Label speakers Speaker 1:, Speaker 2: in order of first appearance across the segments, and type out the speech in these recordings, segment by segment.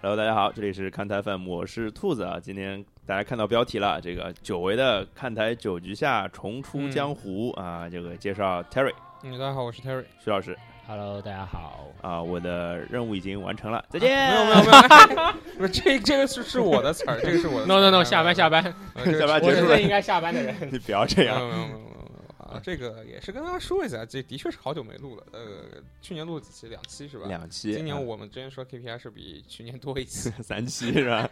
Speaker 1: Hello，大家好，这里是看台 FM，我是兔子啊。今天大家看到标题了，这个久违的看台九局下重出江湖、啊，这个介绍 Terry
Speaker 2: 嗯，大家好，我是 Terry。
Speaker 1: 徐老师
Speaker 3: Hello，大家好。
Speaker 1: 啊，我的任务已经完成了，再见。
Speaker 3: 哎
Speaker 2: 没有没有没有， 不是这这个是是我的词 儿，这个是我的词儿。
Speaker 3: No No No，下 班下班，
Speaker 2: 嗯这个是
Speaker 1: 下班
Speaker 3: 我
Speaker 1: 结
Speaker 3: 是
Speaker 1: 束了
Speaker 3: 最应该下班的人。
Speaker 1: 你不要这
Speaker 2: 没
Speaker 1: 样，
Speaker 2: 有没有没有没有没有 啊，这个也是跟大家说一下，这的确是好久没录了。呃，去年录了几期，两期是吧？
Speaker 1: 两期，
Speaker 2: 今年我们之前说 KPI 是比去年多一期，
Speaker 1: 啊三期是吧？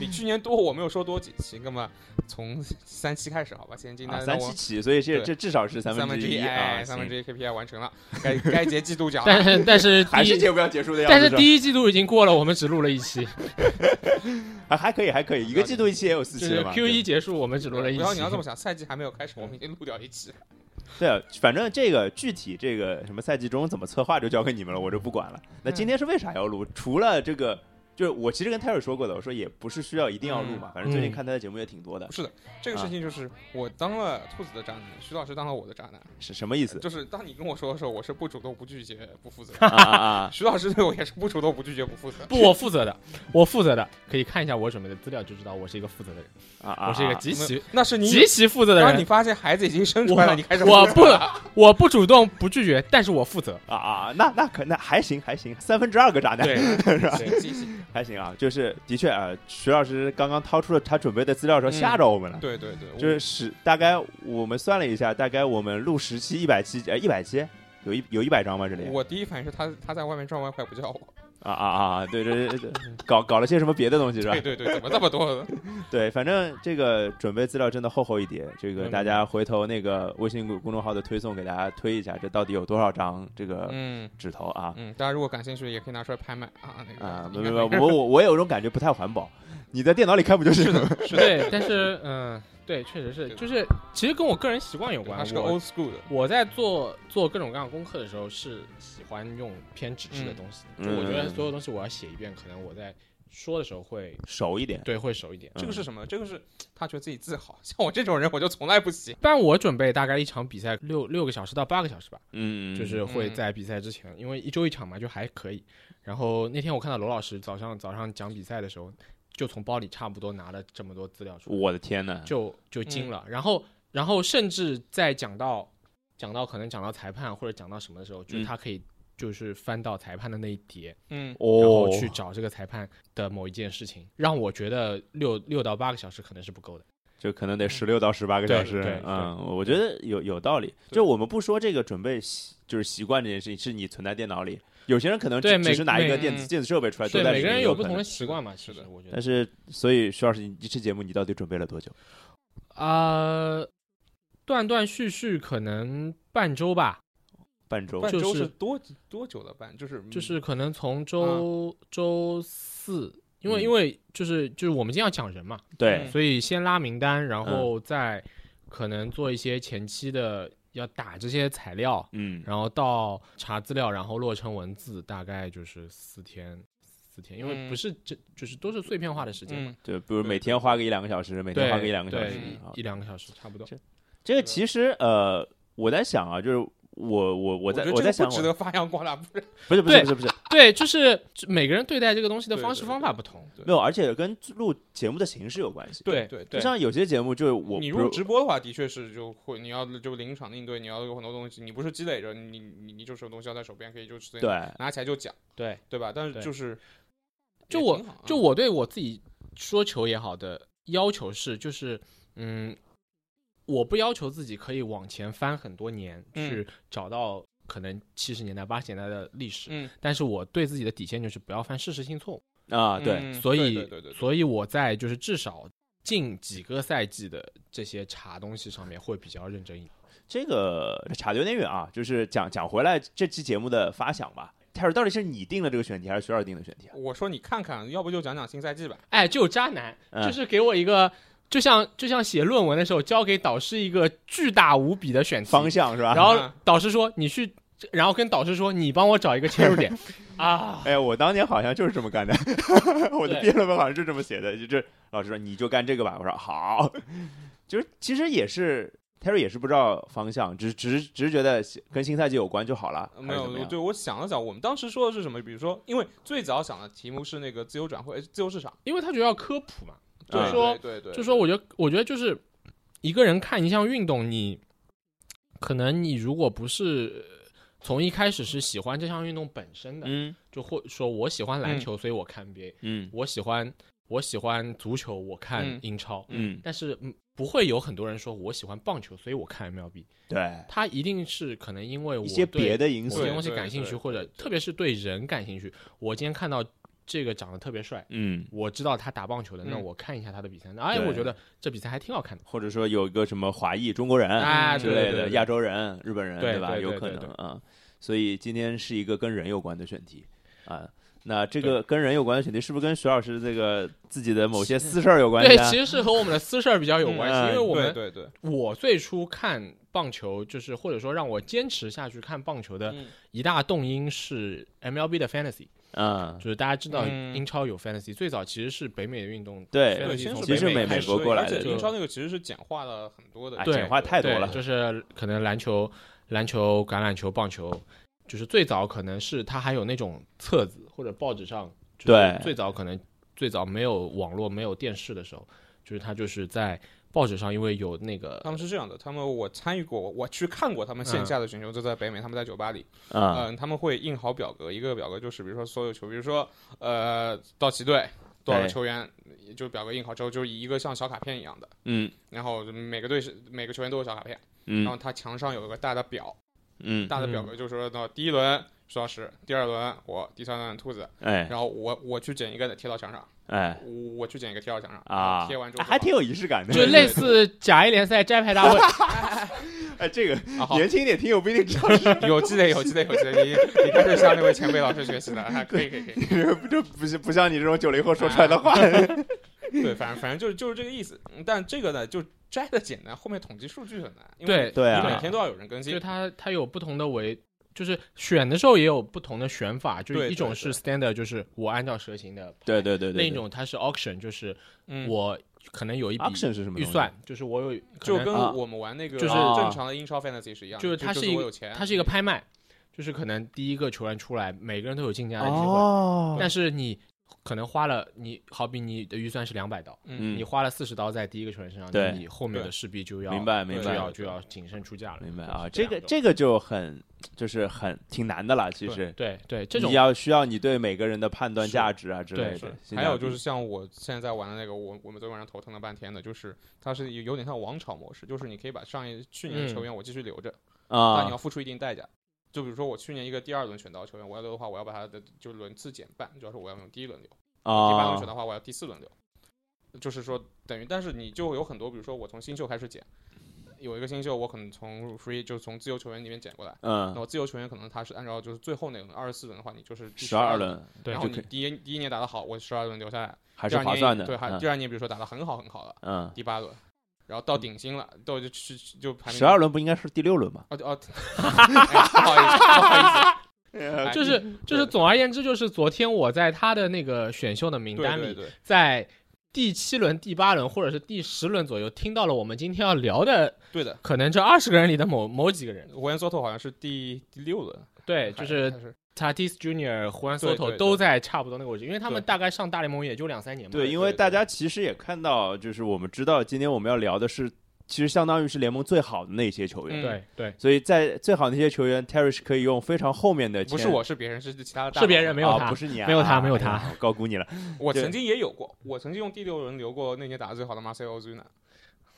Speaker 2: 比去年多，我没有说多几期。那么从三期开始，好吧，现在今
Speaker 1: 啊，
Speaker 2: 天
Speaker 1: 三期起，所以这
Speaker 2: 对
Speaker 1: 这至少是三
Speaker 2: 三分
Speaker 1: 之
Speaker 2: 之一，
Speaker 1: 啊，
Speaker 2: 哎，
Speaker 1: 行
Speaker 2: 三分之一 KPI 完成了，该该结季度奖了。
Speaker 3: 但是但是
Speaker 1: 还
Speaker 3: 第
Speaker 1: 是
Speaker 3: 一
Speaker 1: 节目要结束的样子
Speaker 3: 但是
Speaker 1: 吧，
Speaker 3: 第一季度已经过了，我们只录了 一期，
Speaker 1: 还还可以，还可以，一个季度一期也有四
Speaker 3: 就
Speaker 1: 期了
Speaker 3: 是
Speaker 1: 嘛。
Speaker 3: Q 一结束，我们只录了一
Speaker 2: 不要你要这么
Speaker 3: 期。
Speaker 2: 想，赛季还没有开始，我们已经录掉一期。
Speaker 1: 对啊，反正这个具体这个什么赛季中怎么策划就交给你们了，我就不管了。那今天是为啥要录？除了这个，就是我其实跟泰尔说过的，我说也不是需要一定要录嘛，反正最近
Speaker 3: 嗯
Speaker 1: 看他的节目也挺多的，
Speaker 2: 这个
Speaker 1: 啊
Speaker 2: 事情就是我当了兔子的渣男，徐老师当了我的渣男。
Speaker 1: 是什么意 思？
Speaker 2: 就是当你跟我说的时候，我是不主动、不拒绝、不负责。
Speaker 1: 啊啊啊！
Speaker 2: 徐老师对我也是不主动、不拒绝、不负责。
Speaker 3: 不，我负责的，我负责的，可以看一下我准备的资料就知道我是一个负责的人，
Speaker 1: 啊啊！
Speaker 3: 我是一个
Speaker 1: 啊
Speaker 3: 极其
Speaker 2: 那是 你
Speaker 3: 极其负责的
Speaker 2: 当你
Speaker 3: 人。
Speaker 2: 发现孩子已经生出来了，你开始
Speaker 3: 我我
Speaker 2: 负责
Speaker 3: 不
Speaker 2: 了
Speaker 3: 我不 主动不拒绝，但是我负责。
Speaker 1: 啊啊！那那可那还行还行，三分之二个渣男
Speaker 3: 对
Speaker 1: 是吧？
Speaker 2: 对，行行
Speaker 1: 还行啊，就是的确啊，徐老师刚刚掏出了他准备的资料的时候，
Speaker 2: 嗯
Speaker 1: 吓着我们了。
Speaker 2: 对对对，
Speaker 1: 就是十，大概我们算了一下，大概我们录十期、一百期，呃，一百期有一有一百张吗？这里
Speaker 2: 我我第一反应是他他在外面赚外快不叫我。
Speaker 1: 啊啊啊！对对对，对 搞搞了些什么别的东西是吧
Speaker 2: 对？对对，怎么这么 多？
Speaker 1: 对，反正这个准备资料真的厚厚一叠，这个
Speaker 3: 嗯
Speaker 1: 大家回头那个微信公众号的推送给大家推一下，这到底有多少张这个
Speaker 2: 嗯
Speaker 1: 纸头啊？
Speaker 2: 嗯，大家如果感兴趣，也可以拿出来拍卖啊。那个
Speaker 1: 啊，没
Speaker 2: 应
Speaker 1: 没
Speaker 2: 该
Speaker 1: 没，我我我有种感觉不太环保，你在电脑里看不 就是吗？
Speaker 2: 是的，
Speaker 3: 对，但是嗯，对，确实是，就是其实跟我个人习惯有关
Speaker 2: 他。是个
Speaker 3: 我
Speaker 2: old school 的。
Speaker 3: 我在做做各种各样的功课的时候，是喜欢用偏纸质的东西。
Speaker 1: 嗯
Speaker 3: 就我觉
Speaker 1: 嗯
Speaker 3: 得所有东西我要写一遍，可能我在说的时候会
Speaker 1: 熟一点，
Speaker 3: 对会熟一点。
Speaker 2: 这个是什么？这个是他觉得自己自豪。像我这种人，我就从来不写。
Speaker 3: 但我准备大概一场比赛六六个小时到八个小时吧，
Speaker 1: 嗯，
Speaker 3: 就是会
Speaker 2: 嗯
Speaker 3: 在比赛之前，因为一周一场嘛，就还可以。然后那天我看到罗老师早上早上讲比赛的时候，就从包里差不多拿了这么多资料出来，
Speaker 1: 我的天呐，
Speaker 3: 就就惊
Speaker 1: 嗯
Speaker 3: 了。然后然后甚至在讲到讲到可能讲到裁判或者讲到什么的时候，就
Speaker 1: 嗯
Speaker 3: 是他可以就是翻到裁判的那一叠，
Speaker 2: 嗯，
Speaker 3: 然
Speaker 1: 哦
Speaker 3: 后，去找这个裁判的某一件事情，让我觉得六六到八个小时可能是不够的。
Speaker 1: 就可
Speaker 2: 嗯
Speaker 1: 能得十六到十八个
Speaker 3: 对
Speaker 1: 小时
Speaker 3: 对对，
Speaker 1: 嗯，我觉得有有道理。
Speaker 2: 对
Speaker 1: 就我们不说这个准备习，就是习惯这件事情，是你存在电脑里。有些人可能
Speaker 3: 对
Speaker 1: 只
Speaker 3: 每
Speaker 1: 只是拿一个
Speaker 2: 每
Speaker 1: 电子电子设备出来，
Speaker 3: 对，
Speaker 1: 都在
Speaker 3: 每
Speaker 1: 里
Speaker 3: 个人
Speaker 1: 面
Speaker 3: 有
Speaker 1: 可
Speaker 3: 不同
Speaker 1: 能
Speaker 3: 的习惯嘛，其
Speaker 2: 是
Speaker 3: 实
Speaker 2: 的
Speaker 3: 我觉
Speaker 1: 但
Speaker 3: 得。
Speaker 1: 是，所以徐老师，你这节目你到底准备了多久？
Speaker 3: 呃，断断续续可能半周吧，
Speaker 1: 半周
Speaker 2: 半
Speaker 3: 就
Speaker 2: 周是
Speaker 3: 是
Speaker 2: 多多久的半？就是
Speaker 1: 嗯
Speaker 2: 嗯
Speaker 3: 就是可能从周、周四，因为、
Speaker 1: 嗯
Speaker 3: 因为就是就是我们今天要讲人嘛，
Speaker 2: 嗯
Speaker 1: 对，
Speaker 3: 所以先拉名单，然后再可能做一些前期的要打这些材料，
Speaker 1: 嗯，
Speaker 3: 然后到查资料，然后落成文字，大概就是四天，四天，因为
Speaker 2: 嗯
Speaker 3: 不是这就是都是碎片化的时间嘛，
Speaker 2: 嗯，
Speaker 1: 就比如每天花个一两个小时，每天
Speaker 3: 对，
Speaker 1: 花个一两个小
Speaker 3: 对
Speaker 1: 时
Speaker 2: 嗯
Speaker 1: 啊。
Speaker 3: 一两个小时差不多
Speaker 1: 这。这个其实呃，我在想啊，就是我我我
Speaker 2: 我
Speaker 1: 在
Speaker 2: 觉得
Speaker 1: 我
Speaker 2: 这
Speaker 1: 在
Speaker 2: 个
Speaker 1: 想
Speaker 2: 不值
Speaker 1: 我，
Speaker 2: 得发扬光大，不是？
Speaker 1: 不是不是
Speaker 3: 对
Speaker 1: 不是不是，
Speaker 3: 对，就是就每个人对待这个东西的
Speaker 2: 对
Speaker 3: 方式
Speaker 2: 对
Speaker 3: 方法不同。
Speaker 2: 对
Speaker 1: 没有，而且跟录节目的形式有关系。
Speaker 3: 对
Speaker 2: 对对
Speaker 1: 就。像有些节目，就是我
Speaker 2: 你
Speaker 1: 比
Speaker 2: 如果
Speaker 1: 如
Speaker 2: 直播的话，的确是就会你要就临场的应对，你要有很多东西，你不是积累着，你你你就是有东西要在手边，可以就直接
Speaker 1: 对
Speaker 2: 拿起来就讲，
Speaker 3: 对，
Speaker 2: 对吧？但是
Speaker 3: 对
Speaker 2: 就是
Speaker 3: 就
Speaker 2: 也
Speaker 3: 我
Speaker 2: 挺好啊
Speaker 3: 就我对我自己说求也好的要求是，就是嗯，我不要求自己可以往前翻很多年、
Speaker 2: 嗯
Speaker 3: 去找到可能七十年代、八十年代的历史，
Speaker 2: 嗯
Speaker 3: 但是我对自己的底线就是不要犯事实性错误。
Speaker 1: 啊，对，
Speaker 2: 嗯
Speaker 3: 所以
Speaker 2: 对对对对
Speaker 3: 所以我在就是至少近几个赛季的这些查东西上面会比较认真一点。
Speaker 1: 这个扯得有点远啊，就是讲讲回来这期节目的发想吧。泰尔到底是你定的这个选题，还是徐老师定的选题啊？
Speaker 2: 我说你看看，要不就讲讲新赛季吧。
Speaker 3: 哎，就渣男，
Speaker 1: 嗯
Speaker 3: 就是给我一个。就像就像写论文的时候，交给导师一个巨大无比的选题，
Speaker 1: 方向是吧？
Speaker 3: 然后
Speaker 2: 啊
Speaker 3: 导师说你去，然后跟导师说你帮我找一个切入点啊。
Speaker 1: 哎，我当年好像就是这么干的， 我的
Speaker 3: 对
Speaker 1: 毕业论文好像就这 么写的，就是老师说你就干这个吧，我说好，就是其实也是 Terry 也是不知道方向，只只是只是觉得跟新赛季有关就好了，
Speaker 2: 没
Speaker 1: 还是
Speaker 2: 有
Speaker 1: 怎么，样
Speaker 2: 对我想了想，我们当时说的是什么？比如说，因为最早想的题目是那个自由转会、呃自由市场，
Speaker 3: 因为他主要科普嘛，啊就
Speaker 1: 啊
Speaker 3: 是说，
Speaker 2: 嗯对对对，
Speaker 3: 就说我觉得，我觉得就是一个人看一项运动，你可能你如果不是从一开始是喜欢这项运动本身的，
Speaker 1: 嗯
Speaker 3: 就或说我喜欢篮
Speaker 2: 嗯
Speaker 3: 球，所以我看 NBA，
Speaker 1: 嗯
Speaker 3: 我喜欢我喜欢足球，我看
Speaker 2: 嗯
Speaker 3: 英超，
Speaker 1: 嗯，
Speaker 3: 但是嗯不会有很多人说我喜欢棒球，所以我看 MLB，
Speaker 1: 对，
Speaker 3: 他一定是可能因为我
Speaker 1: 一些
Speaker 3: 对
Speaker 1: 别的因
Speaker 3: 某
Speaker 1: 素
Speaker 3: 些
Speaker 2: 对，
Speaker 3: 东西感兴趣，
Speaker 2: 对
Speaker 3: 或者特别是对人感兴趣。我今天看到这个长得特别帅，
Speaker 1: 嗯，
Speaker 3: 我知道他打棒球的，那
Speaker 2: 嗯
Speaker 3: 我看一下他的比赛，哎，
Speaker 1: 对
Speaker 3: 我觉得这比赛还挺好看的，
Speaker 1: 或者说有一个什么华裔中国
Speaker 2: 嗯
Speaker 1: 人
Speaker 3: 哎，
Speaker 1: 之
Speaker 3: 对
Speaker 1: 类
Speaker 3: 对
Speaker 1: 的
Speaker 3: 对
Speaker 1: 亚洲人、日本人，
Speaker 3: 对
Speaker 1: 吧？
Speaker 3: 对
Speaker 1: 有
Speaker 3: 对
Speaker 1: 可
Speaker 3: 对
Speaker 1: 能
Speaker 3: 对
Speaker 1: 啊。所以今天是一个跟人有关的选题啊。那这个跟人有关的选题，是不是跟徐老师这个自己的某些私事儿有关
Speaker 3: 对
Speaker 1: 系，啊
Speaker 3: 其？实是和我们的私事儿比较有关系，
Speaker 1: 嗯
Speaker 3: 因为我
Speaker 2: 对
Speaker 3: 们
Speaker 2: 对对，
Speaker 3: 我最初看棒球，就是或者说让我坚持下去看棒球的
Speaker 2: 嗯
Speaker 3: 一大动因是 MLB 的 Fantasy，
Speaker 1: 嗯，
Speaker 3: 就是大家知道
Speaker 2: 嗯
Speaker 3: 英超有 Fantasy，最早其实是北美的运动，
Speaker 1: 对
Speaker 2: 对，
Speaker 3: Fantasy
Speaker 2: 先
Speaker 3: 从
Speaker 2: 是
Speaker 1: 其实
Speaker 2: 美
Speaker 1: 美
Speaker 2: 开始
Speaker 1: 国过
Speaker 2: 而
Speaker 1: 来
Speaker 2: 且
Speaker 1: 的
Speaker 2: 英超那个其实是简化了很多的
Speaker 1: 哎，
Speaker 2: 这
Speaker 1: 简
Speaker 2: 个
Speaker 1: 化太多
Speaker 3: 对，
Speaker 1: 了
Speaker 3: 就是可能篮球、篮球、橄榄球、棒球，就是最早可能是它还有那种册子或者报纸上，就是
Speaker 1: 对
Speaker 3: 最早可能最早没有网络、没有电视的时候，就是它就是在报纸上，因为有那个
Speaker 2: 他们是这样的，他们我参与过，我去看过他们线
Speaker 3: 嗯
Speaker 2: 下的选秀，就在北美，他们在酒吧里，
Speaker 3: 呃
Speaker 1: 啊，
Speaker 2: 嗯，他们会印好表格，一个表格就是比如说所有球，比如说呃道奇队多少个
Speaker 1: 对
Speaker 2: 球员，就表格印好之后，就是一个像小卡片一样的，
Speaker 1: 嗯
Speaker 2: 然后每个队是每个球员都有小卡片，然后
Speaker 1: 嗯
Speaker 2: 他墙上有一个大的表，
Speaker 1: 嗯，
Speaker 2: 大的表格就是说到第一轮石老师，第二轮我，第三轮兔子，
Speaker 1: 哎
Speaker 2: 然后我我去捡一个贴到墙上，
Speaker 1: 哎
Speaker 2: 我我去捡一个贴到墙上
Speaker 1: 啊，
Speaker 2: 贴完之后
Speaker 1: 啊还挺有仪式感的，
Speaker 3: 就类似甲 A 联赛摘牌 大会，
Speaker 1: 哎，这个
Speaker 2: 啊好
Speaker 1: 年轻一点听友不一定知道是
Speaker 2: 有积累，有积累，有积累。你你开始向那位前辈老师学习了，还可以，可以，可以。
Speaker 1: 这不这不是不像你这种九零后说出来
Speaker 3: 啊
Speaker 1: 的话，
Speaker 2: 对，反正反正就是就是这个意思。嗯但这个呢，就摘的简单，后面统计数据很难，因为
Speaker 3: 对
Speaker 1: 对啊
Speaker 2: 你每天都要有人更
Speaker 3: 就是
Speaker 2: 新。
Speaker 3: 它它有不同的维。就是选的时候也有不同的选法，就是
Speaker 2: 对
Speaker 3: 一种
Speaker 2: 对
Speaker 3: 是 standard，就是我按照蛇形的，
Speaker 1: 对对对对，
Speaker 3: 另一种它是 auction，就是
Speaker 2: 嗯，
Speaker 3: 我可能有一笔
Speaker 1: action 是什么
Speaker 3: 预
Speaker 1: 东西
Speaker 3: 算，就是我有可
Speaker 2: 就
Speaker 3: 能
Speaker 2: 跟
Speaker 1: 啊
Speaker 2: 我们玩那个
Speaker 3: 就是啊
Speaker 2: 正常的英超 fantasy 是一样的，
Speaker 3: 就是
Speaker 2: 就
Speaker 3: 它是
Speaker 2: 是
Speaker 3: 一
Speaker 2: 我
Speaker 3: 个
Speaker 2: 有钱，嗯
Speaker 3: 它是一个拍卖，就是可能第一个球员出来，每个人都有竞价的机会，
Speaker 1: 哦
Speaker 3: 但是你可能花了你好比你的预算是两百刀，
Speaker 1: 嗯
Speaker 3: 你花了四十刀在第一个球员身上，
Speaker 1: 对
Speaker 3: 那你后面的势必就要
Speaker 1: 明白明
Speaker 3: 就
Speaker 1: 白
Speaker 3: 要就要谨慎出价了，
Speaker 1: 明白啊，这
Speaker 3: 就是
Speaker 1: 个
Speaker 3: 样
Speaker 1: 这个就很就是很挺难的啦，其实
Speaker 3: 对对这种
Speaker 1: 你要需要你对每个人的判断价值啊之
Speaker 3: 对
Speaker 1: 类
Speaker 2: 是
Speaker 1: 的，性价
Speaker 2: 还有
Speaker 1: 比
Speaker 2: 就是像我现在玩的那个，我我们昨天晚上头疼了半天的，就是它是有有点像王朝模式，就是你可以把上一去年的球员
Speaker 3: 嗯
Speaker 2: 我继续留着，但你要
Speaker 1: 啊
Speaker 2: 付出一定代价。就比如说我去年一个第二轮选到的球员，我要留的话，我要把他的就轮次减半，主要是我要用第一轮留。第八轮
Speaker 1: 啊
Speaker 2: 选的话，我要第四轮留，就是说等于，但是你就有很多，比如说我从新秀开始捡，有一个新秀我可能从 free 就从自由球员里面捡过来，那
Speaker 1: 嗯，
Speaker 2: 我自由球员可能他是按照就是最后那轮二十四轮的话，你就是第
Speaker 1: 十二
Speaker 2: 轮，
Speaker 1: 轮
Speaker 3: 对
Speaker 2: 然后
Speaker 1: 就可
Speaker 2: 你第一第一年打得好，我十二轮留下来，
Speaker 1: 还
Speaker 2: 第
Speaker 1: 是
Speaker 2: 二
Speaker 1: 划
Speaker 2: 年
Speaker 1: 算的，
Speaker 2: 对，还
Speaker 1: 嗯
Speaker 2: 第二年比如说打得很好很好了，
Speaker 1: 嗯，
Speaker 2: 第八轮，然后到顶薪了，到就去就排名
Speaker 1: 十二。轮不应该是第六轮吗？
Speaker 2: 哦哦，哎不好意思，不好意 思，哎
Speaker 3: 就是就是总而言之就是昨天我在他的那个选秀的名
Speaker 2: 对
Speaker 3: 单
Speaker 2: 对
Speaker 3: 里，
Speaker 2: 对，
Speaker 3: 在第七轮、第八轮或者是第十轮左右听到了我们今天要聊的
Speaker 2: 对的。
Speaker 3: 可能这二十个人里的某某几个人，
Speaker 2: 我跟索托好像是第第六轮，还
Speaker 3: 对，就是
Speaker 2: 还
Speaker 3: Tatis Junior、胡安
Speaker 2: 对
Speaker 3: Soto
Speaker 2: 对
Speaker 3: 都在差不多那个位置，因为他们
Speaker 2: 对
Speaker 3: 大概上大联盟也就两三年嘛。
Speaker 1: 对，因
Speaker 2: 对
Speaker 1: 为
Speaker 2: 对
Speaker 1: 大家其实也看到，就是我们知道今天我们要聊的是，其实相当于是联盟最好的那些球员，
Speaker 2: 嗯
Speaker 3: 对对，
Speaker 1: 所以在最好的那些球员，Terry 是可以用非常后面的签，
Speaker 2: 不是我是别人，是其他的大
Speaker 3: 是别
Speaker 2: 佬
Speaker 3: 人没有
Speaker 1: 啊，
Speaker 3: 他
Speaker 1: 不是你啊，
Speaker 3: 没有他
Speaker 1: 啊
Speaker 3: 没有他，
Speaker 1: 哎呀我高估你了。
Speaker 2: 我
Speaker 1: 对
Speaker 2: 曾经也有过，我曾经用第六轮留过那年打的最好的马塞欧 z u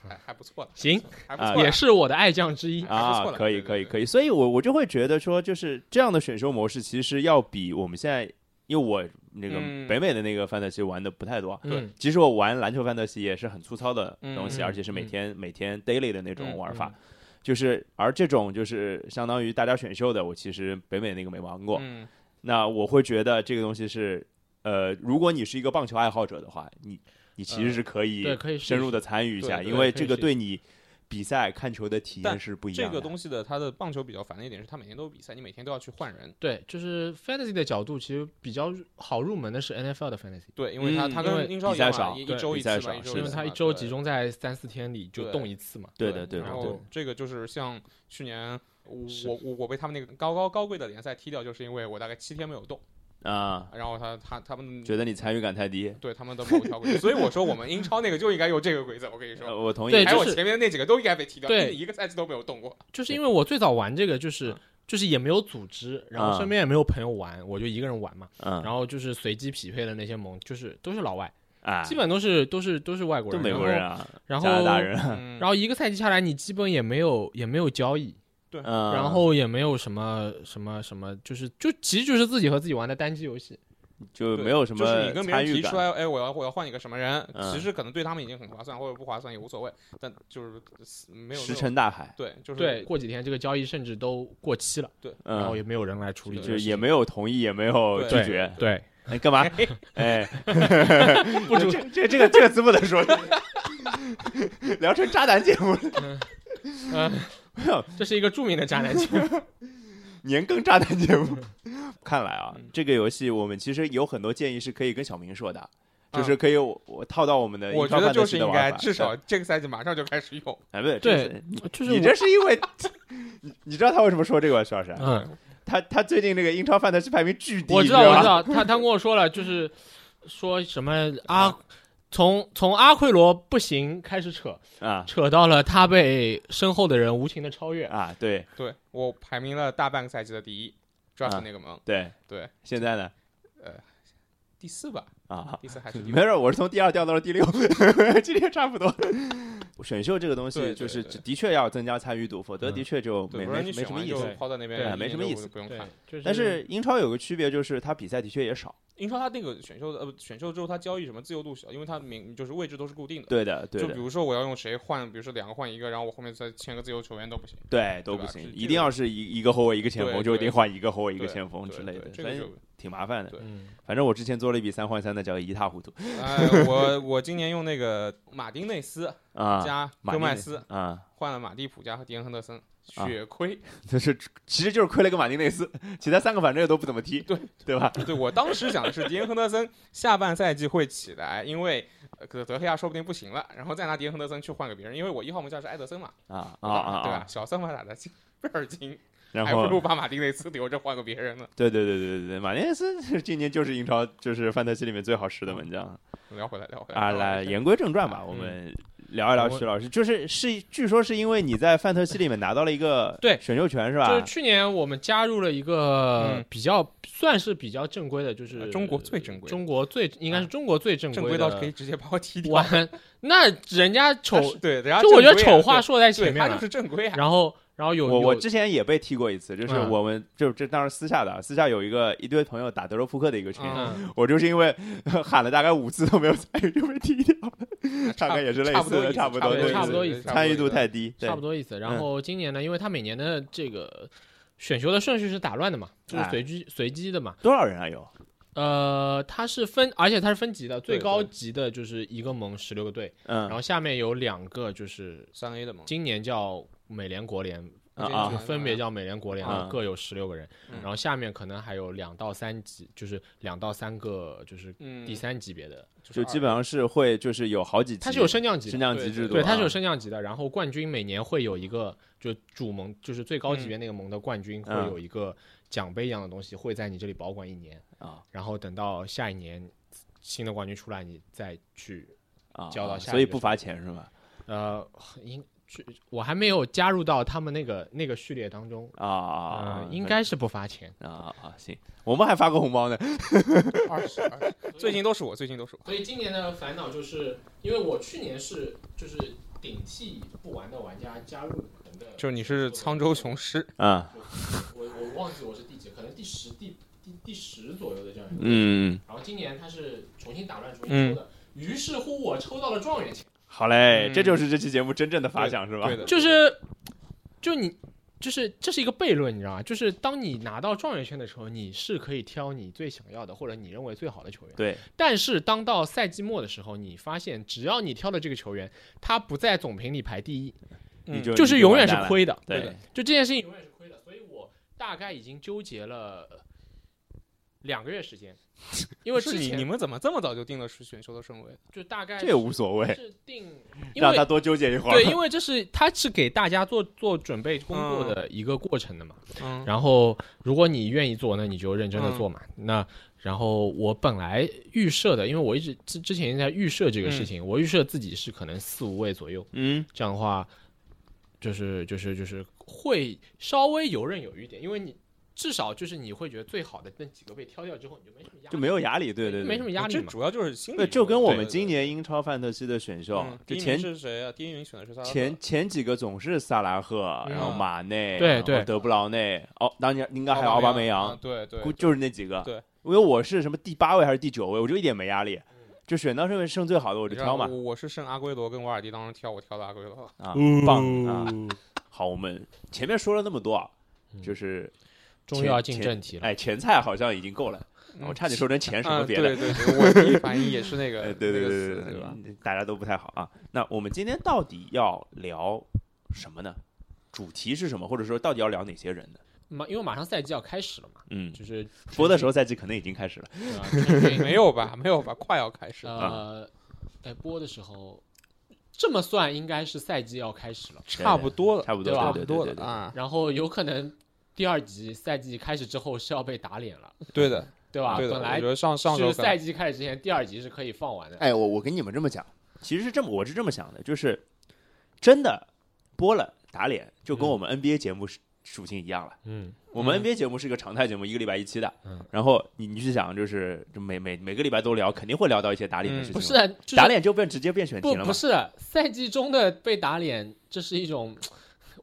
Speaker 2: 还还不错的，
Speaker 3: 行，
Speaker 2: 还不错的，
Speaker 3: 也是我的爱将之一。
Speaker 2: 还不错
Speaker 1: 啊，
Speaker 2: 了
Speaker 1: 可以
Speaker 2: 对对
Speaker 1: 可以
Speaker 2: 对
Speaker 1: 可以，所以我我就会觉得说，就是这样的选秀模式，其实要比我们现在，因为我那个
Speaker 2: 嗯
Speaker 1: 北美的那个范特西玩的不太多。啊
Speaker 3: 嗯，
Speaker 1: 其实我玩篮球范特西也是很粗糙的东西，
Speaker 3: 嗯
Speaker 1: 而且是每天、每天 daily 的那种
Speaker 2: 嗯
Speaker 1: 玩法，就是而这种就是相当于大家选秀的，我其实北美那个没玩过，
Speaker 2: 嗯，
Speaker 1: 那我会觉得这个东西是，呃，如果你是一个
Speaker 2: 呃
Speaker 1: 棒球爱好者的话，你你其实是可以
Speaker 3: 对可以试一
Speaker 1: 深入的参与一下，
Speaker 2: 对
Speaker 1: 因为
Speaker 3: 对
Speaker 1: 这个对你比赛看球的体验
Speaker 2: 但
Speaker 1: 是不一
Speaker 2: 这
Speaker 1: 样的。
Speaker 2: 个东西的，它的棒球比较烦的一点是，它每天都有比赛，你每天都要去换人。
Speaker 3: 对，就是 fantasy 的角度，其实比较好入门的是 NFL 的 fantasy，
Speaker 2: 对，因为它
Speaker 1: 嗯
Speaker 2: 它
Speaker 3: 因为
Speaker 2: 跟英超
Speaker 1: 比
Speaker 2: 一
Speaker 1: 赛
Speaker 2: 样嘛，
Speaker 1: 少
Speaker 2: 一
Speaker 3: 对
Speaker 2: 一周
Speaker 1: 比
Speaker 2: 一
Speaker 1: 赛
Speaker 2: 次
Speaker 1: 少
Speaker 2: 嘛，一
Speaker 1: 是
Speaker 2: 周
Speaker 1: 的
Speaker 3: 因
Speaker 2: 一
Speaker 3: 为
Speaker 2: 次
Speaker 3: 它
Speaker 2: 嘛
Speaker 3: 一周
Speaker 2: 对
Speaker 3: 集中在三四天里就
Speaker 2: 对
Speaker 3: 动一次嘛。
Speaker 1: 对的对的
Speaker 2: 然
Speaker 1: 对
Speaker 2: 后这个就是像去年我
Speaker 3: 是
Speaker 2: 我我被他们那个高高高贵的联赛踢掉，就是因为我大概七天没有动，
Speaker 1: 啊，
Speaker 2: 然后他他他们
Speaker 1: 觉得你参与感太低。
Speaker 2: 对他们的某一条规则，所以我说我们英超那个就应该有这个规则，我跟你
Speaker 1: 呃，
Speaker 2: 说。
Speaker 1: 我同意。
Speaker 3: 对
Speaker 2: 还有
Speaker 3: 就
Speaker 2: 我
Speaker 3: 是
Speaker 2: 前面那几个都应该被踢掉，
Speaker 3: 对
Speaker 2: 一一个赛季都没有动过。
Speaker 3: 就是因为我最早玩这个，就是
Speaker 2: 嗯
Speaker 3: 就是也没有组织，然后身边也没有朋友玩，我就一个人玩嘛。
Speaker 1: 嗯，
Speaker 3: 然后就是随机匹配的那些盟，就是都是老外，
Speaker 1: 啊，
Speaker 3: 基本都是都是都是外国
Speaker 1: 都
Speaker 3: 人，
Speaker 1: 美国人啊，
Speaker 3: 然后
Speaker 1: 加拿大，人，
Speaker 2: 嗯
Speaker 3: 然后一个赛季下来，你基本也没有也没有交易，
Speaker 1: 嗯，
Speaker 3: 然后也没有什么什么什么，就是就其实就是自己和自己玩的单机游戏。
Speaker 1: 就
Speaker 2: 对
Speaker 1: 没有什么
Speaker 2: 就是你跟别
Speaker 1: 参
Speaker 2: 人
Speaker 1: 与
Speaker 2: 提出
Speaker 1: 感。
Speaker 2: 来，哎，我要我要换一个什么人，
Speaker 1: 嗯
Speaker 2: 其实可能对他们已经很划算，或者不划算也无所谓，但就是呃没有那
Speaker 1: 石
Speaker 2: 种
Speaker 1: 沉大海，
Speaker 2: 对，就是
Speaker 3: 对，过几天这个交易甚至都过期了，然
Speaker 1: 嗯，
Speaker 3: 后也没有人来处理
Speaker 2: 有
Speaker 3: 这
Speaker 1: 就
Speaker 3: 个
Speaker 1: 是
Speaker 3: 事
Speaker 1: 也
Speaker 3: 情。
Speaker 1: 没有同意，也没有拒
Speaker 2: 对
Speaker 1: 绝。
Speaker 3: 对，
Speaker 1: 哎，干嘛？哎，不 这这这个这个词不能说， 聊成渣男节目了，
Speaker 3: 呃这是一个著名的渣男
Speaker 1: 年更渣男节目。看来啊
Speaker 2: 嗯，
Speaker 1: 这个游戏我们其实有很多建议是可以跟小明说的。
Speaker 2: 嗯
Speaker 1: 就是可以我，我套到我们的
Speaker 2: 我
Speaker 1: 一套
Speaker 2: 觉得
Speaker 1: 范
Speaker 2: 就
Speaker 1: 德西
Speaker 2: 是
Speaker 1: 的
Speaker 2: 应
Speaker 1: 玩
Speaker 2: 该，
Speaker 1: 法
Speaker 2: 至少这个赛季马上就开始用。
Speaker 1: 哎，不对，这
Speaker 3: 对
Speaker 1: 是
Speaker 3: 就是
Speaker 1: 你
Speaker 3: 我
Speaker 1: 这是因为 你你知道他为什么说这个吗？石老师，
Speaker 3: 嗯，
Speaker 1: 他他最近那个英超范德西排名巨低，
Speaker 3: 我
Speaker 1: 你知
Speaker 3: 知道我
Speaker 1: 吧
Speaker 3: 知道，他他跟我说了，就是说什么阿。从从阿奎罗不行开始扯，
Speaker 1: 啊
Speaker 3: 扯到了他被身后的人无情的超越，
Speaker 1: 啊，对
Speaker 2: 对我排名了大半个赛季的第一，主要是那个盟
Speaker 1: 对
Speaker 2: 对，
Speaker 1: 现在呢
Speaker 2: 第四吧，
Speaker 1: 啊，
Speaker 2: 第四还是第五
Speaker 1: 没。事，我是从第二掉到了第六， 今天差不多。选秀这个东
Speaker 2: 对
Speaker 1: 西
Speaker 2: 对
Speaker 1: 就是
Speaker 2: 对
Speaker 1: 的确要增加参与度，否则
Speaker 3: 嗯
Speaker 1: 的确就
Speaker 2: 对，
Speaker 1: 没
Speaker 2: 不然
Speaker 1: 没
Speaker 2: 你
Speaker 1: 没
Speaker 2: 选
Speaker 1: 什么
Speaker 2: 完
Speaker 1: 意
Speaker 2: 就
Speaker 1: 思啊
Speaker 3: 对。
Speaker 2: 抛在那边，
Speaker 3: 对
Speaker 2: 一
Speaker 1: 没
Speaker 2: 年
Speaker 1: 什么
Speaker 2: 都
Speaker 1: 意思
Speaker 2: 不用
Speaker 3: 对
Speaker 2: 看。，
Speaker 3: 就是
Speaker 1: 但是英超有个区别就是它比赛的确也少，
Speaker 2: 英超他那个选秀的呃不选秀之后，他交易什么自由度小，因为他名就是位置都是固定的。
Speaker 1: 对的对
Speaker 2: 就比
Speaker 1: 的
Speaker 2: 如说我要用谁换，比如说两个换一个，然后我后面再签个自由球员都不行。
Speaker 1: 对都不
Speaker 2: 吧
Speaker 1: 行
Speaker 2: 是，这
Speaker 1: 一定要是一一个后卫一个前锋，
Speaker 2: 对
Speaker 1: 就一定
Speaker 2: 对
Speaker 1: 换一个后卫一个
Speaker 2: 对
Speaker 1: 前锋
Speaker 2: 对
Speaker 1: 之类
Speaker 2: 对
Speaker 1: 的，
Speaker 2: 这
Speaker 1: 反
Speaker 2: 个就
Speaker 1: 正 挺麻烦的。
Speaker 3: 嗯，
Speaker 1: 反正我之前做了一笔三换三的交易，一塌糊涂
Speaker 2: 哎，我我今年用那个马丁内斯
Speaker 1: 啊
Speaker 2: 加
Speaker 1: 马
Speaker 2: 戈
Speaker 1: 丁
Speaker 2: 麦
Speaker 1: 内
Speaker 2: 斯
Speaker 1: 啊，
Speaker 2: 换了马蒂普加和迪恩亨德森，
Speaker 1: 啊
Speaker 2: 血亏。
Speaker 1: 就是其实就是亏了个马丁内斯，其他三个反正也都不怎么踢，
Speaker 2: 对
Speaker 1: 对吧？
Speaker 2: 对我当时想的是，迪恩亨德森下半赛季会起来，因为呃可德黑亚说不定不行了，然后再拿迪恩亨德森去换个别人，因为我一号门将是埃德森嘛，
Speaker 1: 啊啊
Speaker 2: 对
Speaker 1: 啊
Speaker 2: 吧对吧
Speaker 1: 啊！？
Speaker 2: 小三法打的进倍儿精，
Speaker 1: 然
Speaker 2: 还不
Speaker 1: 后
Speaker 2: 如把马丁内斯留着换个别人呢。
Speaker 1: 对对对对对对，马丁内斯是今年就是英超就是范特西里面最好吃的门将
Speaker 2: 聊回来，聊回来
Speaker 1: 啊。
Speaker 2: 聊回
Speaker 1: 来，
Speaker 2: 来
Speaker 1: 言归正传吧，我们聊一聊
Speaker 3: 我
Speaker 1: 徐老师，就是是据说是因为你在范特西里面拿到了一个
Speaker 3: 对
Speaker 1: 选秀权是
Speaker 3: 就是
Speaker 1: 吧？
Speaker 3: 去年我们加入了一个
Speaker 2: 嗯
Speaker 3: 比较、算是比较正规的，就是、
Speaker 2: 呃中国最正规的啊
Speaker 3: 中国最应该是中国最正
Speaker 2: 正
Speaker 3: 规
Speaker 2: 规
Speaker 3: 的
Speaker 2: 到可以直接把我踢掉。
Speaker 3: 玩。那人家丑，
Speaker 2: 但是对，人家
Speaker 3: 就我觉得
Speaker 2: 正规啊
Speaker 3: 丑话说在
Speaker 2: 对
Speaker 3: 前
Speaker 2: 对
Speaker 3: 面
Speaker 2: 他
Speaker 3: 了
Speaker 2: 就。是正规啊。
Speaker 3: 然后，然后有
Speaker 1: 我我
Speaker 3: 有
Speaker 1: 之前也被踢过一次，就是
Speaker 3: 嗯
Speaker 1: 我们就这当然私下的啊，私下有一个一堆朋友打德州扑克的一个群，
Speaker 3: 嗯，
Speaker 1: 我就是因为 喊了大概五次都没有参与就被踢掉了，大概也是类
Speaker 2: 差不
Speaker 1: 似
Speaker 2: 多
Speaker 1: 的，
Speaker 2: 意思
Speaker 1: 差不多
Speaker 3: 对
Speaker 1: 对
Speaker 3: 差不多
Speaker 1: 对
Speaker 3: 意
Speaker 1: 对
Speaker 3: 思
Speaker 1: 参与度太低，对
Speaker 3: 差不多意思。
Speaker 2: 嗯
Speaker 3: 然后今年呢，因为他每年的这个选秀的顺序是打乱的嘛，就是
Speaker 1: 哎
Speaker 3: 随机随机的嘛。
Speaker 1: 多少人啊有
Speaker 3: 呃，它是分，而且它是分级的，最
Speaker 2: 对对
Speaker 3: 高级的就是一个盟十六个队，然
Speaker 1: 嗯
Speaker 3: 后下面有两个就是
Speaker 2: 三 A 的嘛，
Speaker 3: 今年叫美联国联，
Speaker 1: 啊
Speaker 2: 啊
Speaker 3: 就是分别叫美联国联，
Speaker 1: 啊
Speaker 3: 各有十六个人。
Speaker 2: 嗯
Speaker 3: 然后下面可能还有两到三级，就是两到三个，就是
Speaker 2: 嗯，
Speaker 3: 第三级别的，
Speaker 2: 就
Speaker 1: 就是基
Speaker 2: 二
Speaker 1: 本上是会就是有好几级，
Speaker 3: 它是有升降级
Speaker 1: 升
Speaker 3: 的。
Speaker 1: 降级制度，
Speaker 3: 对，它是有
Speaker 1: 啊
Speaker 3: 升降级的，然后冠军每年会有一个，就主盟，就是最高级别那个盟的冠军会
Speaker 1: 嗯
Speaker 3: 有一个奖杯一样的东西，会在你这里保管一年，
Speaker 1: 啊
Speaker 3: 然后等到下一年新的冠军出来，你再去，
Speaker 1: 啊，
Speaker 3: 交到下一个
Speaker 1: 所以不罚钱是吧？
Speaker 3: 呃，应去，我还没有加入到他们那个那个序列当中，
Speaker 1: 啊啊啊
Speaker 3: 呃，应该是不罚钱。
Speaker 1: 啊啊啊行，我们还发过红包呢，
Speaker 2: 二十二十，
Speaker 1: 啊
Speaker 2: 最近都是我，最近都是我。
Speaker 3: 所以今年的烦恼就是，因为我去年是就是顶替不玩的玩家加入你们的，
Speaker 2: 就是你是沧州雄狮，
Speaker 1: 啊
Speaker 3: 我我忘记我是第几，可能第十、第第第十左右的这样一个。
Speaker 1: 嗯，
Speaker 3: 然后今年他是重新打乱重新抽的，于是乎我抽到了状元签，
Speaker 1: 好嘞，
Speaker 2: 嗯
Speaker 1: 这就是这期节目真正的发奖是吧？
Speaker 2: 对的，
Speaker 3: 就是就你。就是这是一个悖论，你知道吗？就是当你拿到状元签的时候，你是可以挑你最想要的或者你认为最好的球员。
Speaker 1: 对
Speaker 3: 但是当到赛季末的时候，你发现只要你挑的这个球员他不在总评里排第一，
Speaker 1: 你
Speaker 2: 嗯
Speaker 1: 就
Speaker 3: 就是永远
Speaker 1: 你
Speaker 3: 是。
Speaker 1: 完蛋了
Speaker 3: 亏的。
Speaker 2: 对
Speaker 1: 对
Speaker 2: 的，
Speaker 3: 就这件事情永远是亏的，所以我大概已经纠结了呃两个月 时间，因为
Speaker 2: 是
Speaker 3: 之
Speaker 2: 你你
Speaker 3: 前
Speaker 2: 们怎么这么早就定了是选秀的顺位？
Speaker 3: 就大概
Speaker 1: 这也无所谓，
Speaker 3: 是定，因
Speaker 1: 让他
Speaker 3: 为
Speaker 1: 多纠结一会儿。
Speaker 3: 对，因为这是他是给大家做做准备工作的一个过程的嘛。
Speaker 2: 嗯，
Speaker 3: 然后如果你愿意做，那你就认真的做嘛。
Speaker 1: 嗯
Speaker 3: 那然后我本来预设的，因为我一直之之前在预设这个事情，我预设自己是可能四五位左右，
Speaker 1: 嗯，
Speaker 3: 这样的话，就是就是就是会稍微游刃有余一点，因为你至少就是你会觉得最好的那几个被挑掉之后，你就没什么压力，
Speaker 1: 就没有压力，对对对，
Speaker 3: 没什么压力
Speaker 2: 这
Speaker 3: 嘛。
Speaker 2: 主要就是心理因
Speaker 1: 对，
Speaker 2: 素。
Speaker 1: 就跟我
Speaker 2: 对
Speaker 1: 们
Speaker 2: 对
Speaker 1: 今
Speaker 2: 对
Speaker 1: 年英超范特西的选秀
Speaker 2: 嗯，
Speaker 1: 就
Speaker 2: 第一名
Speaker 1: 前
Speaker 2: 是谁啊？第一名选的是萨拉赫
Speaker 1: 前前几个总是萨拉赫，
Speaker 3: 嗯
Speaker 1: 然后马内，
Speaker 3: 对
Speaker 1: 然后
Speaker 3: 对
Speaker 1: 德布劳内，哦，当年应该还有
Speaker 2: 奥
Speaker 1: 奥巴
Speaker 2: 梅
Speaker 1: 梅扬，
Speaker 2: 啊对对
Speaker 1: 估，就是那几个。
Speaker 2: 对，
Speaker 1: 因为我是什么第八位还是第九位，我就一点没压力，
Speaker 2: 嗯
Speaker 1: 就选到上面剩最好的我
Speaker 2: 我
Speaker 1: 就挑嘛。
Speaker 2: 我我是剩阿圭罗跟瓦尔迪当中挑，我挑的阿圭罗。
Speaker 1: 啊，棒
Speaker 3: 棒
Speaker 1: 啊！！好，我们前面说了那么多啊，
Speaker 3: 嗯
Speaker 1: 就是
Speaker 3: 终于要
Speaker 1: 前
Speaker 3: 进正题了，
Speaker 1: 哎，前菜好像已经够了，
Speaker 2: 嗯
Speaker 1: 我差点说成钱什
Speaker 2: 啊，
Speaker 1: 么别的。
Speaker 2: 对对对，我第一反应也是那个，
Speaker 1: 哎，对对
Speaker 2: 那个
Speaker 1: 对
Speaker 2: 词
Speaker 1: 对
Speaker 2: 对吧？
Speaker 1: 对，大家都不太好啊。那我们今天到底要聊什么呢？主题是什么？或者说到底要聊哪些人呢？
Speaker 3: 马因为马上赛季要开始了嘛，
Speaker 1: 嗯，
Speaker 3: 就是呃
Speaker 1: 播的时候赛季可能已经开始了。
Speaker 3: 对吧春训
Speaker 2: 没有吧？没有吧？快要开
Speaker 1: 嗯
Speaker 2: 始了，
Speaker 3: 呃，哎，播的时候，这么算应该是赛季要开始了，
Speaker 2: 差不多了，
Speaker 1: 差不多
Speaker 3: 对吧
Speaker 2: 差
Speaker 1: 对
Speaker 2: 不
Speaker 1: 对
Speaker 2: 多
Speaker 1: 对对
Speaker 2: 了啊。
Speaker 3: 然后有可能第二集赛季开始之后是要被打脸了，
Speaker 2: 啊对的，
Speaker 3: 对吧？
Speaker 2: 对的。
Speaker 3: 本来
Speaker 2: 我觉得上上周
Speaker 3: 是赛季开始之前第二集是可以放完的，
Speaker 1: 哎，我我跟你们这么讲，其实是这么，我是这么想的，就是真的播了打脸，就跟
Speaker 3: 嗯
Speaker 1: 我们 NBA 节目是属性一样了。
Speaker 3: 嗯，
Speaker 1: 我们
Speaker 2: 嗯
Speaker 1: NBA 节目是一个常态节目，一个礼拜一期的。
Speaker 3: 嗯
Speaker 1: 然后你你去想，就是就每每每个礼拜都聊，肯定会聊到一些打脸的
Speaker 2: 嗯
Speaker 1: 事情嘛。
Speaker 3: 不是啊，就是
Speaker 1: 打脸就变直接变选题
Speaker 3: 不
Speaker 1: 了嘛
Speaker 3: 不？是啊赛季中的被打脸，这是一种。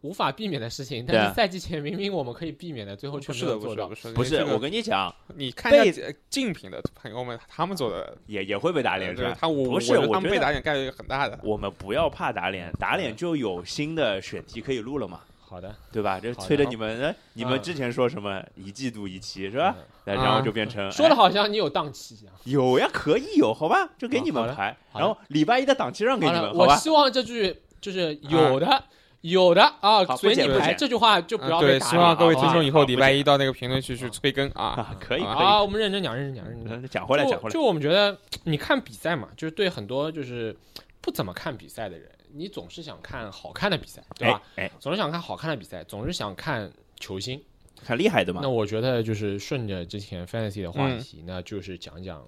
Speaker 3: 无法避免的事情，
Speaker 1: 对
Speaker 3: 但
Speaker 1: 啊
Speaker 3: 是赛季前明明我们可以避免的，最后
Speaker 2: 不
Speaker 3: 却
Speaker 2: 是
Speaker 3: 没
Speaker 2: 的，
Speaker 3: 有
Speaker 2: 不
Speaker 3: 做
Speaker 2: 是的，
Speaker 3: 到
Speaker 2: 不。是的，
Speaker 1: 不
Speaker 2: 你
Speaker 1: 是，
Speaker 2: 这个
Speaker 1: 我跟你讲，
Speaker 2: 你看一
Speaker 1: 被
Speaker 2: 下竞品的朋友们，他们做的
Speaker 1: 也也会被打
Speaker 3: 呃
Speaker 1: 脸，是
Speaker 2: 对
Speaker 1: 吧？
Speaker 2: 他我
Speaker 1: 不
Speaker 2: 我
Speaker 1: 是
Speaker 2: 觉得
Speaker 1: 我
Speaker 2: 他们
Speaker 1: 觉
Speaker 2: 被
Speaker 1: 得
Speaker 2: 打脸概率很大的。
Speaker 1: 我们不要怕打脸，打脸就有新的选题可以录了嘛，
Speaker 3: 好的，
Speaker 1: 对吧？这
Speaker 3: 好的
Speaker 1: 催着你们，哎你们
Speaker 3: 嗯
Speaker 1: 之前说什么一季度一期是吧？
Speaker 3: 嗯
Speaker 1: 那然后
Speaker 2: 啊
Speaker 1: 就变成
Speaker 3: 说的
Speaker 1: 了
Speaker 3: 好像你有档期啊一样。
Speaker 1: 有呀，可以有，好吧？就给
Speaker 3: 好
Speaker 1: 你
Speaker 3: 嗯好
Speaker 1: 们
Speaker 3: 的
Speaker 1: 排，
Speaker 3: 好
Speaker 1: 然后礼拜一的档期让给
Speaker 3: 好
Speaker 1: 你
Speaker 3: 了，
Speaker 1: 们，好
Speaker 3: 我
Speaker 1: 吧？啊
Speaker 3: 希望这句就是有的、有的啊
Speaker 1: 好，
Speaker 3: 随
Speaker 1: 不
Speaker 3: 你
Speaker 1: 剪不
Speaker 3: 排
Speaker 1: 剪
Speaker 3: 这句话就不要
Speaker 2: 啊
Speaker 3: 被
Speaker 2: 对，
Speaker 3: 打
Speaker 2: 希
Speaker 3: 脸哦
Speaker 2: 望各位
Speaker 3: 好
Speaker 2: 听
Speaker 3: 吧
Speaker 2: 众以后
Speaker 1: 好不
Speaker 2: 礼拜
Speaker 1: 讲
Speaker 2: 一到那个评论区去催更啊。
Speaker 1: 啊，可以，
Speaker 2: 啊
Speaker 1: 可
Speaker 3: 啊，我们认真讲，认真讲，认真讲。
Speaker 1: 以，讲嗯回来，讲回
Speaker 3: 就
Speaker 1: 来，
Speaker 3: 就我们觉得，你看比赛嘛，就是对很多就是不怎么看比赛的人，你总是想看好看的比赛，对吧？
Speaker 1: 哎？哎，
Speaker 3: 总是想看好看的比赛，总是想看球星。
Speaker 1: 很厉害的嘛
Speaker 3: 那，我觉得就是顺着之前 fantasy 的话
Speaker 2: 嗯
Speaker 3: 题，那就是讲讲，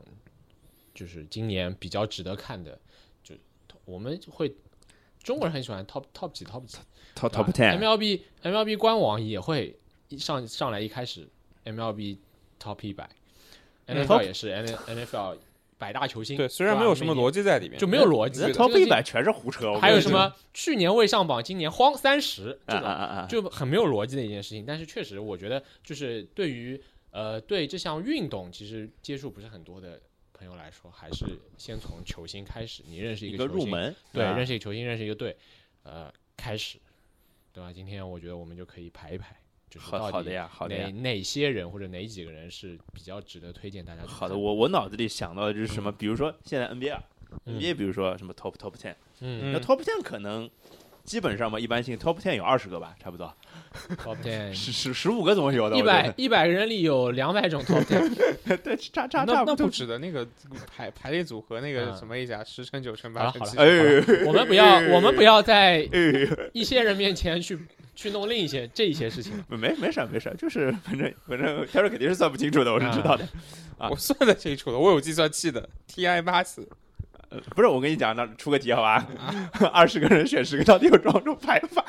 Speaker 3: 就是今年比较值得看的，就我们会中国人很喜欢 top top 几 top 几
Speaker 1: top
Speaker 3: 对吧
Speaker 1: top ten，
Speaker 3: MLB MLB 官网也会一上上来一开始 MLB top 一百
Speaker 2: 嗯
Speaker 3: ，NFL 也是 N NFL 百大球星，
Speaker 2: 对，虽然没有什么
Speaker 3: 逻
Speaker 2: 逻辑在里面，
Speaker 3: 就没有逻辑
Speaker 1: 这
Speaker 2: 对的
Speaker 1: top 一百全是胡扯，我
Speaker 3: 还有
Speaker 1: 跟你
Speaker 3: 什
Speaker 1: 说
Speaker 3: 么去年未上榜，今年慌三十这
Speaker 1: 啊啊
Speaker 2: 嗯
Speaker 3: 种，
Speaker 1: 啊啊！
Speaker 3: 就很没有逻辑的一件事情。但是确实，我觉得就是对于呃对这项运动其实接触不是很多的朋友来说，还是先从球星开始，你认识
Speaker 1: 一
Speaker 3: 一
Speaker 1: 个
Speaker 3: 个球
Speaker 1: 入
Speaker 3: 星，
Speaker 1: 门，
Speaker 3: 对，
Speaker 1: 啊
Speaker 3: 认识一个球星，认识一个队，呃，开始，对吧？今天我觉得我们就可以排一排，就是
Speaker 1: 好
Speaker 3: 到底
Speaker 1: 好的呀，好的呀
Speaker 3: 哪。哪些人或者哪几个人是比较值得推荐大家去看？
Speaker 1: 好的，我我脑子里想到的就是什么，比如说现在 NBA 啊
Speaker 3: 嗯
Speaker 1: NBA，比如说什么 top top ten，
Speaker 2: 嗯
Speaker 3: 嗯
Speaker 1: 那 top ten 可能基本上嘛，一般性 top ten 有二十个吧，差不多
Speaker 3: ，top ten。
Speaker 1: 十十十五个总有嗯的，
Speaker 3: 哎一
Speaker 1: 我觉
Speaker 3: 百
Speaker 1: 得
Speaker 3: 一百个人里有两百种 top ten，
Speaker 1: 对，差差
Speaker 2: 那
Speaker 1: 差
Speaker 2: 那
Speaker 1: 多
Speaker 2: 不。止的那个排排列组合那个
Speaker 3: 嗯
Speaker 2: 什么一下，十乘九乘
Speaker 3: 好
Speaker 2: 八
Speaker 3: 了
Speaker 2: 乘
Speaker 3: 好了
Speaker 2: 七，
Speaker 1: 哎呦，
Speaker 3: 我们不要我们不要在
Speaker 1: 哎呦，
Speaker 3: 一些人面前去去弄另一些这一些事情了。
Speaker 1: 没没事儿没事儿，就是反正反正，他说肯定是算不清楚的，我是知道的。啊
Speaker 2: 我算得清楚的，我有计算器的，TI 八四，
Speaker 1: 呃不是，我跟你讲，那出个题好吧？
Speaker 3: 啊
Speaker 1: 二十个人选十个，到底有多少种排法？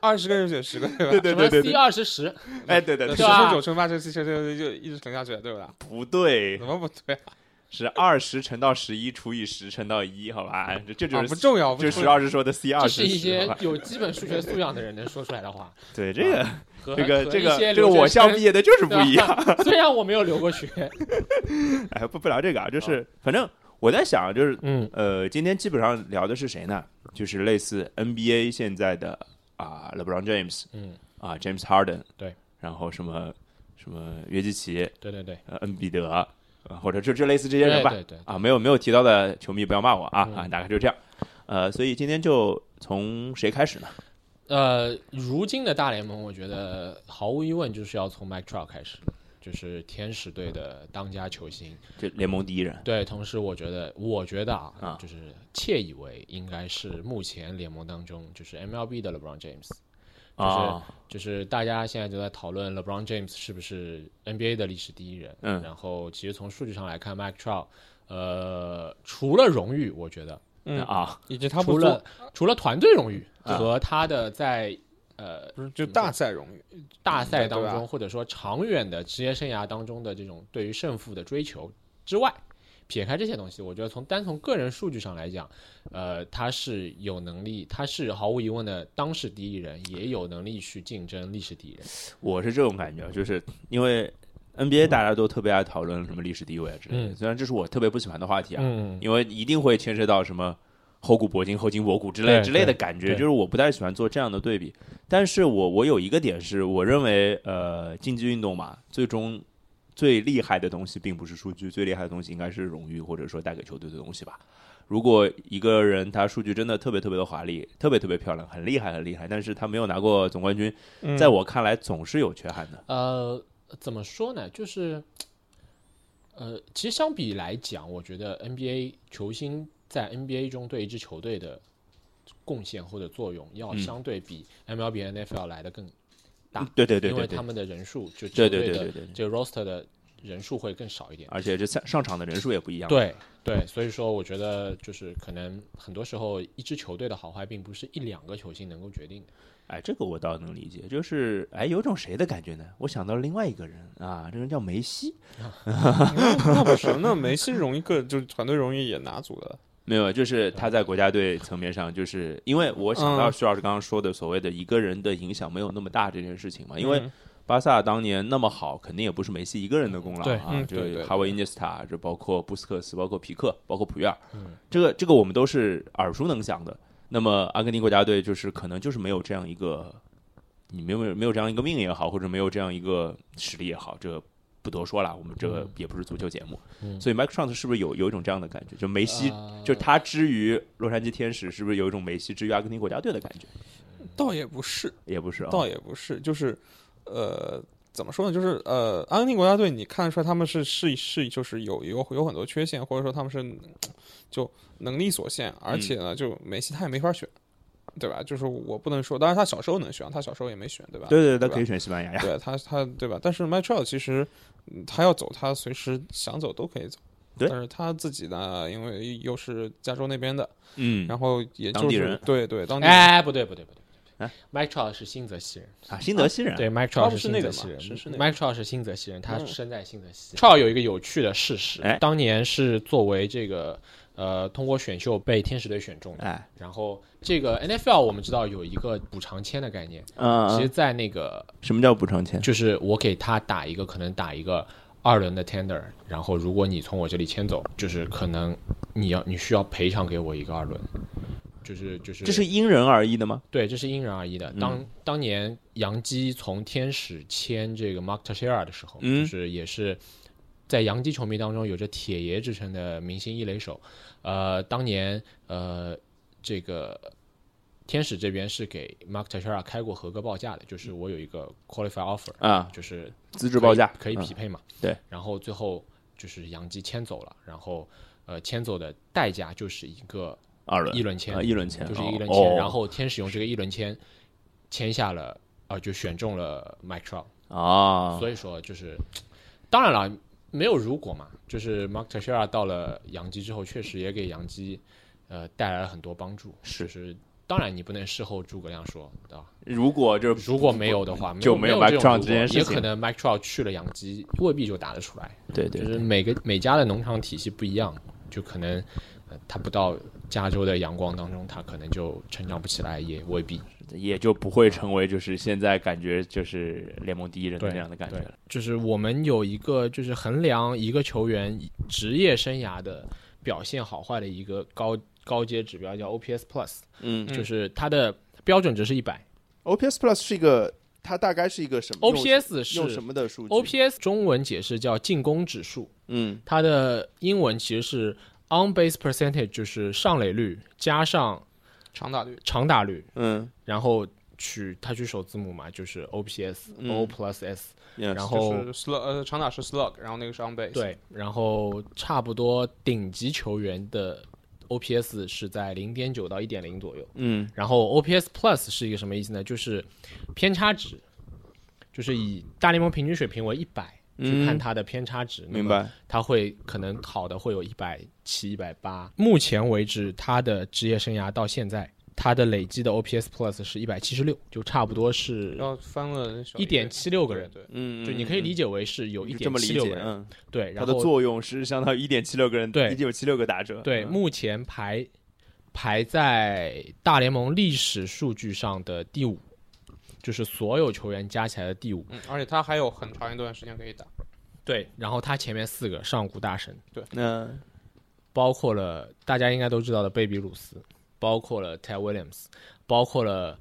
Speaker 2: 二十个人选十个，对吧？
Speaker 1: 对对对对
Speaker 3: 什么 C
Speaker 1: 对，
Speaker 3: 二十十，
Speaker 1: 哎对对对
Speaker 2: 十
Speaker 3: 是，吧
Speaker 2: 乘九乘八乘七乘乘乘就一直乘下去了，对吧？
Speaker 1: 不对
Speaker 2: 怎，么不对啊？
Speaker 1: 是二十乘到十一除以十乘到一，好吧？这这
Speaker 2: 啊
Speaker 1: 就
Speaker 2: 不
Speaker 1: 是
Speaker 2: 重要，不
Speaker 1: 就
Speaker 2: 重
Speaker 1: 是
Speaker 2: 要。
Speaker 1: 二是说的 C 二
Speaker 3: 这是
Speaker 1: 十
Speaker 3: 一些
Speaker 1: 好吧？
Speaker 3: 有基本数学素养的人能说出来的话。
Speaker 1: 对这个
Speaker 3: 和
Speaker 1: 这个
Speaker 3: 和
Speaker 1: 这
Speaker 3: 一
Speaker 1: 个
Speaker 3: 些
Speaker 1: 这个
Speaker 3: 留
Speaker 1: 我
Speaker 3: 学生
Speaker 1: 校毕业 的就是不一样。
Speaker 3: 虽然我没有留 过学，
Speaker 1: 哎，不不聊这个啊，
Speaker 3: 哦
Speaker 1: 就是反正我在想，就是
Speaker 3: 嗯，
Speaker 1: 呃，今天基本上聊的是谁呢？就是类似 NBA 现在的啊、LeBron James，
Speaker 3: 嗯，
Speaker 1: 啊、James Harden，
Speaker 3: 对，
Speaker 1: 然后什么什么约基奇、
Speaker 3: 对对对，
Speaker 1: 呃恩比德，啊或者就就类似这些人
Speaker 3: 对
Speaker 1: 吧。
Speaker 3: 对对，
Speaker 1: 啊，没有没有提到的球迷不要骂我啊、
Speaker 3: 嗯
Speaker 1: 啊，大概就这样。呃，所以今天就从谁开始呢？
Speaker 3: 呃，如今的大联盟，我觉得毫无疑问就是要从 Mike Trout 开始，就是天使队的当家球星。
Speaker 1: 这联盟第一人，
Speaker 3: 对，同时我觉得，我觉得啊，
Speaker 1: 啊
Speaker 3: 就是窃以为应该是目前联盟当中就是 MLB 的 LeBron James，
Speaker 1: 啊
Speaker 3: 就是大家现在就在讨论 LeBron James 是不是 NBA 的历史第一人。
Speaker 1: 嗯
Speaker 3: 然后其实从数据上来看，Mike Trout，呃，除了荣誉，我觉得
Speaker 2: 嗯，
Speaker 1: 啊，
Speaker 2: 以及他
Speaker 3: 除
Speaker 2: 不
Speaker 3: 了
Speaker 2: 做
Speaker 3: 除了团队荣誉
Speaker 1: 啊
Speaker 3: 和他的在呃
Speaker 2: 不是就大赛荣誉，
Speaker 3: 大赛当
Speaker 2: 嗯对
Speaker 3: 中，
Speaker 2: 吧
Speaker 3: 或者说长远的职业生涯当中的这种对于胜负的追求之外，撇开这些东西，我觉得从单从个人数据上来讲，呃，他是有能力，他是毫无疑问的当世第一人，也有能力去竞争历史第一人。
Speaker 1: 我是这种感觉，就是因为 NBA 大家都特别爱讨论什么历史地位啊之类的，
Speaker 3: 嗯
Speaker 1: 虽然这是我特别不喜欢的话题啊，
Speaker 3: 嗯
Speaker 1: 因为一定会牵涉到什么后股铂金、后金铂股之类
Speaker 3: 对
Speaker 1: 之类的
Speaker 3: 对
Speaker 1: 感觉，
Speaker 3: 对
Speaker 1: 就是我不太喜欢做这样的对比。但是我我有一个点是，我认为呃，竞技运动嘛，最终最厉害的东西并不是数据，最厉害的东西应该是荣誉或者说带给球队的东西吧。如果一个人他数据真的特别特别的华丽，特别特别漂亮，很厉害很厉害，但是他没有拿过总冠军，
Speaker 2: 嗯
Speaker 1: 在我看来总是有缺憾的。
Speaker 3: 呃，怎么说呢？就是，呃，其实相比来讲，我觉得 NBA 球星在 NBA 中对一支球队的贡献或者作用，要
Speaker 1: 嗯
Speaker 3: 相对比 MLB、NFL 来的更大
Speaker 1: 嗯对对对
Speaker 3: 因为
Speaker 1: 对对
Speaker 3: 他，们的人数就球
Speaker 1: 对
Speaker 3: 队
Speaker 1: 对对
Speaker 3: 的
Speaker 1: 对对，
Speaker 3: 这个 roster 的人数会更少一点。
Speaker 1: 而且这上上场的人数也不一样。
Speaker 3: 对对，所以说我觉得就是可能很多时候一支球队的好坏并不是一两个球星能够决定的。
Speaker 1: 哎，这个我倒能理解，就是哎，有种谁的感觉呢？我想到另外一个人啊，这个人叫梅西，
Speaker 2: 那不是，那梅西荣一个就是团队荣誉也拿足了，
Speaker 1: 没有，就是他在国家队层面上，就是因为我想到
Speaker 2: 嗯
Speaker 1: 徐老师刚刚说的所谓的一个人的影响没有那么大这件事情嘛，因
Speaker 2: 嗯
Speaker 1: 为巴萨当年那么好，肯定也不是梅西一个人的功劳
Speaker 3: 对
Speaker 1: 啊，
Speaker 2: 嗯
Speaker 1: 就
Speaker 2: 对对对
Speaker 1: 哈维因涅斯塔，就包括布斯克斯，包括皮克，包括普约尔
Speaker 3: 嗯，
Speaker 1: 这个这个我们都是耳熟能详的。那么阿根廷国家队就是可能就是没有这样一个，你没有没有这样一个命也好，或者没有这样一个实力也好，这个不多说了，我们这个
Speaker 3: 嗯
Speaker 1: 也不是足球节目，
Speaker 3: 嗯
Speaker 1: 所以 Mike Trout 是不是有有一种这样的感觉，就梅西
Speaker 3: 呃
Speaker 1: 就他之于洛杉矶天使，是不是有一种梅西之于阿根廷国家队的感觉？
Speaker 2: 倒也不是，
Speaker 1: 也不是啊，
Speaker 2: 倒也不是，就是呃，怎么说呢？就是呃，阿根廷国家队，你看得出来他们是是是，就是有有有很多缺陷，或者说他们是嗯就能力所限，而且
Speaker 1: 嗯
Speaker 2: 呢，就梅西他也没法选，对吧？就是我不能说，当然他小时候能选，他小时候也没选，对吧？
Speaker 1: 对对对，他
Speaker 2: 对吧
Speaker 1: 可以选西班牙呀，
Speaker 2: 对他他对吧？但是 m y t r a l 其实嗯他要走，他随时想走都可以走。
Speaker 1: 对
Speaker 2: 但是他自己呢，因为又是加州那边的，
Speaker 1: 嗯，
Speaker 2: 然后也
Speaker 1: 当
Speaker 2: 就
Speaker 1: 地
Speaker 2: 是
Speaker 1: 人
Speaker 2: 对对当地人
Speaker 3: 哎，不对不对不对不对
Speaker 1: 啊
Speaker 3: ，Mike Trout 是新泽西人。
Speaker 1: 啊，新泽西人，
Speaker 3: 对，Mike
Speaker 2: 他
Speaker 3: Trout
Speaker 2: 不是
Speaker 3: 新
Speaker 2: 那
Speaker 3: 泽
Speaker 2: 个
Speaker 3: 西
Speaker 2: 吗
Speaker 3: 人
Speaker 2: 是是那个
Speaker 3: ，Mike Trout 是新泽西人，他
Speaker 2: 嗯
Speaker 3: 生在新泽西。Trout 有一个有趣的事实
Speaker 1: 哎，
Speaker 3: 当年是作为这个呃通过选秀被天使队选中的。
Speaker 1: 哎，
Speaker 3: 然后这个 NFL 我们知道有一个补偿签的概念，其实，
Speaker 1: 嗯，
Speaker 3: 在那个
Speaker 1: 什么叫补偿钱？
Speaker 3: 就是我给他打一个可能打一个二轮的 tender，然后如果你从我这里签走，就是可能你要你需要赔偿给我一个二轮，就是就是
Speaker 1: 这是嗯因人而异的吗？
Speaker 3: 对，这是因人而异的。当、当年杨基从天使签这个 Mark Teixeira 的时候，
Speaker 1: 嗯
Speaker 3: 就是也是在洋基球迷当中有着“铁爷”之称的明星一垒手。呃，当年呃，这个天使这边是给 Mark Teixeira 开过合格报价的，就是我有一个 qualify offer，
Speaker 1: 啊，
Speaker 3: 就是
Speaker 1: 资质
Speaker 3: 可
Speaker 1: 报
Speaker 3: 以
Speaker 1: 价
Speaker 3: 可以
Speaker 1: 嗯
Speaker 3: 匹配嘛？
Speaker 1: 对。
Speaker 3: 然后最后就是杨基签走了，然后呃，签走的代价就是一个
Speaker 1: 二
Speaker 3: 一
Speaker 1: 轮
Speaker 3: 轮签
Speaker 1: 啊，，一轮签，
Speaker 3: 就是
Speaker 1: 哦
Speaker 3: 一轮
Speaker 1: 哦
Speaker 3: 签，然后天使用这个一轮签签下了，呃，就选中了 Mike Trout，、
Speaker 1: 啊，
Speaker 3: 所以说就是，当然了，没有如果嘛，就是 Mark Teixeira 到了洋基之后，确实也给洋基呃带来了很多帮助，
Speaker 1: 是
Speaker 3: 就是。当然，你不能事后诸葛亮说，对吧？
Speaker 1: 如果就是
Speaker 3: 如果没有的话，
Speaker 1: 就
Speaker 3: 没
Speaker 1: 没有
Speaker 3: 没
Speaker 1: Mike
Speaker 3: 这
Speaker 1: Trout
Speaker 3: 种如果
Speaker 1: 这件事
Speaker 3: 也
Speaker 1: 情
Speaker 3: 可能 Mike Trout 去了洋基，未必就打得出来。
Speaker 1: 对对
Speaker 3: 就是每个每家的农场体系不一样，就可能、呃、他不到加州的阳光当中，他可能就成长不起来，也未必。
Speaker 1: 也就不会成为就是现在感觉就是联盟第一人的
Speaker 3: 对
Speaker 1: 那样的感觉了。
Speaker 3: 就是我们有一个就是衡量一个球员职业生涯的表现好坏的一个高高阶指标叫 OPS Plus，、
Speaker 1: 嗯
Speaker 2: 嗯
Speaker 3: 就是它的标准值是一百
Speaker 4: ，OPS Plus 是一个，它大概是一个什么
Speaker 3: ，OPS
Speaker 4: 用什
Speaker 3: 是
Speaker 4: 么的数据
Speaker 3: OPS 中文解释叫进攻指数，
Speaker 4: 嗯
Speaker 3: 它的英文其实是 on base percentage，就是上垒率加上
Speaker 2: 长打率
Speaker 3: 长打率，
Speaker 4: 嗯
Speaker 3: 然后去他去首字母嘛，就是 OPS、
Speaker 1: 嗯
Speaker 3: O plus S，
Speaker 1: Yes，
Speaker 3: 然后
Speaker 2: 就是 slug 呃长打是 slug，然后那个是 on base，，
Speaker 3: 对，然后差不多顶级球员的 OPS 是在零点九到一点零左右。
Speaker 1: 嗯
Speaker 3: 然后 OPS Plus 是一个什么意思呢？就是偏差值，就是以大联盟平均水平为一百去看它的偏差值。那么
Speaker 1: 嗯明白，
Speaker 3: 他会可能好的会有一百七、一百八。目前为止，他的职业生涯到现在，他的累积的 OPS Plus 是一百七十六，就差不多是
Speaker 2: 然后翻了小
Speaker 3: 一点七六个
Speaker 2: 对
Speaker 3: 人，
Speaker 2: 对，
Speaker 1: 嗯，
Speaker 3: 就你可以理解为是有
Speaker 1: 嗯
Speaker 3: 一
Speaker 1: 就这
Speaker 3: 点
Speaker 1: 么理
Speaker 3: 七六
Speaker 1: 解，
Speaker 3: 个人。
Speaker 1: 嗯，
Speaker 3: 对，
Speaker 1: 它
Speaker 3: 然
Speaker 1: 的
Speaker 3: 后
Speaker 1: 作用是相当于一点七六个人，
Speaker 3: 对
Speaker 1: 一点七六个打者，
Speaker 3: 对，
Speaker 1: 嗯
Speaker 3: 目前排排在大联盟历史数据上的第五，就是所有球员加起来的第五。
Speaker 2: 嗯，而且他还有很长一段时间可以打，
Speaker 3: 对，然后他前面四个上古大神，
Speaker 1: 那
Speaker 3: 包括了大家应该都知道的贝比鲁斯，包括了 Ted Williams，包括了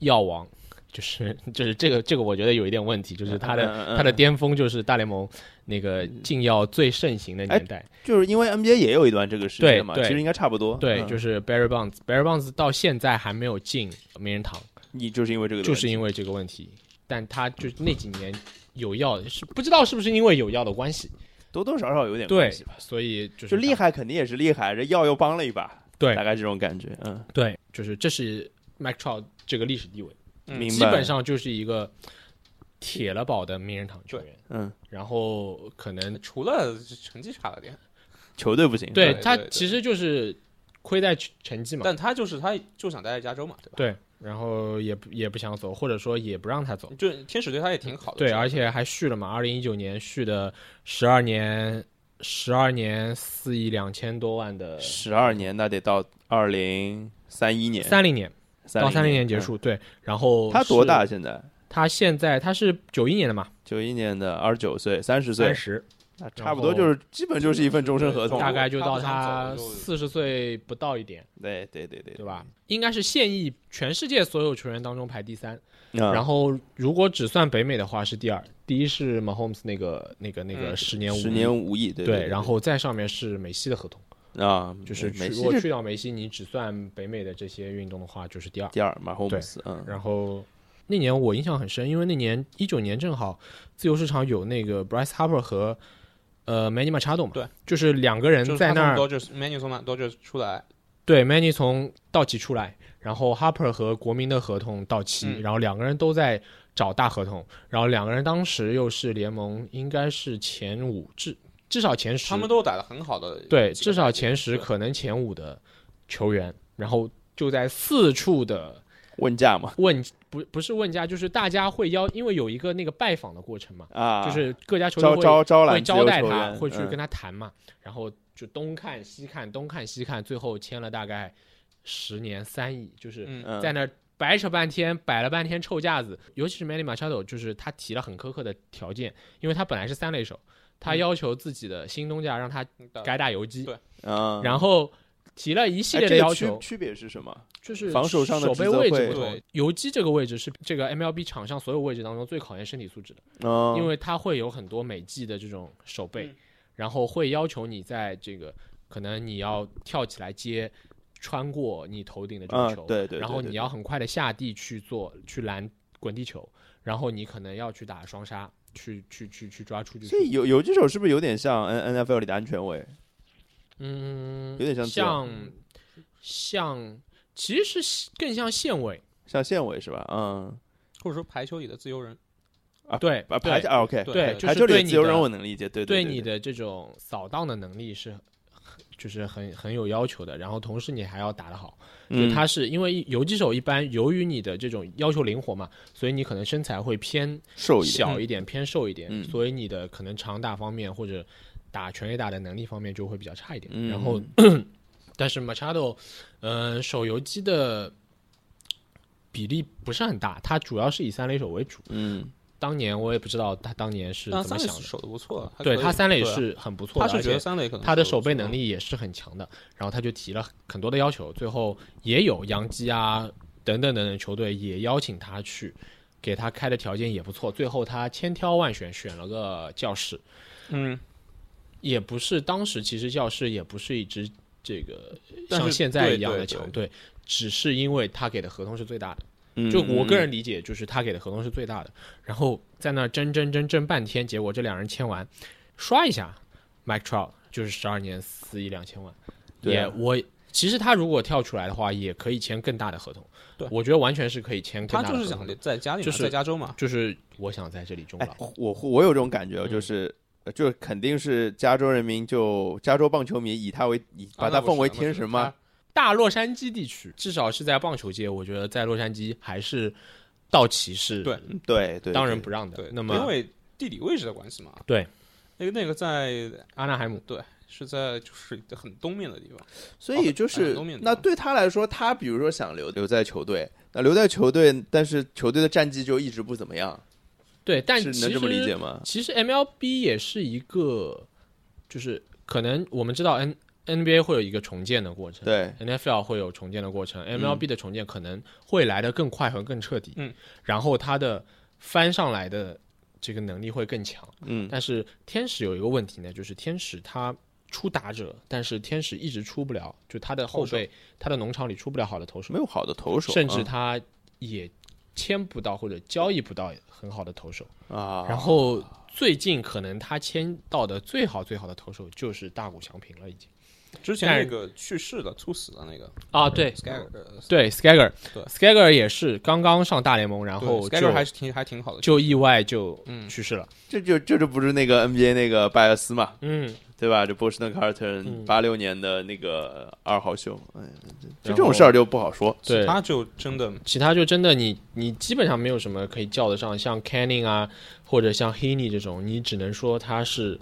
Speaker 3: 药王，就是就是这个这个我觉得有一点问题，就是他的、
Speaker 1: 嗯嗯嗯嗯
Speaker 3: 他的巅峰就是大联盟那个禁药最盛行的
Speaker 1: 哎
Speaker 3: 年代，
Speaker 1: 就是因为 NBA 也有一段这个时间嘛，
Speaker 3: 对
Speaker 1: 其
Speaker 3: 对
Speaker 1: 实应该差不多，
Speaker 3: 对，
Speaker 1: 嗯
Speaker 3: 就是 Barry Bonds，Barry Bonds 到现在还没有进名人堂，
Speaker 1: 你就是因为这个，
Speaker 3: 就是因为这个问题，但他就那几年有药是不知道是不是因为有药的关系，
Speaker 1: 多多少少有点
Speaker 3: 对
Speaker 1: 关系吧，，
Speaker 3: 所以就是
Speaker 1: 就厉
Speaker 3: 他
Speaker 1: 害肯定也是厉害，这药又帮了一把，
Speaker 3: 对
Speaker 1: 大概这种感觉，嗯，
Speaker 3: 对，就是这是 Mike Trout 这个历史地位。
Speaker 2: 嗯
Speaker 1: 明白，
Speaker 3: 基本，上就是一个铁了宝的名人堂球员，
Speaker 1: 嗯，
Speaker 3: 然后可能
Speaker 2: 除了成绩差了点，
Speaker 1: 球队不行，
Speaker 3: 对
Speaker 2: 对
Speaker 3: 他
Speaker 2: 对
Speaker 3: 其实就是亏待成成绩嘛，
Speaker 2: 但他就是他就想待在加州嘛，对吧？
Speaker 3: 对，然后也不也不想走，或者说也不让他走，
Speaker 2: 就天使对他也挺好的，
Speaker 3: 对，而
Speaker 2: 且
Speaker 3: 且还续了嘛，二零一九年续的十二年，十二年四亿两千多万的，
Speaker 1: 十二年那得到二零三一年，
Speaker 3: 三零年到三零
Speaker 1: 零
Speaker 3: 年结，束，对，然后
Speaker 1: 嗯他多
Speaker 3: 是
Speaker 1: 大？现在？
Speaker 3: 他现在他是九一年的嘛，
Speaker 1: 九一年的，二十九岁，三十岁
Speaker 3: 三，十，
Speaker 1: 那差不多就是基本就是一份终身合同，
Speaker 3: 大概就
Speaker 2: 他
Speaker 3: 到
Speaker 2: 不想
Speaker 3: 他
Speaker 2: 走就
Speaker 3: 四十岁不到一点。
Speaker 1: 对对对对
Speaker 3: 对？吧？应该是现役全世界所有球员当中排第三，然
Speaker 1: 然
Speaker 3: 后如果只算北美的话是第二，第一是 Mahomes 那个那个那个
Speaker 2: 嗯
Speaker 3: 十年五
Speaker 1: 十年五亿，对
Speaker 3: 对，然后再上面是梅西的合同，
Speaker 1: 啊，
Speaker 2: 嗯
Speaker 3: 就是去
Speaker 1: 梅
Speaker 3: 如
Speaker 1: 西
Speaker 3: 果
Speaker 1: 是
Speaker 3: 去掉梅西，你只算北美的这些运动的话就是第二。
Speaker 1: 第二，马霍姆斯，嗯，
Speaker 3: 然后那年我印象很深，因为那年一九年正好自由市场有那个 Bryce Harper 和呃 Manny Machado 嘛，
Speaker 2: 对，
Speaker 3: 就是两个人
Speaker 2: 就是
Speaker 3: 在那儿
Speaker 2: d o d g e r menu 从 Dodgers 出来，
Speaker 3: 对，Manny 从道奇出来，然后 Harper 和国民的合同到期，
Speaker 2: 嗯
Speaker 3: 然后两个人都在找大合同，然后两个人当时又是联盟应该是前五至至少前十
Speaker 2: 他，们都打的很好的，
Speaker 3: 对，至少前十可能前五的球员，然后就在四处的
Speaker 1: 问价嘛，
Speaker 3: 问，不不是问价，就是大家会邀，因为有一个那个拜访的过程嘛，
Speaker 1: 啊，
Speaker 3: 就是各家球队
Speaker 1: 招
Speaker 3: 会
Speaker 1: 招招
Speaker 3: 会
Speaker 1: 揽自
Speaker 3: 招
Speaker 1: 由
Speaker 3: 待
Speaker 1: 球
Speaker 3: 他，
Speaker 1: 员，嗯
Speaker 3: 会去跟
Speaker 1: 他
Speaker 3: 他谈嘛，然后就东看西看，东看西看，最后签了大概十年三亿，就是
Speaker 2: 嗯
Speaker 3: 在那儿白扯半天，摆了半天臭架子。尤其是 Manny Machado，就是他提了很苛刻的条件，因为他本来是三垒手，他
Speaker 2: 嗯
Speaker 3: 要求自己的新东家让他
Speaker 2: 打
Speaker 3: 改打游击，
Speaker 2: 对
Speaker 1: 啊，
Speaker 3: 然后提了一系
Speaker 1: 哎
Speaker 3: 列的
Speaker 1: 这个
Speaker 3: 要
Speaker 1: 区
Speaker 3: 求，
Speaker 1: 区别是什么？
Speaker 3: 就是
Speaker 1: 防守上的
Speaker 3: 守备
Speaker 1: 职责
Speaker 3: 位置
Speaker 1: 会
Speaker 3: 不同
Speaker 2: 对。
Speaker 3: 游击这个位置是这个 MLB 场上所有位置当中最考验身体素质的。
Speaker 1: 嗯，
Speaker 3: 因为它会有很多美技的这种手背，
Speaker 2: 嗯
Speaker 3: 然后会要求你在这个可能你要跳起来接，穿过你头顶的这
Speaker 1: 嗯
Speaker 3: 个球，，
Speaker 1: 对对，
Speaker 3: 然后
Speaker 1: 对
Speaker 3: 你要很快的下地去做去拦滚地球，然后你可能要去打双杀，去去去去抓出去。
Speaker 1: 所以游游击手是不是有点像 N N F L 里的安全卫？
Speaker 3: 嗯，
Speaker 1: 有点像自由
Speaker 3: 像像其实是更像线尾，
Speaker 1: 像线尾是吧？嗯，
Speaker 2: 或者说排球里的自由人，
Speaker 3: 对
Speaker 1: 啊，排
Speaker 3: 对
Speaker 1: 啊 OK，
Speaker 2: 对
Speaker 3: 对，
Speaker 2: 排
Speaker 3: 就是
Speaker 1: 排球里
Speaker 3: 对
Speaker 1: 的
Speaker 3: 你
Speaker 1: 自由
Speaker 3: 的
Speaker 1: 人我能理解，对对
Speaker 3: 对你的这种扫荡的能力是很，就是很很有要求的。然后同时你还要打得好，就
Speaker 1: 嗯
Speaker 3: 他是因为游击手一般由于你的这种要求灵活嘛，所以你可能身材会偏
Speaker 1: 瘦一点，
Speaker 3: 小一点，偏瘦一点，
Speaker 1: 嗯
Speaker 3: 所以你的可能长打方面或者打全垒打的能力方面就会比较差一点。
Speaker 1: 嗯
Speaker 3: 然后，但是 Machado，嗯、手游击的比例不是很大，他主要是以三垒手为主。
Speaker 1: 嗯，
Speaker 3: 当年我也不知道他当年是
Speaker 2: 但
Speaker 3: 怎
Speaker 2: 啊三
Speaker 3: 么
Speaker 2: 垒
Speaker 3: 想的。
Speaker 2: 守的不错，还
Speaker 3: 对
Speaker 2: 可以
Speaker 3: 他三垒
Speaker 2: 对啊
Speaker 3: 是很不错
Speaker 2: 他
Speaker 3: 的，
Speaker 2: 是
Speaker 3: 而
Speaker 2: 觉
Speaker 3: 且
Speaker 2: 得三垒可能
Speaker 3: 他的
Speaker 2: 守
Speaker 3: 守备
Speaker 2: 不错
Speaker 3: 能力也是很强的，然后他就提了很多的要求，最后也有洋基啊等等等等球队也邀请他去，给他开的条件也不错，最后他千挑万选选了个教室，
Speaker 2: 嗯，
Speaker 3: 也不是当时其实教室也不是一支这个
Speaker 2: 但是
Speaker 3: 像现在
Speaker 2: 对
Speaker 3: 一样
Speaker 2: 对
Speaker 3: 的
Speaker 2: 对
Speaker 3: 强队，只是因为他给的合同是最大的，
Speaker 5: 嗯
Speaker 3: 就我个人理解，就是他给的合同是最大的，然后在那儿争争争争半天，结果这两人签完，刷一下，Mike Trout 就是十二年四亿两千万，
Speaker 5: 对啊
Speaker 3: 也我其实他如果跳出来的话，也可以签更大的合同，
Speaker 2: 对
Speaker 3: 我觉得完全是可以签
Speaker 2: 他
Speaker 3: 更大的
Speaker 2: 就
Speaker 3: 合
Speaker 2: 是
Speaker 3: 同
Speaker 2: 想在家里嘛，
Speaker 3: 就是
Speaker 2: 在加州嘛，
Speaker 3: 就是我想在这嗯里终
Speaker 1: 哎
Speaker 3: 老，，
Speaker 1: 我我有这种感觉，就是。呃就是肯定是加州人民就加州棒球迷以他为以把
Speaker 2: 啊
Speaker 1: 他
Speaker 2: 那不
Speaker 1: 奉为
Speaker 2: 是那不
Speaker 1: 天
Speaker 2: 是
Speaker 1: 神吗？
Speaker 3: 大洛杉矶地区，至少是在棒球界，我觉得在洛杉矶还是道奇是
Speaker 2: 对
Speaker 1: 对对，
Speaker 3: 当
Speaker 1: 对
Speaker 3: 仁不让的
Speaker 2: 对，，
Speaker 3: 那
Speaker 2: 因
Speaker 3: 么
Speaker 2: 为地理位置的关系嘛，
Speaker 3: 对，
Speaker 2: 那个那个在
Speaker 3: 阿纳海姆
Speaker 2: 是在就是很东面的地方，
Speaker 1: 所以就
Speaker 2: 哎
Speaker 1: 是
Speaker 2: 都面子
Speaker 1: 那对他来说，他比如说想留留在球队，那留在球队，但是球队的战绩就一直不怎么样，
Speaker 3: 对，但
Speaker 1: 是
Speaker 3: 其
Speaker 1: 能这么理
Speaker 3: 实
Speaker 1: 解吗？
Speaker 3: 其实 MLB 也是一个，就是可能我们知道 N NBA 会有一个重建的过程，
Speaker 1: 对，
Speaker 3: NFL 会有重建的过程
Speaker 1: 嗯
Speaker 3: ，MLB 的重建可能会来得更快和更彻底，
Speaker 2: 嗯，
Speaker 3: 然后它的翻上来的这个能力会更强，
Speaker 1: 嗯，
Speaker 3: 但是天使有一个问题呢，就是天使它出打者，但是天使一直出不了，就他的后
Speaker 2: 投
Speaker 3: 辈，他的农场里出不了好的投手
Speaker 1: 没，有好的投手，
Speaker 3: 甚至
Speaker 1: 嗯
Speaker 3: 他也签不到或者交易不到很好的投手。
Speaker 1: 啊，
Speaker 3: 然后最近可能他签到的最好最好的投手就是大谷翔平了，已经
Speaker 2: 之前
Speaker 3: 但是
Speaker 2: 那个去世的猝死的那个
Speaker 3: 啊，对
Speaker 2: s k y g e r
Speaker 3: 对 s k a g e r
Speaker 2: 对
Speaker 3: s k a g e r 也是刚刚上大联盟，然后
Speaker 2: s k y g e r 还嗯
Speaker 3: 就是
Speaker 2: 挺还挺好的，
Speaker 3: 就意外就去世了。
Speaker 1: 这就这就不是那个 NBA 那个拜尔斯嘛，
Speaker 3: 嗯，
Speaker 1: 对吧？这波士顿凯尔特人
Speaker 3: 嗯
Speaker 1: 八六年的那个二号秀，哎，就
Speaker 3: 然
Speaker 1: 这种
Speaker 3: 后
Speaker 1: 事儿就不好说。
Speaker 3: 对
Speaker 2: 其他就真的
Speaker 3: 其他就真的你你基本上没有什么可以叫得上，像 Canning 啊，或者像 Heaney 这种，你只能说他是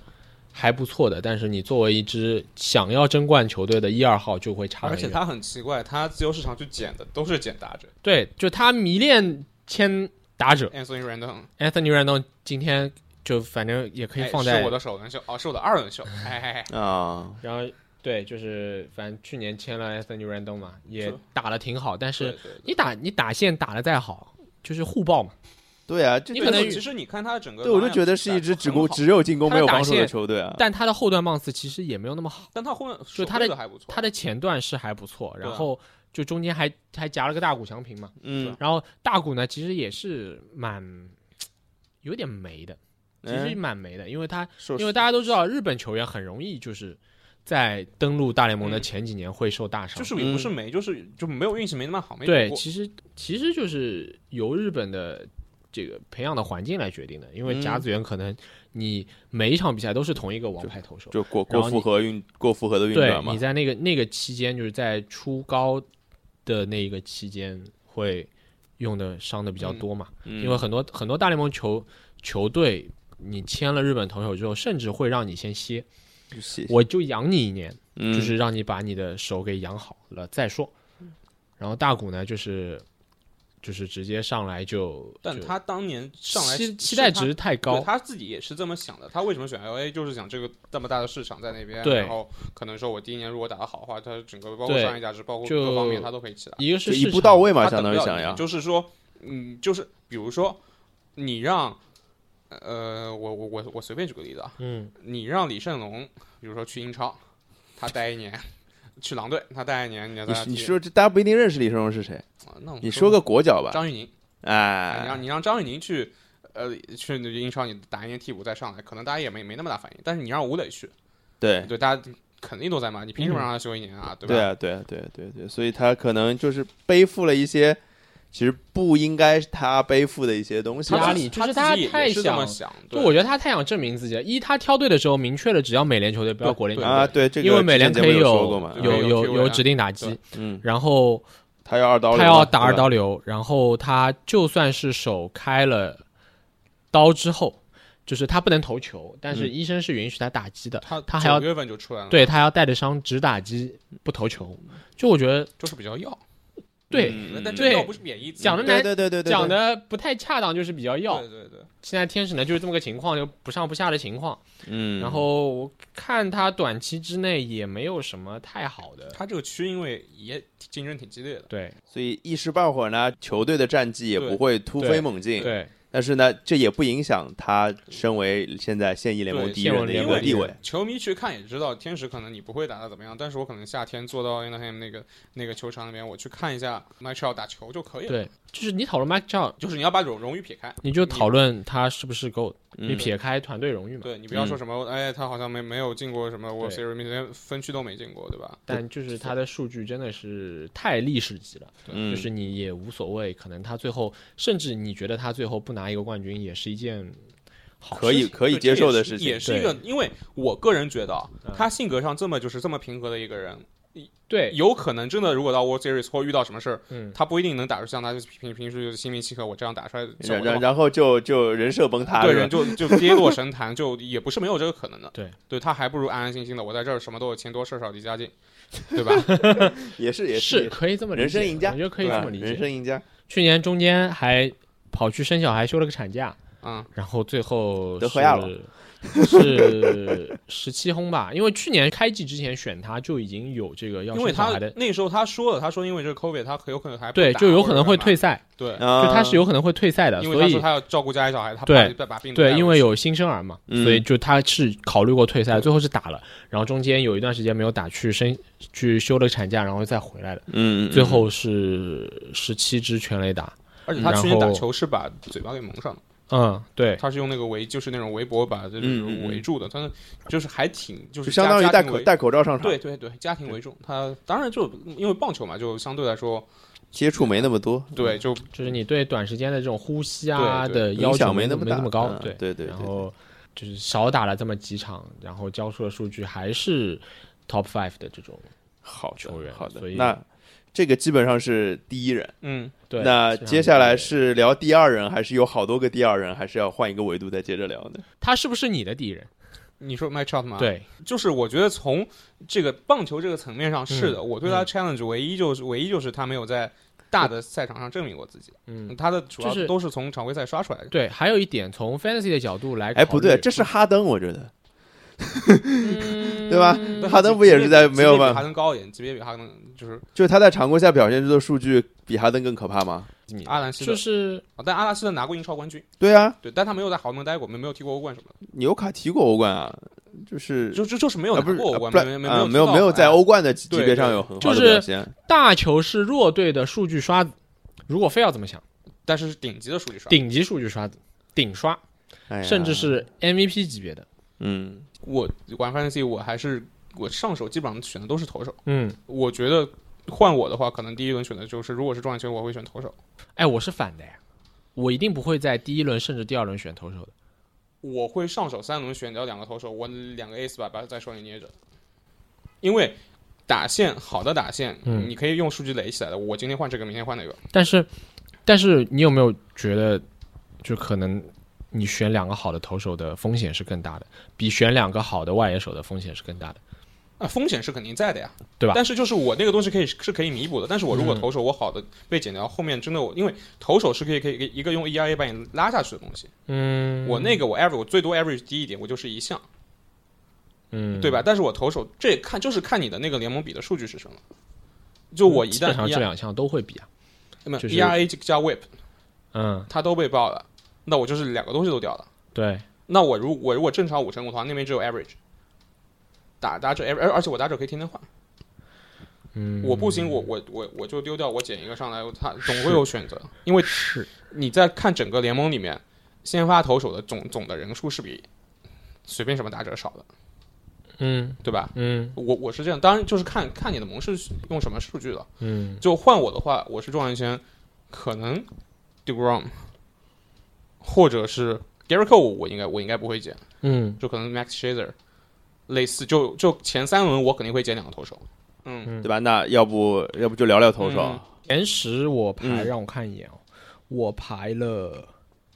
Speaker 3: 还不错的，但是你作为一支想要争冠球队的一二号就会差很
Speaker 2: 而
Speaker 3: 远。
Speaker 2: 且他很奇怪，他自由市场去捡的都是捡打者
Speaker 3: 对，就他迷恋签打者
Speaker 2: Anthony Rendon，
Speaker 3: Anthony Rendon 今天就反正也可以
Speaker 2: 哎
Speaker 3: 放在
Speaker 2: 是我的首轮秀，哦，是我的二轮秀，哎哎哎，
Speaker 1: 啊，
Speaker 3: 然后对，就是反正去年签了 Anthony Rendon 嘛，也
Speaker 2: 是
Speaker 3: 打的挺好，但
Speaker 2: 对
Speaker 3: 是
Speaker 2: 对对
Speaker 3: 你打你打线打的再好，就是互爆嘛，
Speaker 1: 对啊，这
Speaker 3: 你
Speaker 2: 对
Speaker 3: 可能
Speaker 2: 其实你看他整个，
Speaker 1: 对我就觉得是一支只攻，只有进攻
Speaker 3: 他
Speaker 1: 没有
Speaker 3: 打
Speaker 1: 防守的
Speaker 3: 线
Speaker 1: 球队啊。
Speaker 3: 但他的后段棒次其实也没有那么好，
Speaker 2: 但他后面
Speaker 3: 就他的
Speaker 2: 守备还不错，
Speaker 3: 他的前段是还不错，
Speaker 2: 对啊
Speaker 3: 然后就中间还还夹了个大谷翔平嘛，
Speaker 1: 嗯，
Speaker 2: 啊
Speaker 3: 然后大谷呢其实也是蛮有点霉的，其
Speaker 2: 哎
Speaker 3: 实
Speaker 1: 嗯
Speaker 3: 蛮霉的，因为他
Speaker 1: 受
Speaker 3: 因为大家都知道日本球员很容易就是在登陆大联盟
Speaker 2: 嗯
Speaker 3: 的前几年会受大伤，
Speaker 2: 就是也不是没，就是就没有运气没那么好，没
Speaker 3: 嗯对，
Speaker 2: 赌过
Speaker 3: 其实其实就是由日本的这个培养的环境来决定的，因为
Speaker 1: 嗯
Speaker 3: 甲子园可能你每一场比赛都是同一个王牌投手，
Speaker 1: 就过
Speaker 3: 然
Speaker 1: 过
Speaker 3: 后
Speaker 1: 复
Speaker 3: 你
Speaker 1: 合运过复合的运
Speaker 3: 对
Speaker 1: 转，嘛
Speaker 3: 你。在那个那个期间，就是在初高的那个期间会用的伤的比较多嘛，
Speaker 1: 嗯
Speaker 3: 因为很多很多大联盟球球队。你签了日本投手之后，甚至会让你先歇，
Speaker 1: 谢谢
Speaker 3: 我就养你一年，
Speaker 1: 嗯
Speaker 3: 就是让你把你的手给养好了再说。然后大谷呢，就是就是直接上来就，
Speaker 2: 但
Speaker 3: 就
Speaker 2: 他当年上来
Speaker 3: 期
Speaker 2: 是
Speaker 3: 期待
Speaker 2: 他
Speaker 3: 值太
Speaker 2: 对
Speaker 3: 高，
Speaker 2: 他自己也是这么想的。他为什么选 LA，就是想这个这么大的市场在那边，
Speaker 3: 对
Speaker 2: 然后可能说我第一年如果打得好的话，他整个包括
Speaker 3: 对
Speaker 2: 商业价值，包括
Speaker 3: 就
Speaker 2: 各方面他都可以起来。
Speaker 3: 一个是
Speaker 1: 就一
Speaker 3: 市
Speaker 1: 步
Speaker 3: 场
Speaker 1: 到，位嘛，
Speaker 2: 他
Speaker 1: 相当于
Speaker 2: 等不了
Speaker 1: 想
Speaker 2: 你
Speaker 1: 要。
Speaker 2: 就是说，嗯，就是比如说，你让，呃，我我我我随便举个例子啊，
Speaker 3: 嗯，
Speaker 2: 你让李胜龙，比如说去英超，他待一年，去狼队他待一年，你让
Speaker 1: 你
Speaker 2: 他
Speaker 1: 你
Speaker 2: 踢
Speaker 1: 说这大家不一定认识李胜荣是谁，
Speaker 2: 啊那我
Speaker 1: 你
Speaker 2: 说
Speaker 1: 说个国脚吧，
Speaker 2: 张玉宁，哎你
Speaker 1: 哎
Speaker 2: 让，你让张玉宁去，呃，去英超你打一年替补再上来，可能大家也没没那么大反应，但是你让吴磊去。
Speaker 1: 对
Speaker 2: 对，大家肯定都在骂，你凭什么让他休一年啊？对吧？
Speaker 1: 对啊，对啊，对啊对啊对啊，所以他可能就是背负了一些其实不应该他背负的一些东西吧，啊
Speaker 3: 压力就是
Speaker 2: 他
Speaker 3: 他
Speaker 2: 自己也
Speaker 3: 太
Speaker 2: 是这么
Speaker 3: 想
Speaker 2: 想，
Speaker 3: 就
Speaker 2: 对
Speaker 3: 我觉得他太想证明自己了。一，他挑队的时候明确了，只要美联球队不要
Speaker 2: 对
Speaker 3: 国联球队，
Speaker 1: 啊，对这个
Speaker 3: 因为美联
Speaker 1: 之
Speaker 3: 可
Speaker 1: 前节
Speaker 3: 以
Speaker 1: 目有说过
Speaker 3: 有
Speaker 1: 嘛，
Speaker 2: 对
Speaker 3: 有
Speaker 2: 有
Speaker 3: 有
Speaker 2: 有
Speaker 3: 有指定打击
Speaker 2: 对，
Speaker 1: 嗯，
Speaker 3: 然后
Speaker 1: 他要二刀流嘛，
Speaker 3: 他要打二
Speaker 1: 对吧
Speaker 3: 刀流，然后他就算是手开了刀之后，就是他不能投球，但是
Speaker 1: 嗯
Speaker 3: 医生是允许他打击的，
Speaker 2: 他
Speaker 3: 他还要
Speaker 2: 九月份就出来了，，
Speaker 3: 对他要带着伤只打击不投球。就我觉得
Speaker 2: 就是比较要，
Speaker 3: 对、
Speaker 1: 嗯
Speaker 2: 但
Speaker 1: 嗯
Speaker 2: 这个
Speaker 3: 对
Speaker 2: 要不是贬义词，
Speaker 3: 讲得
Speaker 1: 对
Speaker 3: 难
Speaker 1: 对对对对，
Speaker 3: 讲的不太恰当，就是比较要。
Speaker 2: 对对对，
Speaker 3: 现在天使呢就是这么个情况，就不上不下的情况。
Speaker 1: 嗯，
Speaker 3: 然后我看他短期之内也没有什么太好的，
Speaker 2: 他这个区因为也竞争挺激烈的，
Speaker 3: 对
Speaker 1: 所以一时半会儿呢，球队的战绩也
Speaker 2: 对
Speaker 1: 不会突
Speaker 3: 对
Speaker 1: 飞猛进，
Speaker 3: 对
Speaker 4: 但是呢，这也不影响他身为现在现役联盟
Speaker 2: 对
Speaker 4: 第一
Speaker 3: 现
Speaker 4: 人
Speaker 3: 任
Speaker 4: 的
Speaker 3: 联
Speaker 4: 一
Speaker 3: 盟
Speaker 4: 个
Speaker 3: 第一
Speaker 4: 地位
Speaker 3: 人。
Speaker 2: 球迷去看也知道，天使可能你不会打的怎么样，但是我可能夏天坐到 a n a h a m 那个那个球场里面，我去看一下 m i c h e l 打球就可以了。
Speaker 3: 对，嗯就是你讨论 Mike Trout，
Speaker 2: 就是你要把荣荣誉撇开，
Speaker 3: 你就讨论他是不是 GOAT，你
Speaker 4: 嗯，
Speaker 3: 撇开团队荣誉嘛。
Speaker 2: 对你不
Speaker 1: 嗯
Speaker 2: 要说什么，哎，他好像没没有进过什么 World Series，连分区都没进过，对吧？
Speaker 3: 但就是他的数据真的是太历史级了，
Speaker 4: 嗯
Speaker 3: 就是你也无所谓，可能他最后甚至你觉得他最后不拿一个冠军也是一件好事
Speaker 4: 可以
Speaker 3: 情
Speaker 4: 可以
Speaker 2: 对
Speaker 4: 接
Speaker 2: 这
Speaker 4: 受的
Speaker 2: 也是
Speaker 4: 事
Speaker 2: 也
Speaker 4: 情。
Speaker 2: 是一个，因为我个人觉得啊，
Speaker 3: 嗯
Speaker 2: 他性格上这么就是这么平和的一个人，
Speaker 3: 对
Speaker 2: 有可能真的如果到 World Series 或遇到什么事儿，
Speaker 3: 嗯
Speaker 2: 他不一定能打出像他就是平平时就是心平气和，我这样打出来效
Speaker 4: 然
Speaker 2: 果
Speaker 4: 然
Speaker 2: 这么好。
Speaker 4: 然后就就人设崩塌
Speaker 2: 对
Speaker 4: 了
Speaker 2: 人，就就跌落神坛，就也不是没有这个可能的。
Speaker 3: 对，
Speaker 2: 对他还不如安安心心的，我在这儿什么都有，钱多事儿少离家 近，对吧？
Speaker 4: 也是也
Speaker 3: 是
Speaker 4: 是
Speaker 3: 可以这么理解
Speaker 4: 人生赢家
Speaker 3: 我觉得可以这么理
Speaker 4: 人
Speaker 3: 解。
Speaker 4: 生赢家，
Speaker 3: 去年中间还跑去生小孩休了个产假，
Speaker 2: 嗯，
Speaker 3: 然后最后
Speaker 4: 德
Speaker 3: 是
Speaker 4: 赫亚了
Speaker 3: 是十七轰吧，因为去年开季之前选他就已经有这个要
Speaker 2: 因为
Speaker 3: 生小
Speaker 2: 他
Speaker 3: 孩的，
Speaker 2: 那时候他说了，他说因为这个 COVID，他很有可能还不
Speaker 3: 对，
Speaker 2: 打
Speaker 3: 就有
Speaker 2: 或
Speaker 3: 可
Speaker 2: 者
Speaker 3: 能会
Speaker 2: 干嘛
Speaker 3: 退赛，
Speaker 2: 对，
Speaker 4: 啊，
Speaker 3: 就他是有可能会退赛的，
Speaker 2: 因
Speaker 3: 所
Speaker 2: 为他
Speaker 3: 以
Speaker 2: 说他要照顾家里小孩，他
Speaker 3: 对
Speaker 2: 怕把病毒带
Speaker 3: 对，
Speaker 2: 回
Speaker 3: 因为
Speaker 2: 去
Speaker 3: 有新生儿嘛，
Speaker 4: 嗯
Speaker 3: 所以就他是考虑过退赛，最后是打了，然后中间有一段时间没有打，去生去休了产假，然后再回来的，
Speaker 4: 嗯，嗯
Speaker 3: 最后是十七支全垒打。
Speaker 2: 而且他
Speaker 3: 然
Speaker 2: 去年打
Speaker 3: 后
Speaker 2: 球是把嘴巴给蒙上了，
Speaker 3: 嗯，对，
Speaker 2: 他是用那个围，就是那种围脖把就是
Speaker 4: 嗯嗯嗯
Speaker 2: 围住的，但是就是还挺
Speaker 4: 就
Speaker 2: 就
Speaker 4: 是相
Speaker 2: 家
Speaker 4: 当于
Speaker 2: 家
Speaker 4: 戴
Speaker 2: 庭
Speaker 4: 口
Speaker 2: 为
Speaker 4: 戴口罩上场，
Speaker 2: 对对对，家庭为重。他当然就因为棒球嘛，就相对来说，
Speaker 4: 接触没那么多，
Speaker 2: 对，就
Speaker 3: 就是你对短时间的这种呼吸啊
Speaker 2: 对对
Speaker 3: 的要
Speaker 4: 影
Speaker 3: 求
Speaker 4: 响没
Speaker 3: 那
Speaker 4: 么
Speaker 3: 没
Speaker 4: 大，
Speaker 3: 那么高
Speaker 4: 嗯，
Speaker 3: 对。
Speaker 4: 对对
Speaker 3: 然
Speaker 4: 对，
Speaker 3: 后就是少打了这么几场，然后交出的数据还是 top five 的这种
Speaker 4: 好的
Speaker 3: 球员
Speaker 4: 好的
Speaker 3: 所以，
Speaker 4: 那这个基本上是第一人。
Speaker 2: 嗯，
Speaker 3: 对。
Speaker 4: 那
Speaker 3: 这样
Speaker 4: 接下来
Speaker 3: 子
Speaker 4: 是聊第二人，还是有好多个第二人，还是要换一个维度再接着聊呢？
Speaker 3: 他是不是你的敌人？
Speaker 2: 你说 m y c h o t
Speaker 4: 啊
Speaker 2: 嘛，，
Speaker 3: 对，
Speaker 2: 就是我觉得从这个棒球这个层面上是
Speaker 3: 嗯
Speaker 2: 的，我对他 challenge 唯一就是唯一就是他没有在大的赛场上证明过自己，
Speaker 3: 嗯，
Speaker 2: 他的主
Speaker 3: 就
Speaker 2: 要
Speaker 3: 是
Speaker 2: 都是从常规赛刷出来的。
Speaker 3: 对。还有一点，从 fantasy 的角度来，
Speaker 4: 哎，不对，这是哈登，我觉得，
Speaker 3: 嗯
Speaker 4: 对吧？
Speaker 2: 但
Speaker 4: 哈登不也是在没有
Speaker 2: 级别比
Speaker 4: 办
Speaker 2: 哈
Speaker 4: 法，
Speaker 2: 登高一点，级别比哈登就是
Speaker 4: 就是他在常规赛表现出的数据比哈登更可怕吗？
Speaker 3: 你
Speaker 2: 阿兰西德哦
Speaker 3: 就，是
Speaker 2: 但阿拉西德拿过英超冠军，
Speaker 4: 对啊，
Speaker 2: 对，但他没有在豪门待过，没没有踢过欧冠什么的，
Speaker 4: 纽卡踢过欧冠啊，就是
Speaker 2: 就就就是没有
Speaker 4: 啊
Speaker 2: 拿
Speaker 4: 不是
Speaker 2: 过欧
Speaker 4: 啊
Speaker 2: 冠，
Speaker 4: 不
Speaker 2: 没
Speaker 4: 然
Speaker 2: 没
Speaker 4: 啊
Speaker 2: 有
Speaker 4: 没有
Speaker 2: 踢到
Speaker 4: 没有在
Speaker 2: 哎
Speaker 4: 欧冠的级
Speaker 2: 对
Speaker 4: 别上
Speaker 2: 对
Speaker 4: 有很
Speaker 3: 就
Speaker 4: 好的
Speaker 3: 是
Speaker 4: 表现，
Speaker 3: 大球是弱队的数据刷子，如果非要这么想，
Speaker 2: 但是是顶级的数据刷。
Speaker 3: 顶级数据刷子，顶刷，
Speaker 4: 哎呀
Speaker 3: 甚至是 MVP 级别的。
Speaker 4: 嗯，
Speaker 2: 我玩 fantasy，我还是我上手基本上选的都是投手。
Speaker 3: 嗯，
Speaker 2: 我觉得换我的话，可能第一轮选的就是，如果是状元球，我会选投手。
Speaker 3: 哎，我是反的呀，我一定不会在第一轮甚至第二轮选投手的。
Speaker 2: 我会上手三轮选掉两个投手，我两个 ace 把把在手里捏着，因为打线好的打线，
Speaker 3: 嗯
Speaker 2: 你可以用数据垒起来的。我今天换这个，明天换那个。
Speaker 3: 但是，但是你有没有觉得，就可能你选两个好的投手的风险是更大的，比选两个好的外野手的风险是更大的。
Speaker 2: 啊，风险是肯定在的呀，
Speaker 3: 对吧嗯
Speaker 2: 但是就是我那个东西可以是可以弥补的，但是我如果投手我好的被减掉，后面真的我因为投手是可以可以一个用 ERA 把你拉下去的东西，
Speaker 3: 嗯
Speaker 2: 我那个我 average 我最多 average 低一点，我就是一项，
Speaker 3: 嗯，
Speaker 2: 对吧？但是我投手这看就是看你的那个联盟比的数据是什么，就我一
Speaker 3: 基本
Speaker 2: 旦，E 呃
Speaker 3: 上这
Speaker 2: ERA
Speaker 3: 两项都会比啊。
Speaker 2: 那么
Speaker 3: 就是
Speaker 2: ERA ，E 加 WHIP
Speaker 3: 嗯，
Speaker 2: 它都被爆了，那我就是两个东西都掉了。
Speaker 3: 对，
Speaker 2: 那我如我如果正常五成五的话，那边只有 average，打打者 average，而而且我打者可以天天换。
Speaker 3: 嗯，
Speaker 2: 我不行，我我我我就丢掉，我捡一个上来，他总会有选择，因为
Speaker 3: 是
Speaker 2: 你在看整个联盟里面，先发投手的总总的人数是比随便什么打者少的，
Speaker 3: 嗯
Speaker 2: 对吧？
Speaker 3: 嗯
Speaker 2: 我我是这样，当然就是看看你的盟是用什么数据了。
Speaker 3: 嗯
Speaker 2: 就换我的话，我是状元签，可能 Degrom 或者是 Gary Cole，我应该我应该不会捡，
Speaker 3: 嗯
Speaker 2: 就可能 Max Scherzer 类似，就就前三轮我肯定会捡两个投手。嗯，
Speaker 4: 对吧？那要不要不就聊聊投手？
Speaker 2: 嗯
Speaker 3: 前十我排，
Speaker 4: 嗯
Speaker 3: 让我看一眼哦，我排了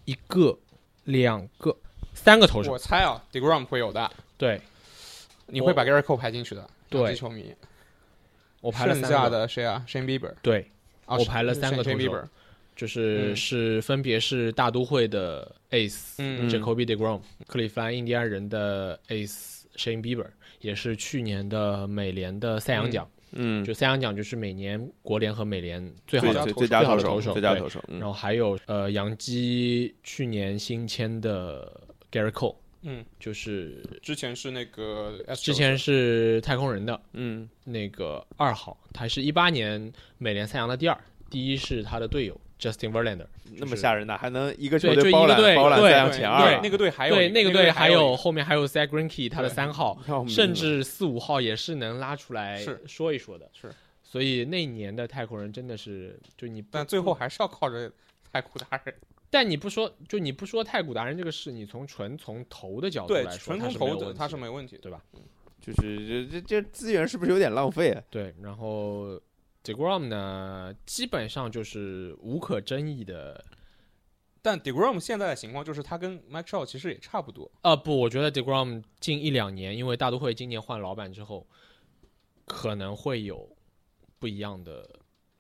Speaker 3: 一个、两个、三个投手
Speaker 2: 我，猜啊，Degrom 会有的，
Speaker 3: 对
Speaker 2: 你会把 Gary Cole 排进去的。
Speaker 3: 对
Speaker 2: 洋基球迷，
Speaker 3: 我排了
Speaker 2: 剩
Speaker 3: 三
Speaker 2: 下
Speaker 3: 个，
Speaker 2: 的谁啊？Shane Bieber，
Speaker 3: 对，
Speaker 2: 啊
Speaker 3: 我排了
Speaker 2: 是
Speaker 3: 三
Speaker 2: Shane
Speaker 3: 个投手
Speaker 2: Bieber，
Speaker 3: 就是、
Speaker 2: 嗯
Speaker 3: 是分别是大都会的 Ace、
Speaker 2: 嗯
Speaker 3: Jacoby Degrom、克利夫兰印第安人的 Ace Shane Bieber，也是去年的美联的赛扬奖。
Speaker 4: 嗯，
Speaker 3: 就三项奖就是每年国联和美联最好
Speaker 4: 最
Speaker 3: 的
Speaker 4: 最
Speaker 2: 投
Speaker 4: 最佳投
Speaker 3: 手最好的投手
Speaker 4: 最佳
Speaker 3: 对
Speaker 4: 投手，嗯
Speaker 3: 然后还有呃，杨基去年新签的 Gary Cole，
Speaker 2: 嗯，
Speaker 3: 就是
Speaker 2: 之前是那个 Astros
Speaker 3: 之前是太空人的
Speaker 4: 嗯
Speaker 3: 那个二号，他是一八年美联赛扬的第二，第一是他的队友 Justin Verlander，
Speaker 4: 那么
Speaker 3: 就是
Speaker 4: 吓人呐，还能一个球
Speaker 3: 对就
Speaker 4: 队
Speaker 3: 一
Speaker 4: 包
Speaker 3: 个
Speaker 4: 揽
Speaker 3: 队
Speaker 4: 包揽
Speaker 3: 对
Speaker 4: 赛
Speaker 2: 对
Speaker 4: 扬前二啊，
Speaker 2: 那个队还有
Speaker 3: 对
Speaker 2: 一
Speaker 3: 那
Speaker 2: 那
Speaker 3: 个
Speaker 2: 队
Speaker 3: 还
Speaker 2: 有一
Speaker 3: 有后面还有 Zach Greinke 他的
Speaker 2: 对
Speaker 3: 三号，
Speaker 4: 要命啊
Speaker 3: 甚至四五号也是能拉出来
Speaker 2: 哦是
Speaker 3: 说一说的，
Speaker 2: 是。
Speaker 3: 所以那一年的太空人真的是，就你不
Speaker 2: 但最后还是要靠着太古达人，
Speaker 3: 但你不说，就你不说太古达人这个事，你从纯从投的角度
Speaker 2: 对，
Speaker 3: 来说，
Speaker 2: 纯从
Speaker 3: 他是没有
Speaker 2: 投的
Speaker 3: 问题
Speaker 2: 他是没问题的。
Speaker 3: 对吧？
Speaker 4: 就是这这这资源是不是有点浪费啊？
Speaker 3: 对，然后 Degrom 呢，基本上就是无可争议的。
Speaker 2: 但 Degrom 现在的情况就是他跟 Mike Shaw 其实也差不多，
Speaker 3: 啊，不，我觉得 Degrom 近一两年，因为大都会今年换老板之后，可能会有不一样的，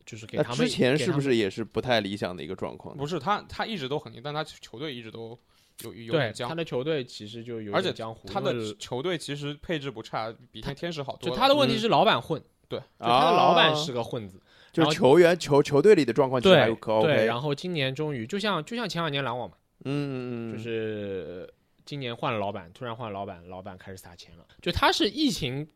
Speaker 3: 就是给
Speaker 4: 那
Speaker 3: 他们
Speaker 4: 之前是不？
Speaker 3: 给
Speaker 4: 是也是不太理想的一个状况呢？
Speaker 2: 不是他他一直都很硬，但他球队一直都有有
Speaker 3: 他们
Speaker 2: 点
Speaker 3: 对他
Speaker 2: 僵。
Speaker 3: 的球队其实就有
Speaker 2: 而
Speaker 3: 点
Speaker 2: 且
Speaker 3: 江湖，
Speaker 2: 他
Speaker 3: 因为
Speaker 2: 的球队其实配置不差，比那天使好多
Speaker 3: 就
Speaker 2: 了。嗯
Speaker 3: 他的
Speaker 4: 嗯
Speaker 3: 问题是老板混，就他的老板
Speaker 4: 啊
Speaker 3: 是个混子，
Speaker 4: 就
Speaker 3: 然后
Speaker 4: 球员球球队里的状况其实还
Speaker 3: 对
Speaker 4: 可 OK，
Speaker 3: 对，
Speaker 4: 嗯
Speaker 3: 然后今年终于就像就像前两年篮网嘛，
Speaker 4: 嗯嗯，
Speaker 3: 就是今年换了老板，突然换了老板，老板开始撒钱了。就他是疫情，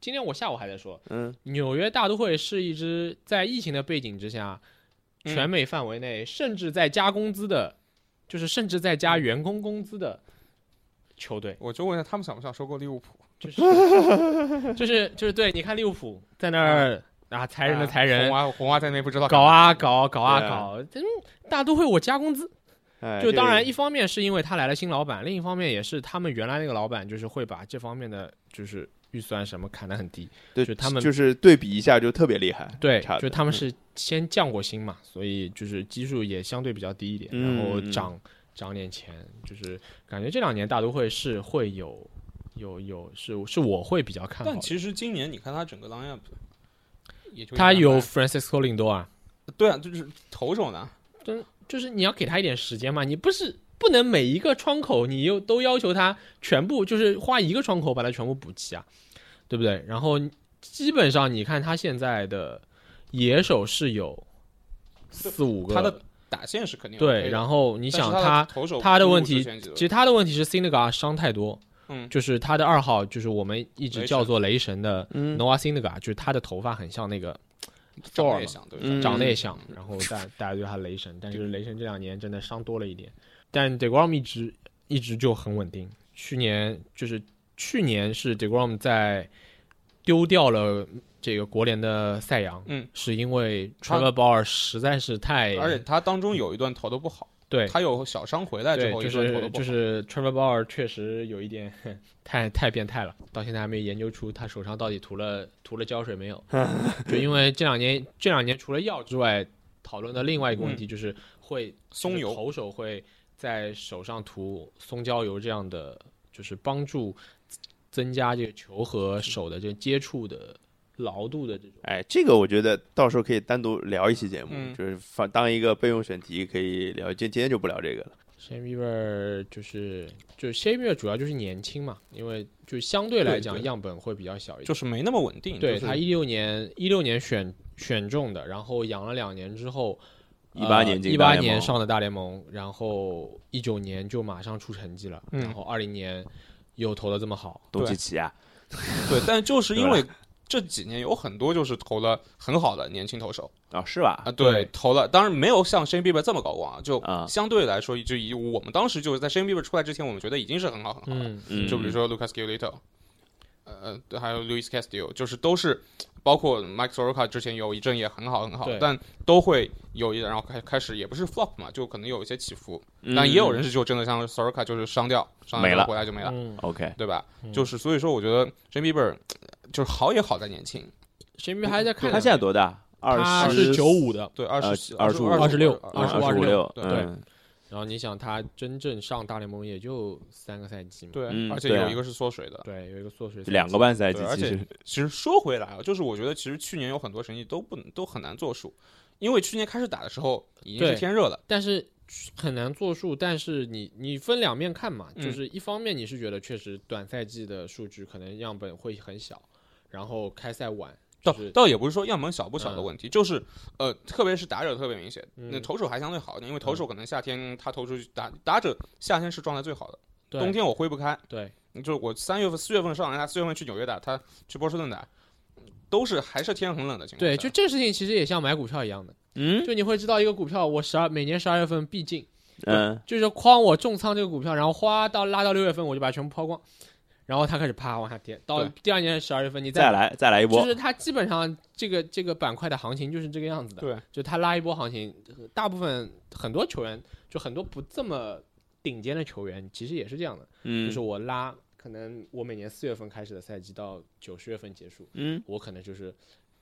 Speaker 3: 今天我下午还在说，
Speaker 4: 嗯
Speaker 3: 纽约大都会是一支在疫情的背景之下，
Speaker 2: 嗯
Speaker 3: 全美范围内甚至在加工资的，就是甚至在加员工工资的球队，
Speaker 2: 我就问一下他们想不想收购利物浦？
Speaker 3: 就是 就是就是对，你看利物浦在那儿啊，裁人的裁
Speaker 2: 啊
Speaker 3: 人
Speaker 2: 红，花红花在那不知道
Speaker 3: 搞啊搞搞啊
Speaker 4: 对啊
Speaker 3: 搞，真大都会我加工资。
Speaker 4: 哎，
Speaker 3: 就
Speaker 4: 这
Speaker 3: 当
Speaker 4: 个
Speaker 3: 然，一方面是因为他来了新老板，另一方面也是他们原来那个老板就是会把这方面的就是预算什么砍得很低，
Speaker 4: 对
Speaker 3: 就他们
Speaker 4: 就是对比一下就特别厉害，
Speaker 3: 对
Speaker 4: 差，的
Speaker 3: 就
Speaker 4: 嗯
Speaker 3: 他们是先降过薪嘛，所以就是基数也相对比较低一点，然后
Speaker 4: 嗯嗯
Speaker 3: 涨涨点钱，就是感觉这两年大都会是会有有有是是我会比较看好
Speaker 2: 但
Speaker 3: 的。
Speaker 2: 其实今年你看他整个 lineup，也就一
Speaker 3: 他
Speaker 2: 般
Speaker 3: 有
Speaker 2: 般
Speaker 3: Francisco Lindo 啊，
Speaker 2: 对啊，就是投手呢，
Speaker 3: 就是你要给他一点时间嘛，你不是不能每一个窗口你又都要求他全部就是花一个窗口把它全部补齐啊，对不对？然后基本上你看他现在的野手是有四五个，
Speaker 2: 他的打线是肯定 OK 的
Speaker 3: 对，然后你
Speaker 2: 但是
Speaker 3: 想
Speaker 2: 他
Speaker 3: 他
Speaker 2: 的。投手
Speaker 3: 他的
Speaker 2: 入
Speaker 3: 问
Speaker 2: 职
Speaker 3: 题
Speaker 2: 前几轮
Speaker 3: 其实他的问题是 c i n e g a 伤太多，
Speaker 2: 嗯
Speaker 3: 就是他的二号，就是我们一
Speaker 2: 雷
Speaker 3: 直
Speaker 2: 神
Speaker 3: 叫做雷神的
Speaker 4: 嗯
Speaker 3: Noah c i n e g a 就是他的头发很像那个
Speaker 2: 长
Speaker 3: Thor
Speaker 2: 得也
Speaker 3: 嘛
Speaker 2: 像对，
Speaker 4: 嗯
Speaker 3: 长得也像，然后大大家对他雷神，但是雷神这两年真的伤多了一点，但 Degrom 一直一直就很稳定。去年就是去年是 Degrom 在丢掉了这个国联的赛扬，
Speaker 2: 嗯，
Speaker 3: 是因为
Speaker 2: 他
Speaker 3: Trevor Bauer 实在是太，
Speaker 2: 而且他当中有一段投的不好，
Speaker 3: 对
Speaker 2: 他有小伤回来之
Speaker 3: 对，
Speaker 2: 后
Speaker 3: 就
Speaker 2: 一段投的
Speaker 3: 是
Speaker 2: 不
Speaker 3: 就
Speaker 2: 好。
Speaker 3: 是 Trevor Bauer 确实有一点太太变态了，到现在还没研究出他手上到底涂了涂了胶水没有。就因为这两年这两年除了药之外，讨论的另外一个问题就是会
Speaker 2: 嗯松油
Speaker 3: 就是投手会在手上涂松焦油这样的，就是帮助增加这个球和手的这个接触的牢度的这种。
Speaker 4: 哎，这个我觉得到时候可以单独聊一期节目，
Speaker 2: 嗯
Speaker 4: 就是放当一个备用选题可以聊，今今天就不聊这个了。
Speaker 3: Shane Bieber 就是就是 Shane Bieber 主要就是年轻嘛，因为就相对来
Speaker 2: 对
Speaker 3: 讲
Speaker 2: 对
Speaker 3: 样本会比较小一点。
Speaker 2: 就是没那么稳定，
Speaker 3: 对
Speaker 2: 就是
Speaker 3: 他一六年一六年选选中的，然后养了两年之后，
Speaker 4: 18年进
Speaker 3: 呃一
Speaker 4: 大
Speaker 3: 八
Speaker 4: 联
Speaker 3: 年
Speaker 4: 盟
Speaker 3: 上的大联盟，然后一九年就马上出成绩了，
Speaker 2: 嗯
Speaker 3: 然后二零年又投的这么好，
Speaker 4: 东
Speaker 2: 对
Speaker 4: 契奇啊，
Speaker 2: 对，但就是因
Speaker 4: 对
Speaker 2: 为这几年有很多就是投了很好的年轻投手
Speaker 4: 啊是吧？
Speaker 2: 啊，
Speaker 3: 对
Speaker 2: 投了，当然没有像 Shane Bieber 这么高光啊，就
Speaker 4: 啊
Speaker 2: 相对来说，就以我们当时就是在 Shane Bieber 出来之前，我们觉得已经是很好很好了，
Speaker 3: 嗯，
Speaker 4: 嗯，
Speaker 2: 就比如说 Lucas Giolito，呃，对还有 Luis Castillo，就是都是包括 Mike Soroka 之前有一阵也很好很好
Speaker 3: 对，
Speaker 2: 但都会有一，然后开开始也不是 flop 嘛，就可能有一些起伏，
Speaker 4: 嗯，
Speaker 2: 但也有人是就真的像 Soroka 就是伤掉，伤掉
Speaker 4: 没
Speaker 2: 之后
Speaker 4: 了
Speaker 2: 回来就没了。
Speaker 3: 嗯
Speaker 4: OK，
Speaker 2: 对吧？
Speaker 3: 嗯
Speaker 2: 就是所以说，我觉得 j a m i e b i e r 就是好也好在年轻，
Speaker 3: 谁没还在看
Speaker 4: 他
Speaker 3: 呢？
Speaker 4: 现在多大？二
Speaker 3: 他
Speaker 4: 十
Speaker 3: 是九五的，
Speaker 2: 对，二十
Speaker 4: 呃25
Speaker 3: 26
Speaker 4: 二
Speaker 3: 25
Speaker 4: 五
Speaker 3: 26
Speaker 4: 六，
Speaker 2: 对
Speaker 4: 嗯，
Speaker 3: 然后你想他真正上大联盟也就三个赛季嘛，
Speaker 2: 对
Speaker 4: 嗯，
Speaker 2: 而且
Speaker 4: 对啊
Speaker 2: 有一个是缩水的。
Speaker 3: 对，有一个缩水赛季，
Speaker 4: 两个半赛季
Speaker 2: 对，，而
Speaker 4: 其实
Speaker 2: 且其实说回来啊，就是我觉得其实去年有很多成绩都不能都很难作数，因为去年开始打的时候已经是
Speaker 3: 对
Speaker 2: 天热了，
Speaker 3: 但是很难作数。但是你你分两面看嘛，
Speaker 2: 嗯
Speaker 3: 就是一方面你是觉得确实短赛季的数据可能样本会很小，然后开赛晚
Speaker 2: 倒
Speaker 3: 就是
Speaker 2: 倒也不是说样本小不小的
Speaker 3: 嗯
Speaker 2: 问题，就是呃，特别是打者特别明显，那
Speaker 3: 嗯
Speaker 2: 投手还相对好一点，因为投手可能夏天他投出去打打者夏天是状态最好的，
Speaker 3: 对
Speaker 2: 冬天我挥不开，
Speaker 3: 对
Speaker 2: 就是我三月份四月份上来，他四月份去纽约打，他去波士顿打，都是还是天很冷的情况
Speaker 3: 对，
Speaker 2: 下。
Speaker 3: 就这个事情其实也像买股票一样的，
Speaker 4: 嗯
Speaker 3: 就你会知道一个股票，我十二每年十二月份必进，
Speaker 4: 嗯，
Speaker 3: 就是框我重仓这个股票，然后哗到拉到六月份我就把它全部抛光，然后它开始啪往下跌，到
Speaker 2: 对
Speaker 3: 第二年十二月份你
Speaker 4: 再来再来一波
Speaker 3: 就，是它基本上这个这个板块的行情就是这个样子的，
Speaker 2: 对，
Speaker 3: 就它拉一波行情，呃大部分很多球员就很多不这么顶尖的球员其实也是这样的，
Speaker 4: 嗯
Speaker 3: 就是我拉，可能我每年四月份开始的赛季到九十月份结束，
Speaker 4: 嗯，
Speaker 3: 我可能就是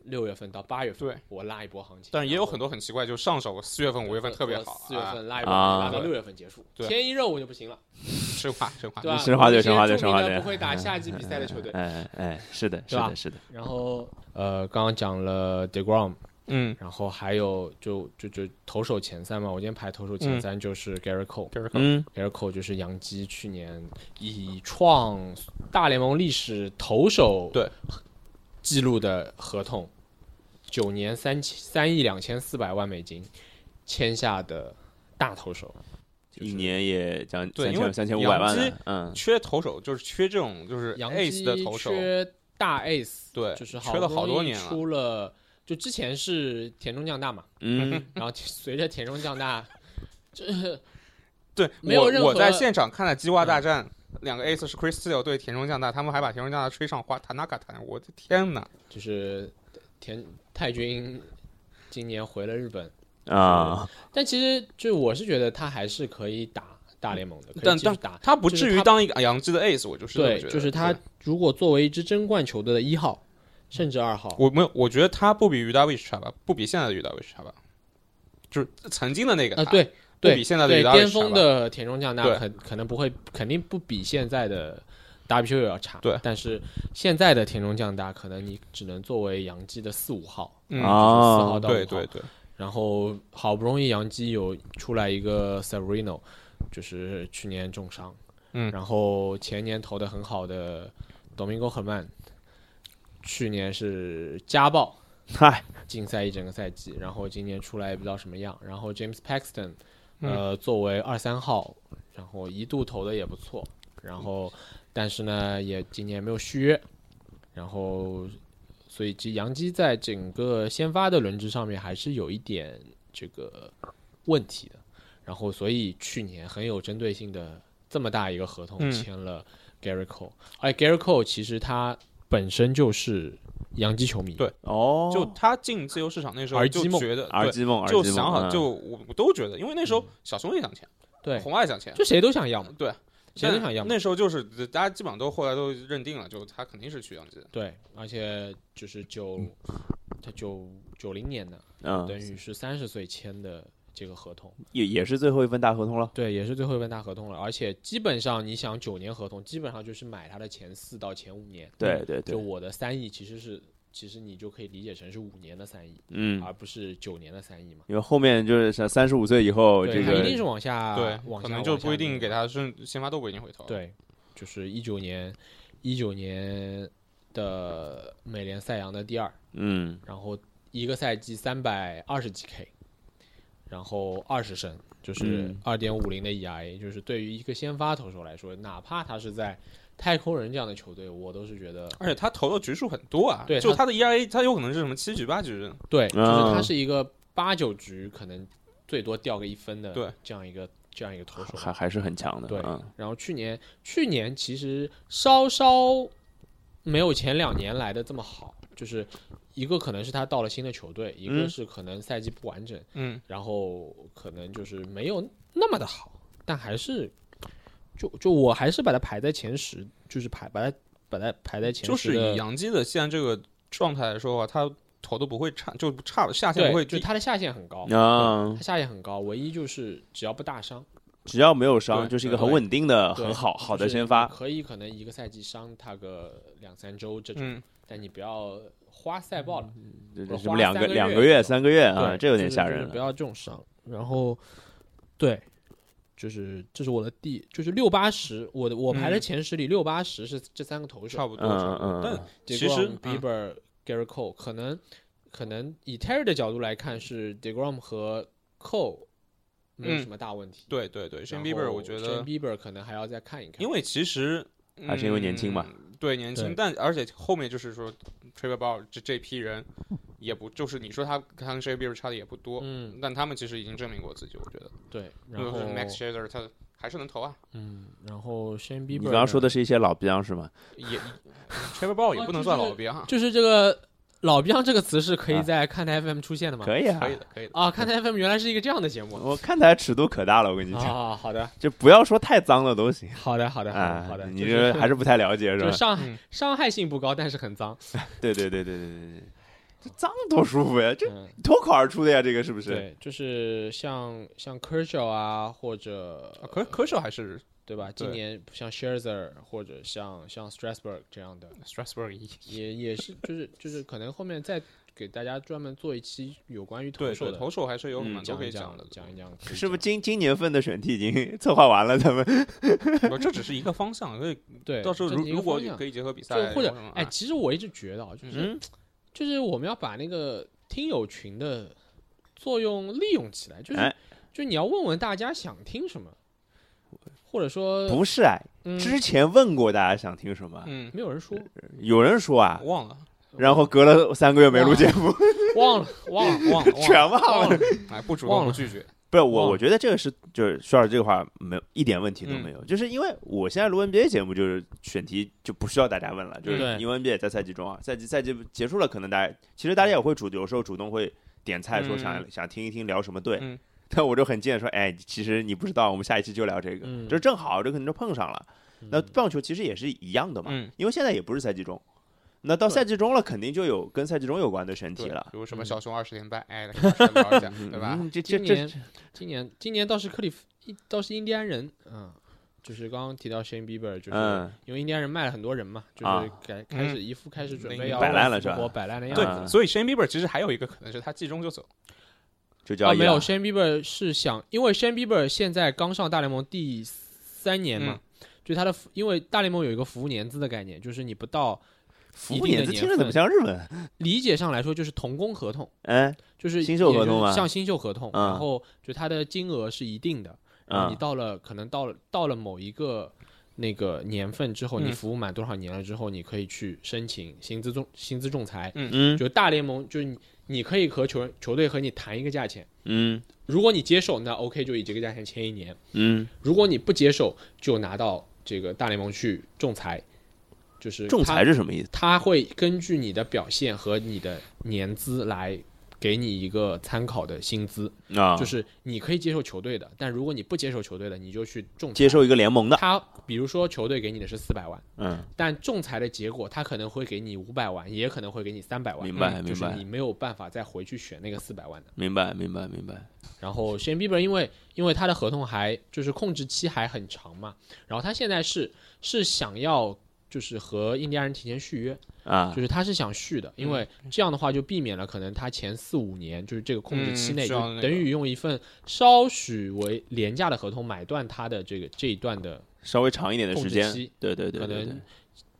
Speaker 3: 六月份到八月份，
Speaker 2: 对，
Speaker 3: 我拉一波行情，
Speaker 2: 但是也有很
Speaker 3: 多
Speaker 2: 多很奇怪，就上手四月份五月份特别好，
Speaker 3: 四月
Speaker 2: 啊
Speaker 3: 份拉一波，拉到
Speaker 2: 啊
Speaker 3: 六月份结束，
Speaker 2: 对
Speaker 3: 天一热我就不行了，
Speaker 2: 申花申花
Speaker 3: 对吧？
Speaker 4: 申花队
Speaker 3: 啊我这些
Speaker 4: 申花队
Speaker 3: 著名
Speaker 4: 申花
Speaker 3: 的
Speaker 4: 队
Speaker 3: 不会打夏季比赛的球队，
Speaker 4: 哎哎，是的，是
Speaker 3: 对吧
Speaker 4: 的，是的，
Speaker 3: 然后呃，刚刚讲了 Degrom。
Speaker 2: 嗯，
Speaker 3: 然后还有就就就投手前三嘛，我今天排投手
Speaker 2: 嗯
Speaker 3: 前三就是 Gary Cole，Gary、
Speaker 4: 嗯
Speaker 3: Cole 就是杨基去年以创大联盟历史投手
Speaker 2: 对
Speaker 3: 记录的合同，九年三千三亿两千四百万美金签下的大投手，就是
Speaker 4: 一年也将
Speaker 2: 对
Speaker 4: 三
Speaker 2: 因为
Speaker 4: 千三千五百万
Speaker 2: 养鸡
Speaker 4: 了， 嗯，
Speaker 2: 缺投手就是缺这种就是
Speaker 3: 杨
Speaker 2: ace
Speaker 3: 基
Speaker 2: 的投手，
Speaker 3: 缺大 ace，
Speaker 2: 对，
Speaker 3: 就是
Speaker 2: 缺了好
Speaker 3: 多
Speaker 2: 多年了。
Speaker 3: 出了就之前是田中将大嘛，
Speaker 4: 嗯，
Speaker 3: 然后 随着田中将大。
Speaker 2: 对，
Speaker 3: 没有
Speaker 2: 我
Speaker 3: 任
Speaker 2: 我
Speaker 3: 何嗯
Speaker 2: 在现场看了鸡袜大战，两个 ace 是 Chris Sale 对田中将大，他们还把田中将大吹上花塔纳卡谈，我的天哪！
Speaker 3: 就是田太君今年回了日本，
Speaker 4: 啊，
Speaker 3: 但其实就我是觉得他还是可以打大联盟的，可以
Speaker 2: 但
Speaker 3: 继续
Speaker 2: 但
Speaker 3: 打。
Speaker 2: 他不
Speaker 3: 就
Speaker 2: 至
Speaker 3: 是
Speaker 2: 于
Speaker 3: 他
Speaker 2: 当一个杨基的 ace，我就是这么
Speaker 3: 对，
Speaker 2: 觉得
Speaker 3: 就是他，如果作为一支争冠球队的一号，甚至二号，
Speaker 2: 我没有，我觉得他不比于大卫差吧，不比现在的于大卫差吧，就是曾经的那个
Speaker 3: 啊，
Speaker 2: 他
Speaker 3: 对对
Speaker 2: 不比现在的
Speaker 3: 对，
Speaker 2: 于大卫
Speaker 3: 巅
Speaker 2: 差吧
Speaker 3: 峰。的田中将大
Speaker 2: 对
Speaker 3: 可可能不会，肯定不比现在的 WPU 要差。
Speaker 2: 对
Speaker 3: 但是现在的田中将大，可能你只能作为洋基的四五号，
Speaker 2: 嗯
Speaker 3: 就是四号
Speaker 4: 啊，
Speaker 3: 到五号
Speaker 2: 对对对，
Speaker 3: 然后好不容易杨基有出来一个 Severino，就是去年重伤，
Speaker 2: 嗯
Speaker 3: 然后前年投的很好的 Domingo h e r m a n 去年是家暴
Speaker 4: 嗨，
Speaker 3: 禁赛一整个赛季，然后今年出来也不知道什么样，然后 James Paxton，呃，
Speaker 2: 嗯
Speaker 3: 作为二三号，然后一度投的也不错，然后但是呢，也今年没有续约，然后所以其实杨基在整个先发的轮值上面还是有一点这个问题的。然后，所以去年很有针对性的这么大一个合同
Speaker 2: 嗯
Speaker 3: 签了 Gary Cole，、而 Gary Cole 其实他本身就是洋基球迷，
Speaker 2: 对
Speaker 4: 哦，
Speaker 2: 就他进自由市场那时候
Speaker 3: 耳
Speaker 2: 就
Speaker 3: 机梦
Speaker 2: 觉得
Speaker 4: 耳
Speaker 2: 对
Speaker 4: 机梦，耳
Speaker 2: 就
Speaker 4: 机梦
Speaker 2: 想好
Speaker 4: 嗯
Speaker 2: 就我我都觉得，因为那时候小熊也想签，
Speaker 3: 对，
Speaker 2: 红袜也想签，
Speaker 3: 就谁都想要
Speaker 4: 嗯
Speaker 3: 嘛，
Speaker 2: 对，
Speaker 3: 谁都想要嘛。
Speaker 2: 那时候就是大家基本上都后来都认定了，就他肯定是去杨基的。
Speaker 3: 对，而且就是九，他九九零年的，等
Speaker 4: 嗯，
Speaker 3: 于是三十岁签的这个合同，
Speaker 4: 也也是最后一份大合同了，
Speaker 3: 对，也是最后一份大合同了。而且基本上你想九年合同，基本上就是买他的前四到前五年。嗯
Speaker 4: 对对
Speaker 3: 就
Speaker 4: 对，
Speaker 3: 我的三亿其实是，其实你就可以理解成是五年的三亿，
Speaker 4: 嗯，
Speaker 3: 而不是九年的三亿嘛。
Speaker 4: 因为后面就是三十五岁以后，这
Speaker 3: 对，他
Speaker 4: 个
Speaker 3: 一定是往下，往下
Speaker 2: 可能就不一定给。
Speaker 3: 往下
Speaker 2: 他是先发都不一定会投。
Speaker 3: 那个，对，就是一九年，一九年的美联赛扬的第二。
Speaker 4: 嗯
Speaker 3: 然后一个赛季三百二十几 K，然后二十胜，就是
Speaker 4: 嗯
Speaker 3: 二点五零的 ERA，、就是对于一个先发投手来说，哪怕他是在太空人这样的球队，我都是觉得
Speaker 2: 而且他投的局数很多啊，
Speaker 3: 对
Speaker 2: 就他
Speaker 3: 他
Speaker 2: 的 ERA，他有可能是什么七局八局，
Speaker 3: 对，就是他
Speaker 4: 啊
Speaker 3: 是一个八九局可能最多掉个一分的
Speaker 2: 对
Speaker 3: 这样一个这样一个投手。
Speaker 4: 还还是很强的，
Speaker 3: 对
Speaker 4: 嗯
Speaker 3: 然后去年去年其实稍稍没有前两年来的这么好，就是一个可能是他到了新的球队，一个
Speaker 4: 嗯
Speaker 3: 是可能赛季不完整。
Speaker 2: 嗯，
Speaker 3: 然后可能就是没有那么的好，但还是就就我还是把它排在前十，就是排把它把它排在前
Speaker 2: 就
Speaker 3: 十
Speaker 2: 是
Speaker 3: 的
Speaker 2: 以杨基的现在这个状态来说的话，他投的不会差，就差下限
Speaker 3: 对，
Speaker 2: 不会
Speaker 3: 就
Speaker 2: 低。
Speaker 3: 它的下限很高，
Speaker 4: 啊
Speaker 3: 它，下限很高，唯一就是只要不大伤，
Speaker 4: 只要没有伤，
Speaker 2: 对
Speaker 4: 就是一个很稳定的、
Speaker 3: 对
Speaker 4: 啊很好好的
Speaker 3: 就是
Speaker 4: 先发，
Speaker 3: 可以可能一个赛季伤他个两三周这种，
Speaker 2: 嗯，
Speaker 3: 但你不要花赛爆了，
Speaker 4: 就是
Speaker 3: 花
Speaker 4: 什么两
Speaker 3: 三个月
Speaker 4: 两个月、
Speaker 3: 这种
Speaker 4: 三个月啊，
Speaker 3: 对，
Speaker 4: 这有点吓
Speaker 3: 就是
Speaker 4: 人
Speaker 3: 就是不
Speaker 4: 了。
Speaker 3: 要重伤。然后，对，就是这是我的第，就是六八十，我的我排的
Speaker 2: 嗯
Speaker 3: 前十里六八十是这三个投手，
Speaker 2: 差不多。
Speaker 4: 嗯
Speaker 2: 差不多
Speaker 4: 嗯嗯
Speaker 2: 但
Speaker 3: 这
Speaker 2: 其
Speaker 3: 个
Speaker 2: 实
Speaker 3: Bieber、 Gary Cole，可能可能以 Terry 的角度来看是 Degrom 和 Cole 没有
Speaker 2: 嗯
Speaker 3: 什么大问题。
Speaker 2: 对对对 s h a
Speaker 3: 然
Speaker 2: n
Speaker 3: 后
Speaker 2: Bieber 我觉得，
Speaker 3: Shane Bieber 可能还要再看一看，
Speaker 2: 因为其实
Speaker 1: 还是因为年轻嘛
Speaker 2: 嗯对年轻，
Speaker 3: 对
Speaker 2: 但而且后面就是说 t r i p p e Ball 这这批人也不就是你说他他跟 s h a n Bieber 差的也不多，
Speaker 3: 嗯
Speaker 2: 但他们其实已经证明过自己，我觉得。
Speaker 3: 对，然
Speaker 2: 如
Speaker 3: 后
Speaker 2: 果是 Max Scherzer 他还是能投啊，
Speaker 3: 嗯，然后 Shane Bieber
Speaker 1: 你刚刚说
Speaker 3: 呢
Speaker 1: 的是一些老兵是吗？
Speaker 2: 也 t r i p p e Ball 也不能算老兵啊，
Speaker 3: 哦就是这个“老兵”这个词是可以
Speaker 1: 啊
Speaker 3: 在看台 FM 出现的吗？
Speaker 1: 可以哦啊
Speaker 2: 可，以的可以的。
Speaker 3: 啊，看台 FM 原来是一个这样的节目。
Speaker 1: 我看他尺度可大了，我跟你讲，
Speaker 3: 啊，好的，
Speaker 1: 就不要说太脏了都行。
Speaker 3: 好的，好的，好的，
Speaker 1: 啊
Speaker 3: 好的，，
Speaker 1: 你
Speaker 3: 就
Speaker 1: 这
Speaker 3: 是
Speaker 1: 还是不太了解是
Speaker 3: 就
Speaker 1: 吧
Speaker 3: 是？
Speaker 2: 嗯
Speaker 3: 伤害伤害性不高，但是很脏。
Speaker 1: 对对对对对对对，这脏多舒服呀！这
Speaker 3: 嗯，
Speaker 1: 脱口而出的呀，这个是不是？
Speaker 3: 对，就是像像 Kershaw 啊，或者
Speaker 2: 啊可可手还是
Speaker 3: 对吧？今年像 Scherzer 或者像像 Strasburg 这样的，
Speaker 2: Strasburg 一
Speaker 3: 也也是就是就是可能后面再给大家专门做一期有关于投
Speaker 2: 对
Speaker 3: 手
Speaker 2: 对
Speaker 3: 的，
Speaker 2: 投手还是有
Speaker 1: 嗯
Speaker 2: 蛮多
Speaker 3: 讲
Speaker 2: 可
Speaker 3: 一
Speaker 2: 以
Speaker 3: 讲
Speaker 2: 的，
Speaker 3: 讲一讲，
Speaker 1: 是不是今今年份的选题已经策划完了？咱们
Speaker 2: 不，这只是一个方向，所以
Speaker 3: 对，
Speaker 2: 到时候
Speaker 3: 这
Speaker 2: 如
Speaker 3: 是一个
Speaker 2: 如果
Speaker 3: 方向
Speaker 2: 可以结合比
Speaker 3: 就
Speaker 2: 赛，
Speaker 3: 或者
Speaker 2: 然后
Speaker 3: 哎，其实我一直觉得啊，就是、
Speaker 1: 嗯
Speaker 3: 就是我们要把那个听友群的作用利用起来，就是、
Speaker 1: 哎
Speaker 3: 就是你要问问大家想听什么，或者说
Speaker 1: 不是哎，
Speaker 3: 嗯
Speaker 1: 之前问过大家想听什么，
Speaker 2: 嗯，
Speaker 3: 没有人说，
Speaker 1: 有人说啊，
Speaker 3: 嗯
Speaker 2: 忘了
Speaker 1: 然后隔了三个月没录节目，
Speaker 3: 忘了忘了
Speaker 2: 忘了忘
Speaker 1: 全
Speaker 2: 了，
Speaker 1: 忘 了。
Speaker 2: 哎，不主
Speaker 3: 忘
Speaker 2: 动
Speaker 3: 了
Speaker 2: 不拒绝，
Speaker 1: 不是我，
Speaker 3: 忘
Speaker 1: 我觉得这个是就是说到这个话没有一点问题
Speaker 3: 嗯
Speaker 1: 都没有，就是因为我现在录 NBA 节目，就是选题就不需要大家问了，就是
Speaker 3: 对
Speaker 1: 因为 NBA 也在赛季中啊，赛季赛季结束了，可能大家其实大家也会主有时候主动会点菜说想、
Speaker 2: 嗯
Speaker 1: 想听一听聊什么队，
Speaker 2: 嗯
Speaker 1: 但我就很贱说，哎，其实你不知道，我们下一期就聊这个，
Speaker 3: 嗯
Speaker 1: 就正好这可能就碰上了。那棒球其实也是一样的嘛，
Speaker 2: 嗯，
Speaker 1: 因为现在也不是赛季中。那到
Speaker 3: 对
Speaker 1: 赛季中了，肯定就有跟赛季中有关的选题
Speaker 2: 对
Speaker 1: 了，
Speaker 2: 比如什么
Speaker 3: 嗯
Speaker 2: 小熊二十连败， 哎，跟大家聊一下，对吧？
Speaker 1: 嗯这这
Speaker 3: 今
Speaker 1: 这
Speaker 3: 年今年今年倒是克里夫一倒是印第安人，嗯。就是刚刚提到 Shane Bieber，就是
Speaker 1: 嗯
Speaker 3: 因为印第安人卖了很多人嘛，就是
Speaker 1: 啊
Speaker 3: 改开始一副开始准备要
Speaker 1: 摆烂了是吧
Speaker 3: 我摆烂的样子，
Speaker 1: 啊
Speaker 2: 对，所以 Shane Bieber 其实还有一个可能是他季中就走，
Speaker 1: 就
Speaker 3: 啊，
Speaker 1: 叫
Speaker 3: 没有，Shane Bieber 是想，因为 Shane Bieber 现在刚上大联盟第三年嘛，就他的服，因为大联盟有一个服务年资的概念，就是你不到
Speaker 1: 服
Speaker 3: 一
Speaker 1: 务
Speaker 3: 定的
Speaker 1: 年资
Speaker 3: 年
Speaker 1: 听着怎么
Speaker 3: 份
Speaker 1: 像日本？
Speaker 3: 理解上来说就是童工合同，
Speaker 1: 哎，
Speaker 3: 就是
Speaker 1: 新秀
Speaker 3: 也
Speaker 1: 合
Speaker 3: 就是
Speaker 1: 同吗
Speaker 3: 像新秀合同，
Speaker 1: 嗯
Speaker 3: 然后就它的金额是一定的，然后
Speaker 1: 啊
Speaker 3: 你，到了可能到了到了某一个。那个年份之后，你
Speaker 2: 嗯
Speaker 3: 服务满多少年了之后，你可以去申请薪资仲薪资仲裁。
Speaker 1: 嗯
Speaker 3: 就大联盟，就是你你可以和球员球队和你谈一个价钱，
Speaker 1: 嗯
Speaker 3: 如果你接受，那 OK 就以这个价钱签一年；
Speaker 1: 嗯，
Speaker 3: 如果你不接受，就拿到这个大联盟去仲裁，就是
Speaker 1: 仲裁
Speaker 3: 他
Speaker 1: 是什么意思？
Speaker 3: 他会根据你的表现和你的年资来给你一个参考的薪资，
Speaker 1: 啊，
Speaker 3: 就是你可以接受球队的，但如果你不接受球队的，你就去仲裁。
Speaker 1: 接受一个联盟的，
Speaker 3: 他，比如说球队给你的是四百万，
Speaker 1: 嗯，
Speaker 3: 但仲裁的结果他可能会给你五百万，也可能会给你三百万，嗯
Speaker 1: 明白
Speaker 3: 就
Speaker 1: 明
Speaker 3: 是你
Speaker 1: 白
Speaker 3: 没有办法再回去选那个四百万的。
Speaker 1: 明白明白明白，
Speaker 3: 然后 Shane Bieber 因为因为他的合同还就是控制期还很长嘛，然后他现在是是想要就是和印第安人提前续约，
Speaker 1: 啊嗯
Speaker 3: 就，是他是想续的，因为这样的话就避免了可能他前四五年就是这个控制期
Speaker 2: 嗯
Speaker 3: 内
Speaker 2: 这
Speaker 3: 就
Speaker 2: 样那个
Speaker 3: 等于用一份稍许为廉价的合同买断他的这个这一段的，
Speaker 1: 稍微长一点的时间
Speaker 3: 控制期，
Speaker 1: 对对对
Speaker 3: 可
Speaker 1: 对
Speaker 3: 能
Speaker 1: 对，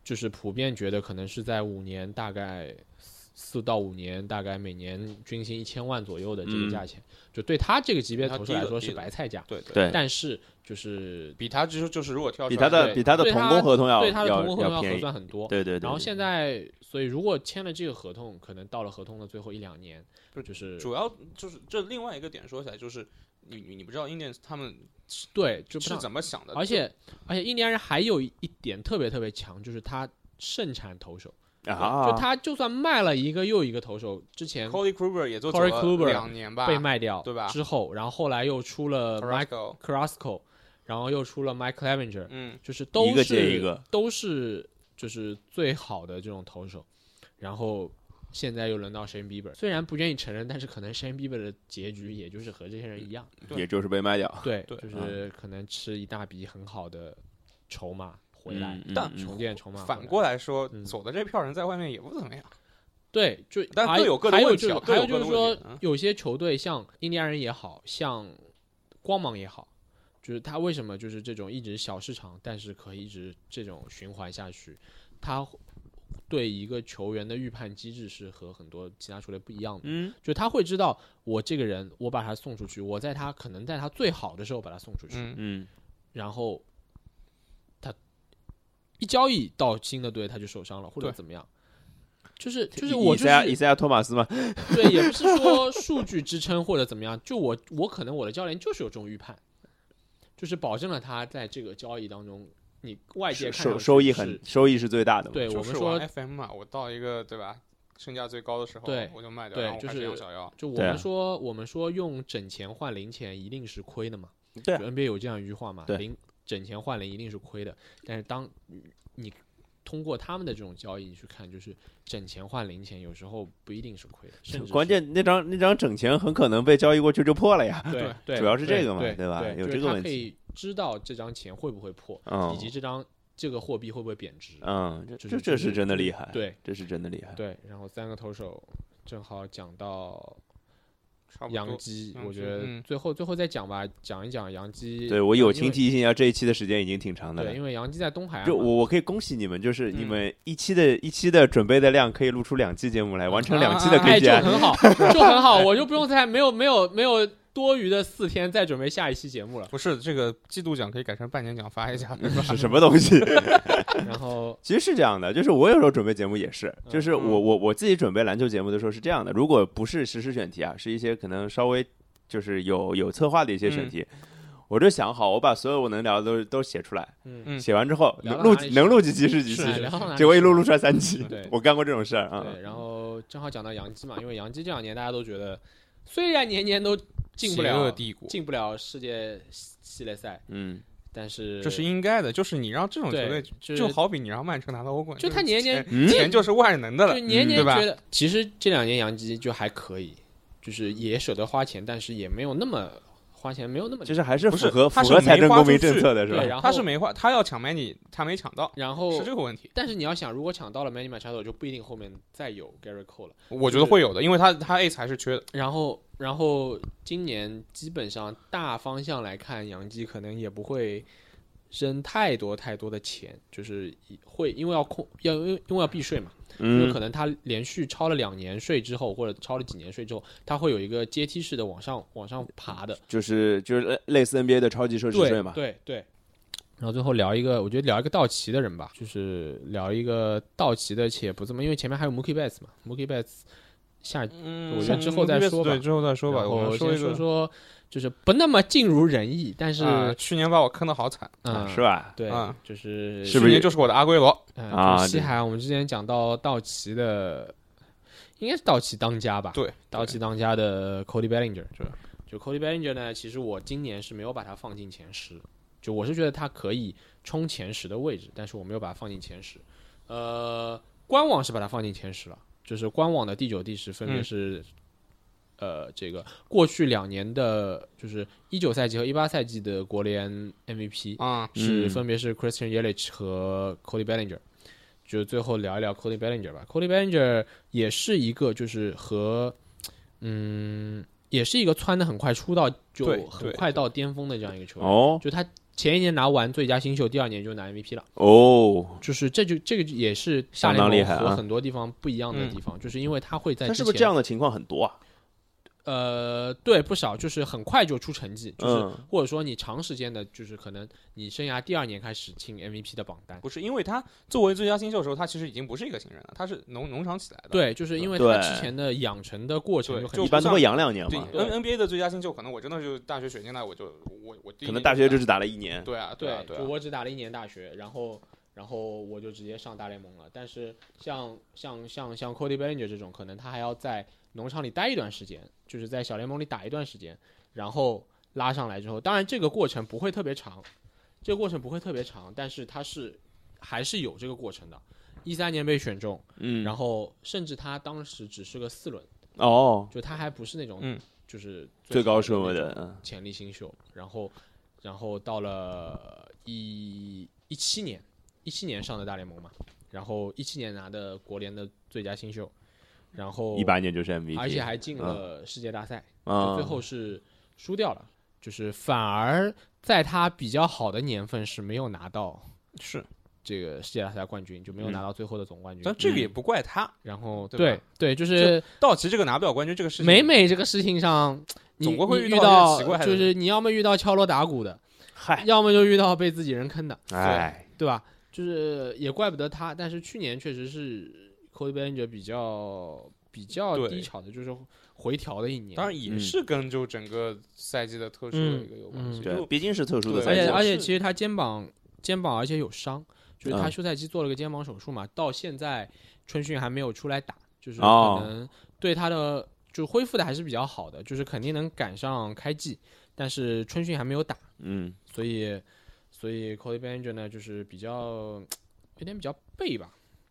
Speaker 3: 就是普遍觉得可能是在五年大概。四到五年，大概每年均薪一千万左右的这个
Speaker 1: 嗯
Speaker 3: 价钱，就对他这个级别
Speaker 2: 那
Speaker 3: 投
Speaker 2: 低
Speaker 3: 手来
Speaker 2: 了
Speaker 3: 说
Speaker 2: 低
Speaker 3: 是
Speaker 2: 了
Speaker 3: 白菜价。
Speaker 2: 对对
Speaker 1: 对
Speaker 3: 但是就是
Speaker 2: 比他就是就是如果跳
Speaker 1: 比
Speaker 2: 出
Speaker 1: 他
Speaker 2: 来
Speaker 1: 的
Speaker 3: 对
Speaker 1: 比他的
Speaker 3: 对
Speaker 1: 童
Speaker 3: 他
Speaker 1: 工合同要
Speaker 3: 对他的
Speaker 1: 要
Speaker 3: 同工合同
Speaker 1: 要
Speaker 3: 要核
Speaker 1: 便宜，
Speaker 3: 算很多。
Speaker 1: 对对对，
Speaker 3: 然后
Speaker 1: 对
Speaker 3: 现在，所以如果签了这个合同，可能到了合同的最后一两年，
Speaker 2: 不是
Speaker 3: 就是
Speaker 2: 主要就是这另外一个点说起来就是你你你不知道 Indians 他们
Speaker 3: 对，就是不
Speaker 2: 怎么想的，
Speaker 3: 而且而且印第安人还有一点特别特别强，就是他盛产投手，
Speaker 1: 啊，
Speaker 3: 就他就算卖了一个又一个投手，之前
Speaker 2: Cody Kluber 也做
Speaker 3: Corey
Speaker 2: 走了
Speaker 3: Kluber
Speaker 2: 两年吧，
Speaker 3: 被卖掉，
Speaker 2: 对吧
Speaker 3: 之后，然后后来又出了
Speaker 2: c o
Speaker 3: Mike
Speaker 2: o
Speaker 3: Carrasco，然后又出了 Mike Clevenger，
Speaker 2: 嗯，
Speaker 3: 就是都是
Speaker 1: 一个接一个
Speaker 3: 都是就是最好的这种投手，然后现在又轮到 Shane Bieber，虽然不愿意承认，但是可能 Shane Bieber 的结局也就是和这些人一样，
Speaker 2: 对
Speaker 1: 也就是被卖掉，嗯
Speaker 3: 对，
Speaker 2: 对啊
Speaker 3: 就是可能吃一大笔很好的筹码回来，
Speaker 1: 嗯嗯
Speaker 2: 但
Speaker 1: 嗯
Speaker 3: 重建筹码。
Speaker 2: 反过
Speaker 3: 来，
Speaker 2: 来说，
Speaker 3: 嗯
Speaker 2: 走的这票人在外面也不怎么样，
Speaker 3: 对，就
Speaker 2: 但
Speaker 3: 还
Speaker 2: 各有各的
Speaker 3: 还有
Speaker 2: 问题
Speaker 3: 就是
Speaker 2: 啊各
Speaker 3: 还
Speaker 2: 有
Speaker 3: 有就
Speaker 2: 各
Speaker 3: 是
Speaker 2: 的
Speaker 3: 说
Speaker 2: 问题嗯，
Speaker 3: 有些球队像印第安人也好像光芒也好。就是他为什么就是这种一直小市场，但是可以一直这种循环下去，他对一个球员的预判机制是和很多其他球队不一样的。
Speaker 2: 嗯，
Speaker 3: 就他会知道我这个人，我把他送出去，我在他可能在他最好的时候把他送出去，
Speaker 2: 嗯
Speaker 1: 嗯
Speaker 3: 然后他一交易到新的队他就受伤了，或者
Speaker 2: 对
Speaker 3: 怎么样。就是就
Speaker 1: 以
Speaker 3: 是我
Speaker 1: 以
Speaker 3: 就
Speaker 1: 赛亚以
Speaker 3: 是
Speaker 1: 赛亚托马斯嘛，
Speaker 3: 对，也不是说数据支撑或者怎么样，就我我可能我的教练就是有这种预判，就是保证了他在这个交易当中，你外界看
Speaker 1: 收
Speaker 3: 上去
Speaker 1: 收益
Speaker 3: 是
Speaker 1: 很收益是最大的嘛。
Speaker 3: 对
Speaker 2: 就
Speaker 3: 我们
Speaker 2: 是
Speaker 3: 说
Speaker 2: 玩 FM 嘛，我到一个对吧，身价最高的时候，
Speaker 3: 对
Speaker 2: 我就卖掉，
Speaker 3: 对
Speaker 2: 然后我
Speaker 3: 就
Speaker 2: 开
Speaker 3: 是
Speaker 2: 始养小妖。
Speaker 3: 就我
Speaker 1: 对啊
Speaker 3: 们说，我们说用整钱换零钱一定是亏的嘛？
Speaker 1: 对啊
Speaker 3: 就 NBA 有这样一句话嘛？
Speaker 1: 对
Speaker 3: 零整钱换零一定是亏的。但是当你通过他们的这种交易去看，就是整钱换零钱有时候不一定是亏的，甚至是
Speaker 1: 关键那张那张整钱很可能被交易过去就破了呀。
Speaker 3: 对对，
Speaker 1: 主要是这个嘛
Speaker 3: 对
Speaker 1: 对吧
Speaker 3: 对
Speaker 1: 有
Speaker 3: 就是
Speaker 1: 这个
Speaker 3: 他
Speaker 1: 问
Speaker 3: 可
Speaker 1: 题
Speaker 3: 以知道这张钱会不会破，
Speaker 1: 嗯
Speaker 3: 以及这张这个货币会不会贬值。
Speaker 1: 嗯，这这
Speaker 3: 就是
Speaker 1: 这
Speaker 3: 就是是
Speaker 1: 真的厉害，，
Speaker 3: 对
Speaker 1: 这是真的厉害。
Speaker 3: 对，然后三个投手正好讲到
Speaker 2: 差不
Speaker 3: 杨
Speaker 2: 多，
Speaker 3: 基，
Speaker 2: 杨
Speaker 3: 我
Speaker 2: 基
Speaker 3: 觉得
Speaker 2: 嗯
Speaker 3: 最后最后再讲吧，讲一讲杨基。
Speaker 1: 对我友
Speaker 3: 因
Speaker 1: 情
Speaker 3: 为
Speaker 1: 提醒一下，这一期的时间已经挺长的了
Speaker 3: 对，。因为杨基在东海岸
Speaker 1: 就
Speaker 3: 嘛
Speaker 1: 我我可以恭喜你们，就是你
Speaker 2: 嗯
Speaker 1: 们一期的、一期的准备的量可以录出两期节目来，完成两期的
Speaker 2: 啊啊啊
Speaker 3: 哎，就
Speaker 1: KPI。
Speaker 3: 很好，就很好，我就不用再没有没有没有多余的四天再准备下一期节目了。
Speaker 2: 不是这个季度奖可以改成半年奖发一下，
Speaker 3: 嗯
Speaker 2: 对吧？
Speaker 1: 是什么东 西？
Speaker 3: 然后
Speaker 1: 其实是这样的，就是我有时候准备节目也是，
Speaker 3: 嗯
Speaker 1: 就是我我我自己准备篮球节目的时候是这样的，如果不是实时选题啊，是一些可能稍微就是有有策划的一些
Speaker 3: 嗯
Speaker 1: 选题，我就想好，我把所有我能聊的都都写出来，
Speaker 3: 嗯，
Speaker 2: 嗯
Speaker 1: 写完之后
Speaker 3: 聊到
Speaker 1: 录
Speaker 3: 哪里去
Speaker 1: 能录几期是几期
Speaker 3: 是，啊聊到哪 里
Speaker 1: 结果一
Speaker 3: 去
Speaker 1: 录录出来三期
Speaker 3: 对，
Speaker 1: 我干过这种事儿啊。
Speaker 3: 对，然后正好讲到杨基嘛，因为杨基这两年大家都觉得，虽然年年都进不
Speaker 2: 邪恶
Speaker 3: 了
Speaker 2: 帝国，
Speaker 3: 进不了世界系列赛，
Speaker 1: 嗯，
Speaker 3: 但是
Speaker 2: 这是应该的，就是你让这种球
Speaker 3: 对
Speaker 2: 队，，就
Speaker 3: 就
Speaker 2: 是好比你让曼城拿到欧冠，
Speaker 3: 就他
Speaker 2: 是
Speaker 3: 年年
Speaker 1: 嗯
Speaker 2: 钱就是万能的
Speaker 3: 就
Speaker 2: 了，嗯
Speaker 3: 年年
Speaker 2: 对吧
Speaker 3: 觉得，其实这两年杨基就还可以，就是也舍得花钱，但是也没有那么花钱，没有那么
Speaker 1: 就是还是
Speaker 2: 不
Speaker 1: 符
Speaker 2: 是
Speaker 1: 合符
Speaker 2: 他是
Speaker 1: 合财
Speaker 2: 没
Speaker 1: 政
Speaker 2: 花
Speaker 1: 公平
Speaker 2: 出去
Speaker 1: 政策的是吧
Speaker 3: 对，？然后
Speaker 2: 他是没花，他要抢买你，他没抢到，
Speaker 3: 然后
Speaker 2: 是这个问题。
Speaker 3: 但是你要想，如果抢到了 Manny Machado，就不一定后面再有 Gary Cole 了。
Speaker 2: 我觉得会有的，因为他他 A 还是缺的，
Speaker 3: 然后，然后今年基本上大方向来看，杨基可能也不会扔太多太多的钱，就是会因为要控要因为因为要避税嘛，就是
Speaker 1: 嗯
Speaker 3: 可能他连续超了两年税之后，或者超了几年税之后，他会有一个阶梯式的往上往上爬的。
Speaker 1: 就是就是类类似 NBA 的超级奢侈税
Speaker 3: 对
Speaker 1: 嘛。
Speaker 3: 对对。然后最后聊一个，我觉得聊一个道奇的人吧，就是聊一个道奇的，且不这么，因为前面还有 Mookie Betts 嘛，Mookie Betts 下，
Speaker 2: 嗯
Speaker 3: 我觉得之后再说吧
Speaker 2: 对，之后再说吧。
Speaker 3: 然
Speaker 2: 我
Speaker 3: 后
Speaker 2: 们
Speaker 3: 先
Speaker 2: 一个
Speaker 3: 说，说，就是不那么尽如人意，但是
Speaker 2: 啊去年把我坑的好惨，
Speaker 3: 嗯，
Speaker 1: 是吧？
Speaker 3: 对
Speaker 2: 啊，
Speaker 3: 就是
Speaker 1: 是不
Speaker 2: 去
Speaker 1: 是
Speaker 2: 年就是我的阿圭罗？
Speaker 3: 嗯
Speaker 1: 啊
Speaker 3: 就是西
Speaker 1: 对
Speaker 3: 海岸，我们之前讲到道奇的，应该是道奇当家吧？
Speaker 2: 对，
Speaker 3: 道奇当家的 Cody Bellinger，
Speaker 2: 对
Speaker 3: 就 Cody Bellinger 呢，其实我今年是没有把他放进前十，就我是觉得他可以冲前十的位置，但是我没有把他放进前十。呃，官网是把他放进前十了，就是官网的第九、第十分别
Speaker 2: 嗯
Speaker 3: 是、呃，这个过去两年的，就是一九赛季和一八赛季的国联 MVP，
Speaker 2: 啊，
Speaker 3: 是
Speaker 1: 嗯
Speaker 3: 分别是 Christian Yelich 和 Cody Bellinger。就最后聊一聊 Cody Bellinger 吧。Cody Bellinger 也是一个，就是和嗯，也是一个窜的很快，出道就
Speaker 2: 对
Speaker 3: 很
Speaker 2: 对
Speaker 3: 快到巅峰的这样一个球员。
Speaker 1: 哦
Speaker 3: 就他前一年拿完最佳新秀，第二年就拿 MVP 了。
Speaker 1: 哦，
Speaker 3: 就是这就这个也是大
Speaker 1: 相
Speaker 3: 联
Speaker 1: 当厉
Speaker 3: 盟
Speaker 1: 害啊
Speaker 3: 和很多地方不一样的
Speaker 2: 嗯
Speaker 3: 地方，就是因为他会在
Speaker 1: 他
Speaker 3: 之
Speaker 1: 是不是
Speaker 3: 前
Speaker 1: 这样的情况很多啊？
Speaker 3: 呃，对，不少，就是很快就出成绩，就是、
Speaker 1: 嗯
Speaker 3: 或者说你长时间的，就是可能你生涯第二年开始进 MVP 的榜单。
Speaker 2: 不是，因为他作为最佳新秀的时候，他其实已经不是一个新人了，他是农农场起来的。
Speaker 3: 对，就是因为
Speaker 1: 对
Speaker 3: 他之前的养成的过程
Speaker 2: 对
Speaker 3: 就很
Speaker 2: 就
Speaker 1: 一般都会养两年
Speaker 2: 对
Speaker 1: 嘛，
Speaker 3: 对
Speaker 2: ，N NBA 的最佳新秀，可能我真的就大学选进来，我就我我第一
Speaker 1: 可能
Speaker 2: 年
Speaker 1: 大学
Speaker 2: 就
Speaker 1: 就只打了一年。
Speaker 2: 对啊
Speaker 3: 对
Speaker 2: 啊对
Speaker 3: 就
Speaker 2: 啊，
Speaker 3: 我只打了一年大学，然后然后我就直接上大联盟了。但是像像像像 Cody Bellinger 这种，可能他还要在农场里待一段时间，就是在小联盟里打一段时间，然后拉上来之后，当然这个过程不会特别长，这个过程不会特别长，但是他是还是有这个过程的。一三年被选中，
Speaker 1: 嗯，
Speaker 3: 然后甚至他当时只是个四轮，
Speaker 1: 哦，
Speaker 3: 就他还不是那种，
Speaker 2: 嗯
Speaker 3: 就是
Speaker 1: 最高顺
Speaker 3: 顺
Speaker 1: 位
Speaker 3: 位
Speaker 1: 的，嗯
Speaker 3: 潜力新秀，然后然后到了一一七年，一七年上的大联盟嘛，然后一七年拿的国联的最佳新秀，然后
Speaker 1: 一八年就是 MVP，
Speaker 3: 而且还进了世界大赛，就
Speaker 1: 嗯，
Speaker 3: 最后是输掉了，就是反而在他比较好的年份是没有拿到
Speaker 2: 是
Speaker 3: 这个世界大赛冠军，就没有拿到最后的总冠军。
Speaker 2: 嗯但这个也不怪他，
Speaker 3: 嗯然后
Speaker 2: 对吧
Speaker 3: 对对，就是
Speaker 2: 道奇这个拿不了冠军这个事情，
Speaker 3: 每每这个事情上，你
Speaker 2: 总归会
Speaker 3: 你
Speaker 2: 遇
Speaker 3: 遇
Speaker 2: 到一些奇怪的
Speaker 3: 就
Speaker 2: 人
Speaker 3: 是你要么遇到敲锣打鼓的，
Speaker 1: 嗨，
Speaker 3: 要么就遇到被自己人坑的，
Speaker 1: 哎，
Speaker 3: 对吧？就是也怪不得他，但是去年确实是 Kobe Bryant 比较比较
Speaker 2: 对
Speaker 3: 低潮的，就是回调的一年。
Speaker 2: 当然也
Speaker 1: 嗯
Speaker 2: 是跟就整个赛季的特殊的一个有关系。
Speaker 3: 嗯嗯
Speaker 1: 对，
Speaker 2: 就
Speaker 1: 毕竟是特殊的
Speaker 2: 对
Speaker 1: 赛
Speaker 3: 而且
Speaker 1: 季嘛，
Speaker 3: 而且
Speaker 2: 是
Speaker 3: 其实他肩膀肩膀而且有伤，就是他
Speaker 1: 嗯
Speaker 3: 休赛期做了个肩膀手术嘛，到现在春训还没有出来打，就是
Speaker 1: 哦
Speaker 3: 可能对他的就恢复的还是比较好的，就是肯定能赶上开季，但是春训还没有打，
Speaker 1: 嗯，
Speaker 3: 所以所以 Cody b a n g e r 呢就是比较有点比较背吧，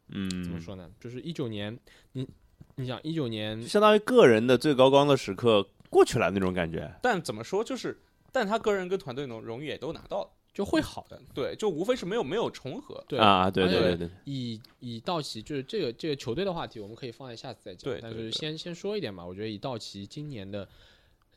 Speaker 1: 嗯，
Speaker 3: 怎么说呢？就是一九年你你想一九年
Speaker 1: 就相当于个人的最高光的时刻过去了那种感觉。
Speaker 2: 但怎么说，就是但他个人跟团队荣荣誉也都拿到了，
Speaker 3: 就会好的，
Speaker 2: 对，就无非是没有没有重合。
Speaker 3: 对
Speaker 1: 啊，对
Speaker 3: 而且
Speaker 1: 对对对，
Speaker 3: 以以道奇就是这个这个球队的话题，我们可以放在下次再讲。
Speaker 2: 对
Speaker 3: 但
Speaker 2: 对
Speaker 3: 是
Speaker 2: 对
Speaker 3: 先先说一点吧，我觉得以道奇今年的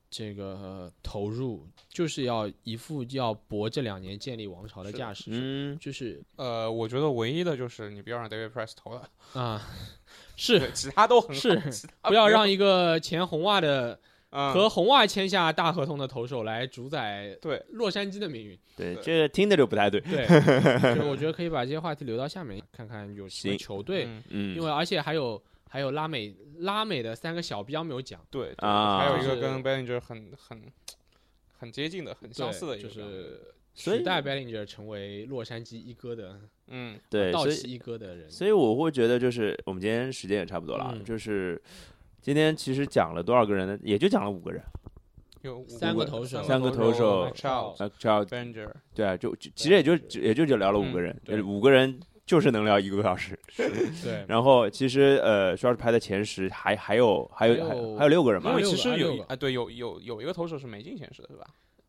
Speaker 3: 这个、呃投入，就是要一副要搏这两年建立王朝的架势。
Speaker 1: 嗯，
Speaker 3: 就是
Speaker 2: 呃，我觉得唯一的就是你不要让 David Price 投了，
Speaker 3: 啊、 是
Speaker 2: 对，其他都很好，
Speaker 3: 是
Speaker 2: 其他
Speaker 3: 不要让一个前红袜的
Speaker 2: 嗯
Speaker 3: 和红袜签下大合同的投手来主宰
Speaker 2: 对
Speaker 3: 洛杉矶的命运。
Speaker 1: 对，
Speaker 2: 对
Speaker 1: 这个听着就不太对。
Speaker 3: 对， 就是我觉得可以把这些话题留到下面，看看有什么
Speaker 1: 行
Speaker 3: 球队，
Speaker 2: 嗯
Speaker 1: 嗯
Speaker 3: 因为而且还有还有拉美拉美的三个小标没有讲。
Speaker 2: 对对
Speaker 1: 啊
Speaker 2: 还有一
Speaker 3: 就
Speaker 2: 个
Speaker 3: 是
Speaker 2: 跟 b e l l i n g e r 很很很接近的、很相似的
Speaker 3: 对
Speaker 2: 一个
Speaker 3: 就
Speaker 2: 表现
Speaker 3: 是
Speaker 1: 所以
Speaker 3: 取代 Bellinger 成为洛杉矶一哥的
Speaker 2: 嗯，
Speaker 1: 对，
Speaker 3: 道
Speaker 1: 所以
Speaker 3: 奇一哥的人，
Speaker 1: 所以我会觉得，就是我们今天时间也差不多了啊，
Speaker 3: 嗯
Speaker 1: 就是今天其实讲了多少个人呢？也就讲了五个人，
Speaker 2: 有五
Speaker 3: 三个投手
Speaker 1: 三个投手
Speaker 2: m a c h o u
Speaker 1: 呃，只要
Speaker 2: b e l l i n g e r
Speaker 1: 对啊，就就其实也就也就就聊了五个人，
Speaker 3: 嗯
Speaker 1: 呃
Speaker 3: 对
Speaker 1: 五个人就是能聊一个多小时。
Speaker 3: 对
Speaker 1: 然后其实呃，说是排的前十还还有还有
Speaker 3: 还有
Speaker 1: 还有六个人吧
Speaker 2: 因为
Speaker 3: 六
Speaker 2: 其
Speaker 3: 个还
Speaker 2: 实有
Speaker 3: 六
Speaker 2: 一
Speaker 3: 个
Speaker 2: 啊，对，有有有一个投手是没进前十的，是吧？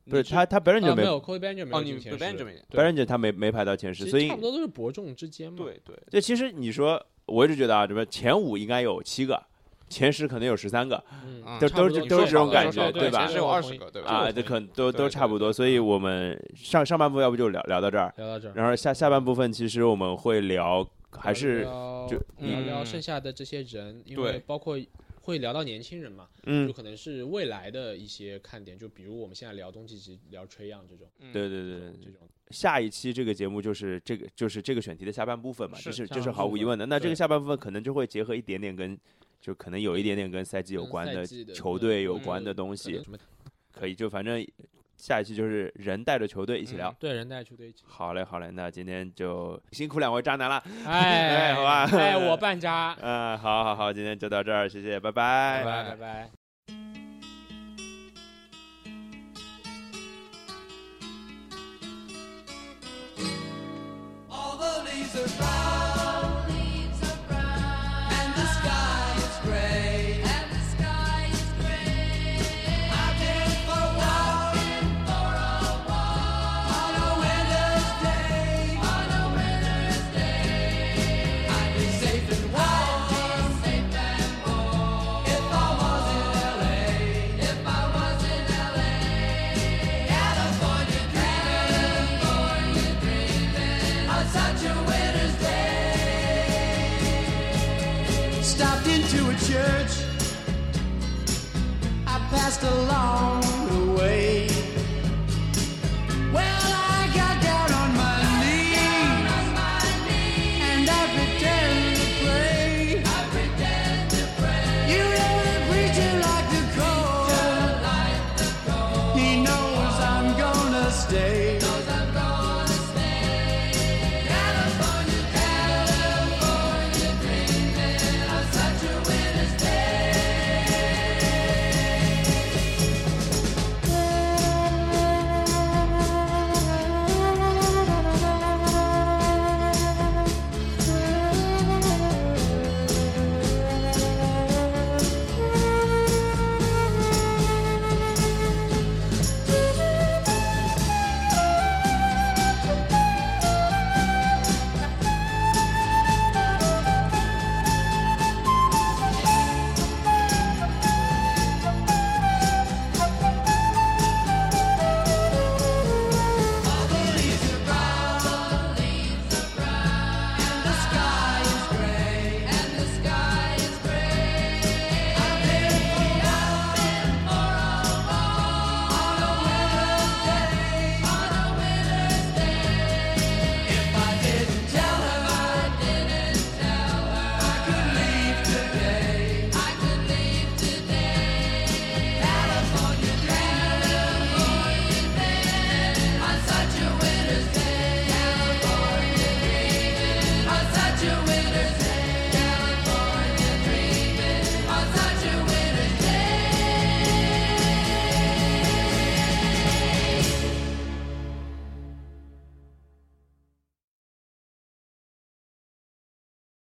Speaker 1: 不是
Speaker 2: 你
Speaker 1: 他他 b e r n
Speaker 3: 啊，
Speaker 1: 就
Speaker 3: 没
Speaker 1: 没
Speaker 3: 有 Kobe Benjamin 没
Speaker 2: 哦，
Speaker 3: 有
Speaker 2: 你
Speaker 3: 进前十
Speaker 2: Benjamin
Speaker 1: b e r n 他没没排到前
Speaker 3: 其
Speaker 1: 十，
Speaker 3: 实
Speaker 1: 所以
Speaker 3: 差不多都是伯仲之间嘛。
Speaker 2: 对对
Speaker 1: 就其实你说我一直觉得啊，什么前五应该有七个，前十可能有十三个，
Speaker 3: 嗯，
Speaker 2: 嗯
Speaker 1: 都
Speaker 3: 差不
Speaker 1: 啊都是
Speaker 3: 多
Speaker 1: 都是这种
Speaker 3: 差不多
Speaker 1: 感
Speaker 3: 差
Speaker 1: 觉，
Speaker 3: 不多
Speaker 1: 对
Speaker 3: 对
Speaker 1: 吧
Speaker 2: 前？十有二十个，对吧？
Speaker 1: 啊，
Speaker 2: 这
Speaker 1: 这可能都
Speaker 2: 对
Speaker 1: 都
Speaker 2: 对
Speaker 1: 差不多，
Speaker 2: 对
Speaker 1: 所以我们上上半部要不就聊聊到这儿，
Speaker 3: 聊到这儿，
Speaker 1: 然后下下半部分其实我们会聊，还是
Speaker 3: 聊
Speaker 1: 就
Speaker 3: 聊聊
Speaker 2: 嗯
Speaker 3: 剩下的这些人，因
Speaker 2: 对
Speaker 3: 为包括会聊到年轻人嘛，
Speaker 1: 嗯
Speaker 3: 就，可能是未来的一些看点，就比如我们现在聊东契奇、聊吹样这种，
Speaker 2: 嗯
Speaker 1: 对对对对，
Speaker 3: 这种
Speaker 1: 下一期这个节目就是这个就是这个选题的下半部分嘛，这
Speaker 2: 是
Speaker 1: 是
Speaker 3: 下
Speaker 1: 这是
Speaker 3: 半
Speaker 1: 毫
Speaker 3: 部
Speaker 1: 无疑
Speaker 3: 分
Speaker 1: 问的。那这
Speaker 3: 对
Speaker 1: 个下半部分可能就会结合一点点跟，就可能有一点点跟赛季有
Speaker 3: 跟
Speaker 1: 关
Speaker 3: 赛
Speaker 1: 的
Speaker 3: 季的
Speaker 1: 球
Speaker 3: 对
Speaker 1: 队有
Speaker 2: 嗯
Speaker 1: 关的东
Speaker 3: 可能
Speaker 1: 西，
Speaker 3: 什么
Speaker 1: 可以就反正下一期就是人带着球队一起聊
Speaker 2: 嗯。
Speaker 3: 对人带 球队一起，
Speaker 1: 好嘞，好嘞，那今天就辛苦两位渣男了，
Speaker 3: 哎
Speaker 1: 哎好吧
Speaker 3: 哎，我半扎，
Speaker 1: 嗯，好好好，今天就到这儿，谢谢，拜
Speaker 3: 拜
Speaker 1: 拜
Speaker 3: 拜拜拜。
Speaker 6: All the leaves are brown. And the sky is gray. Out in for a walk. On a winter's day. I'd be safe and warm. If I was in LA. California dreaming. On such a winter's day. Stopped into a church. I passed along.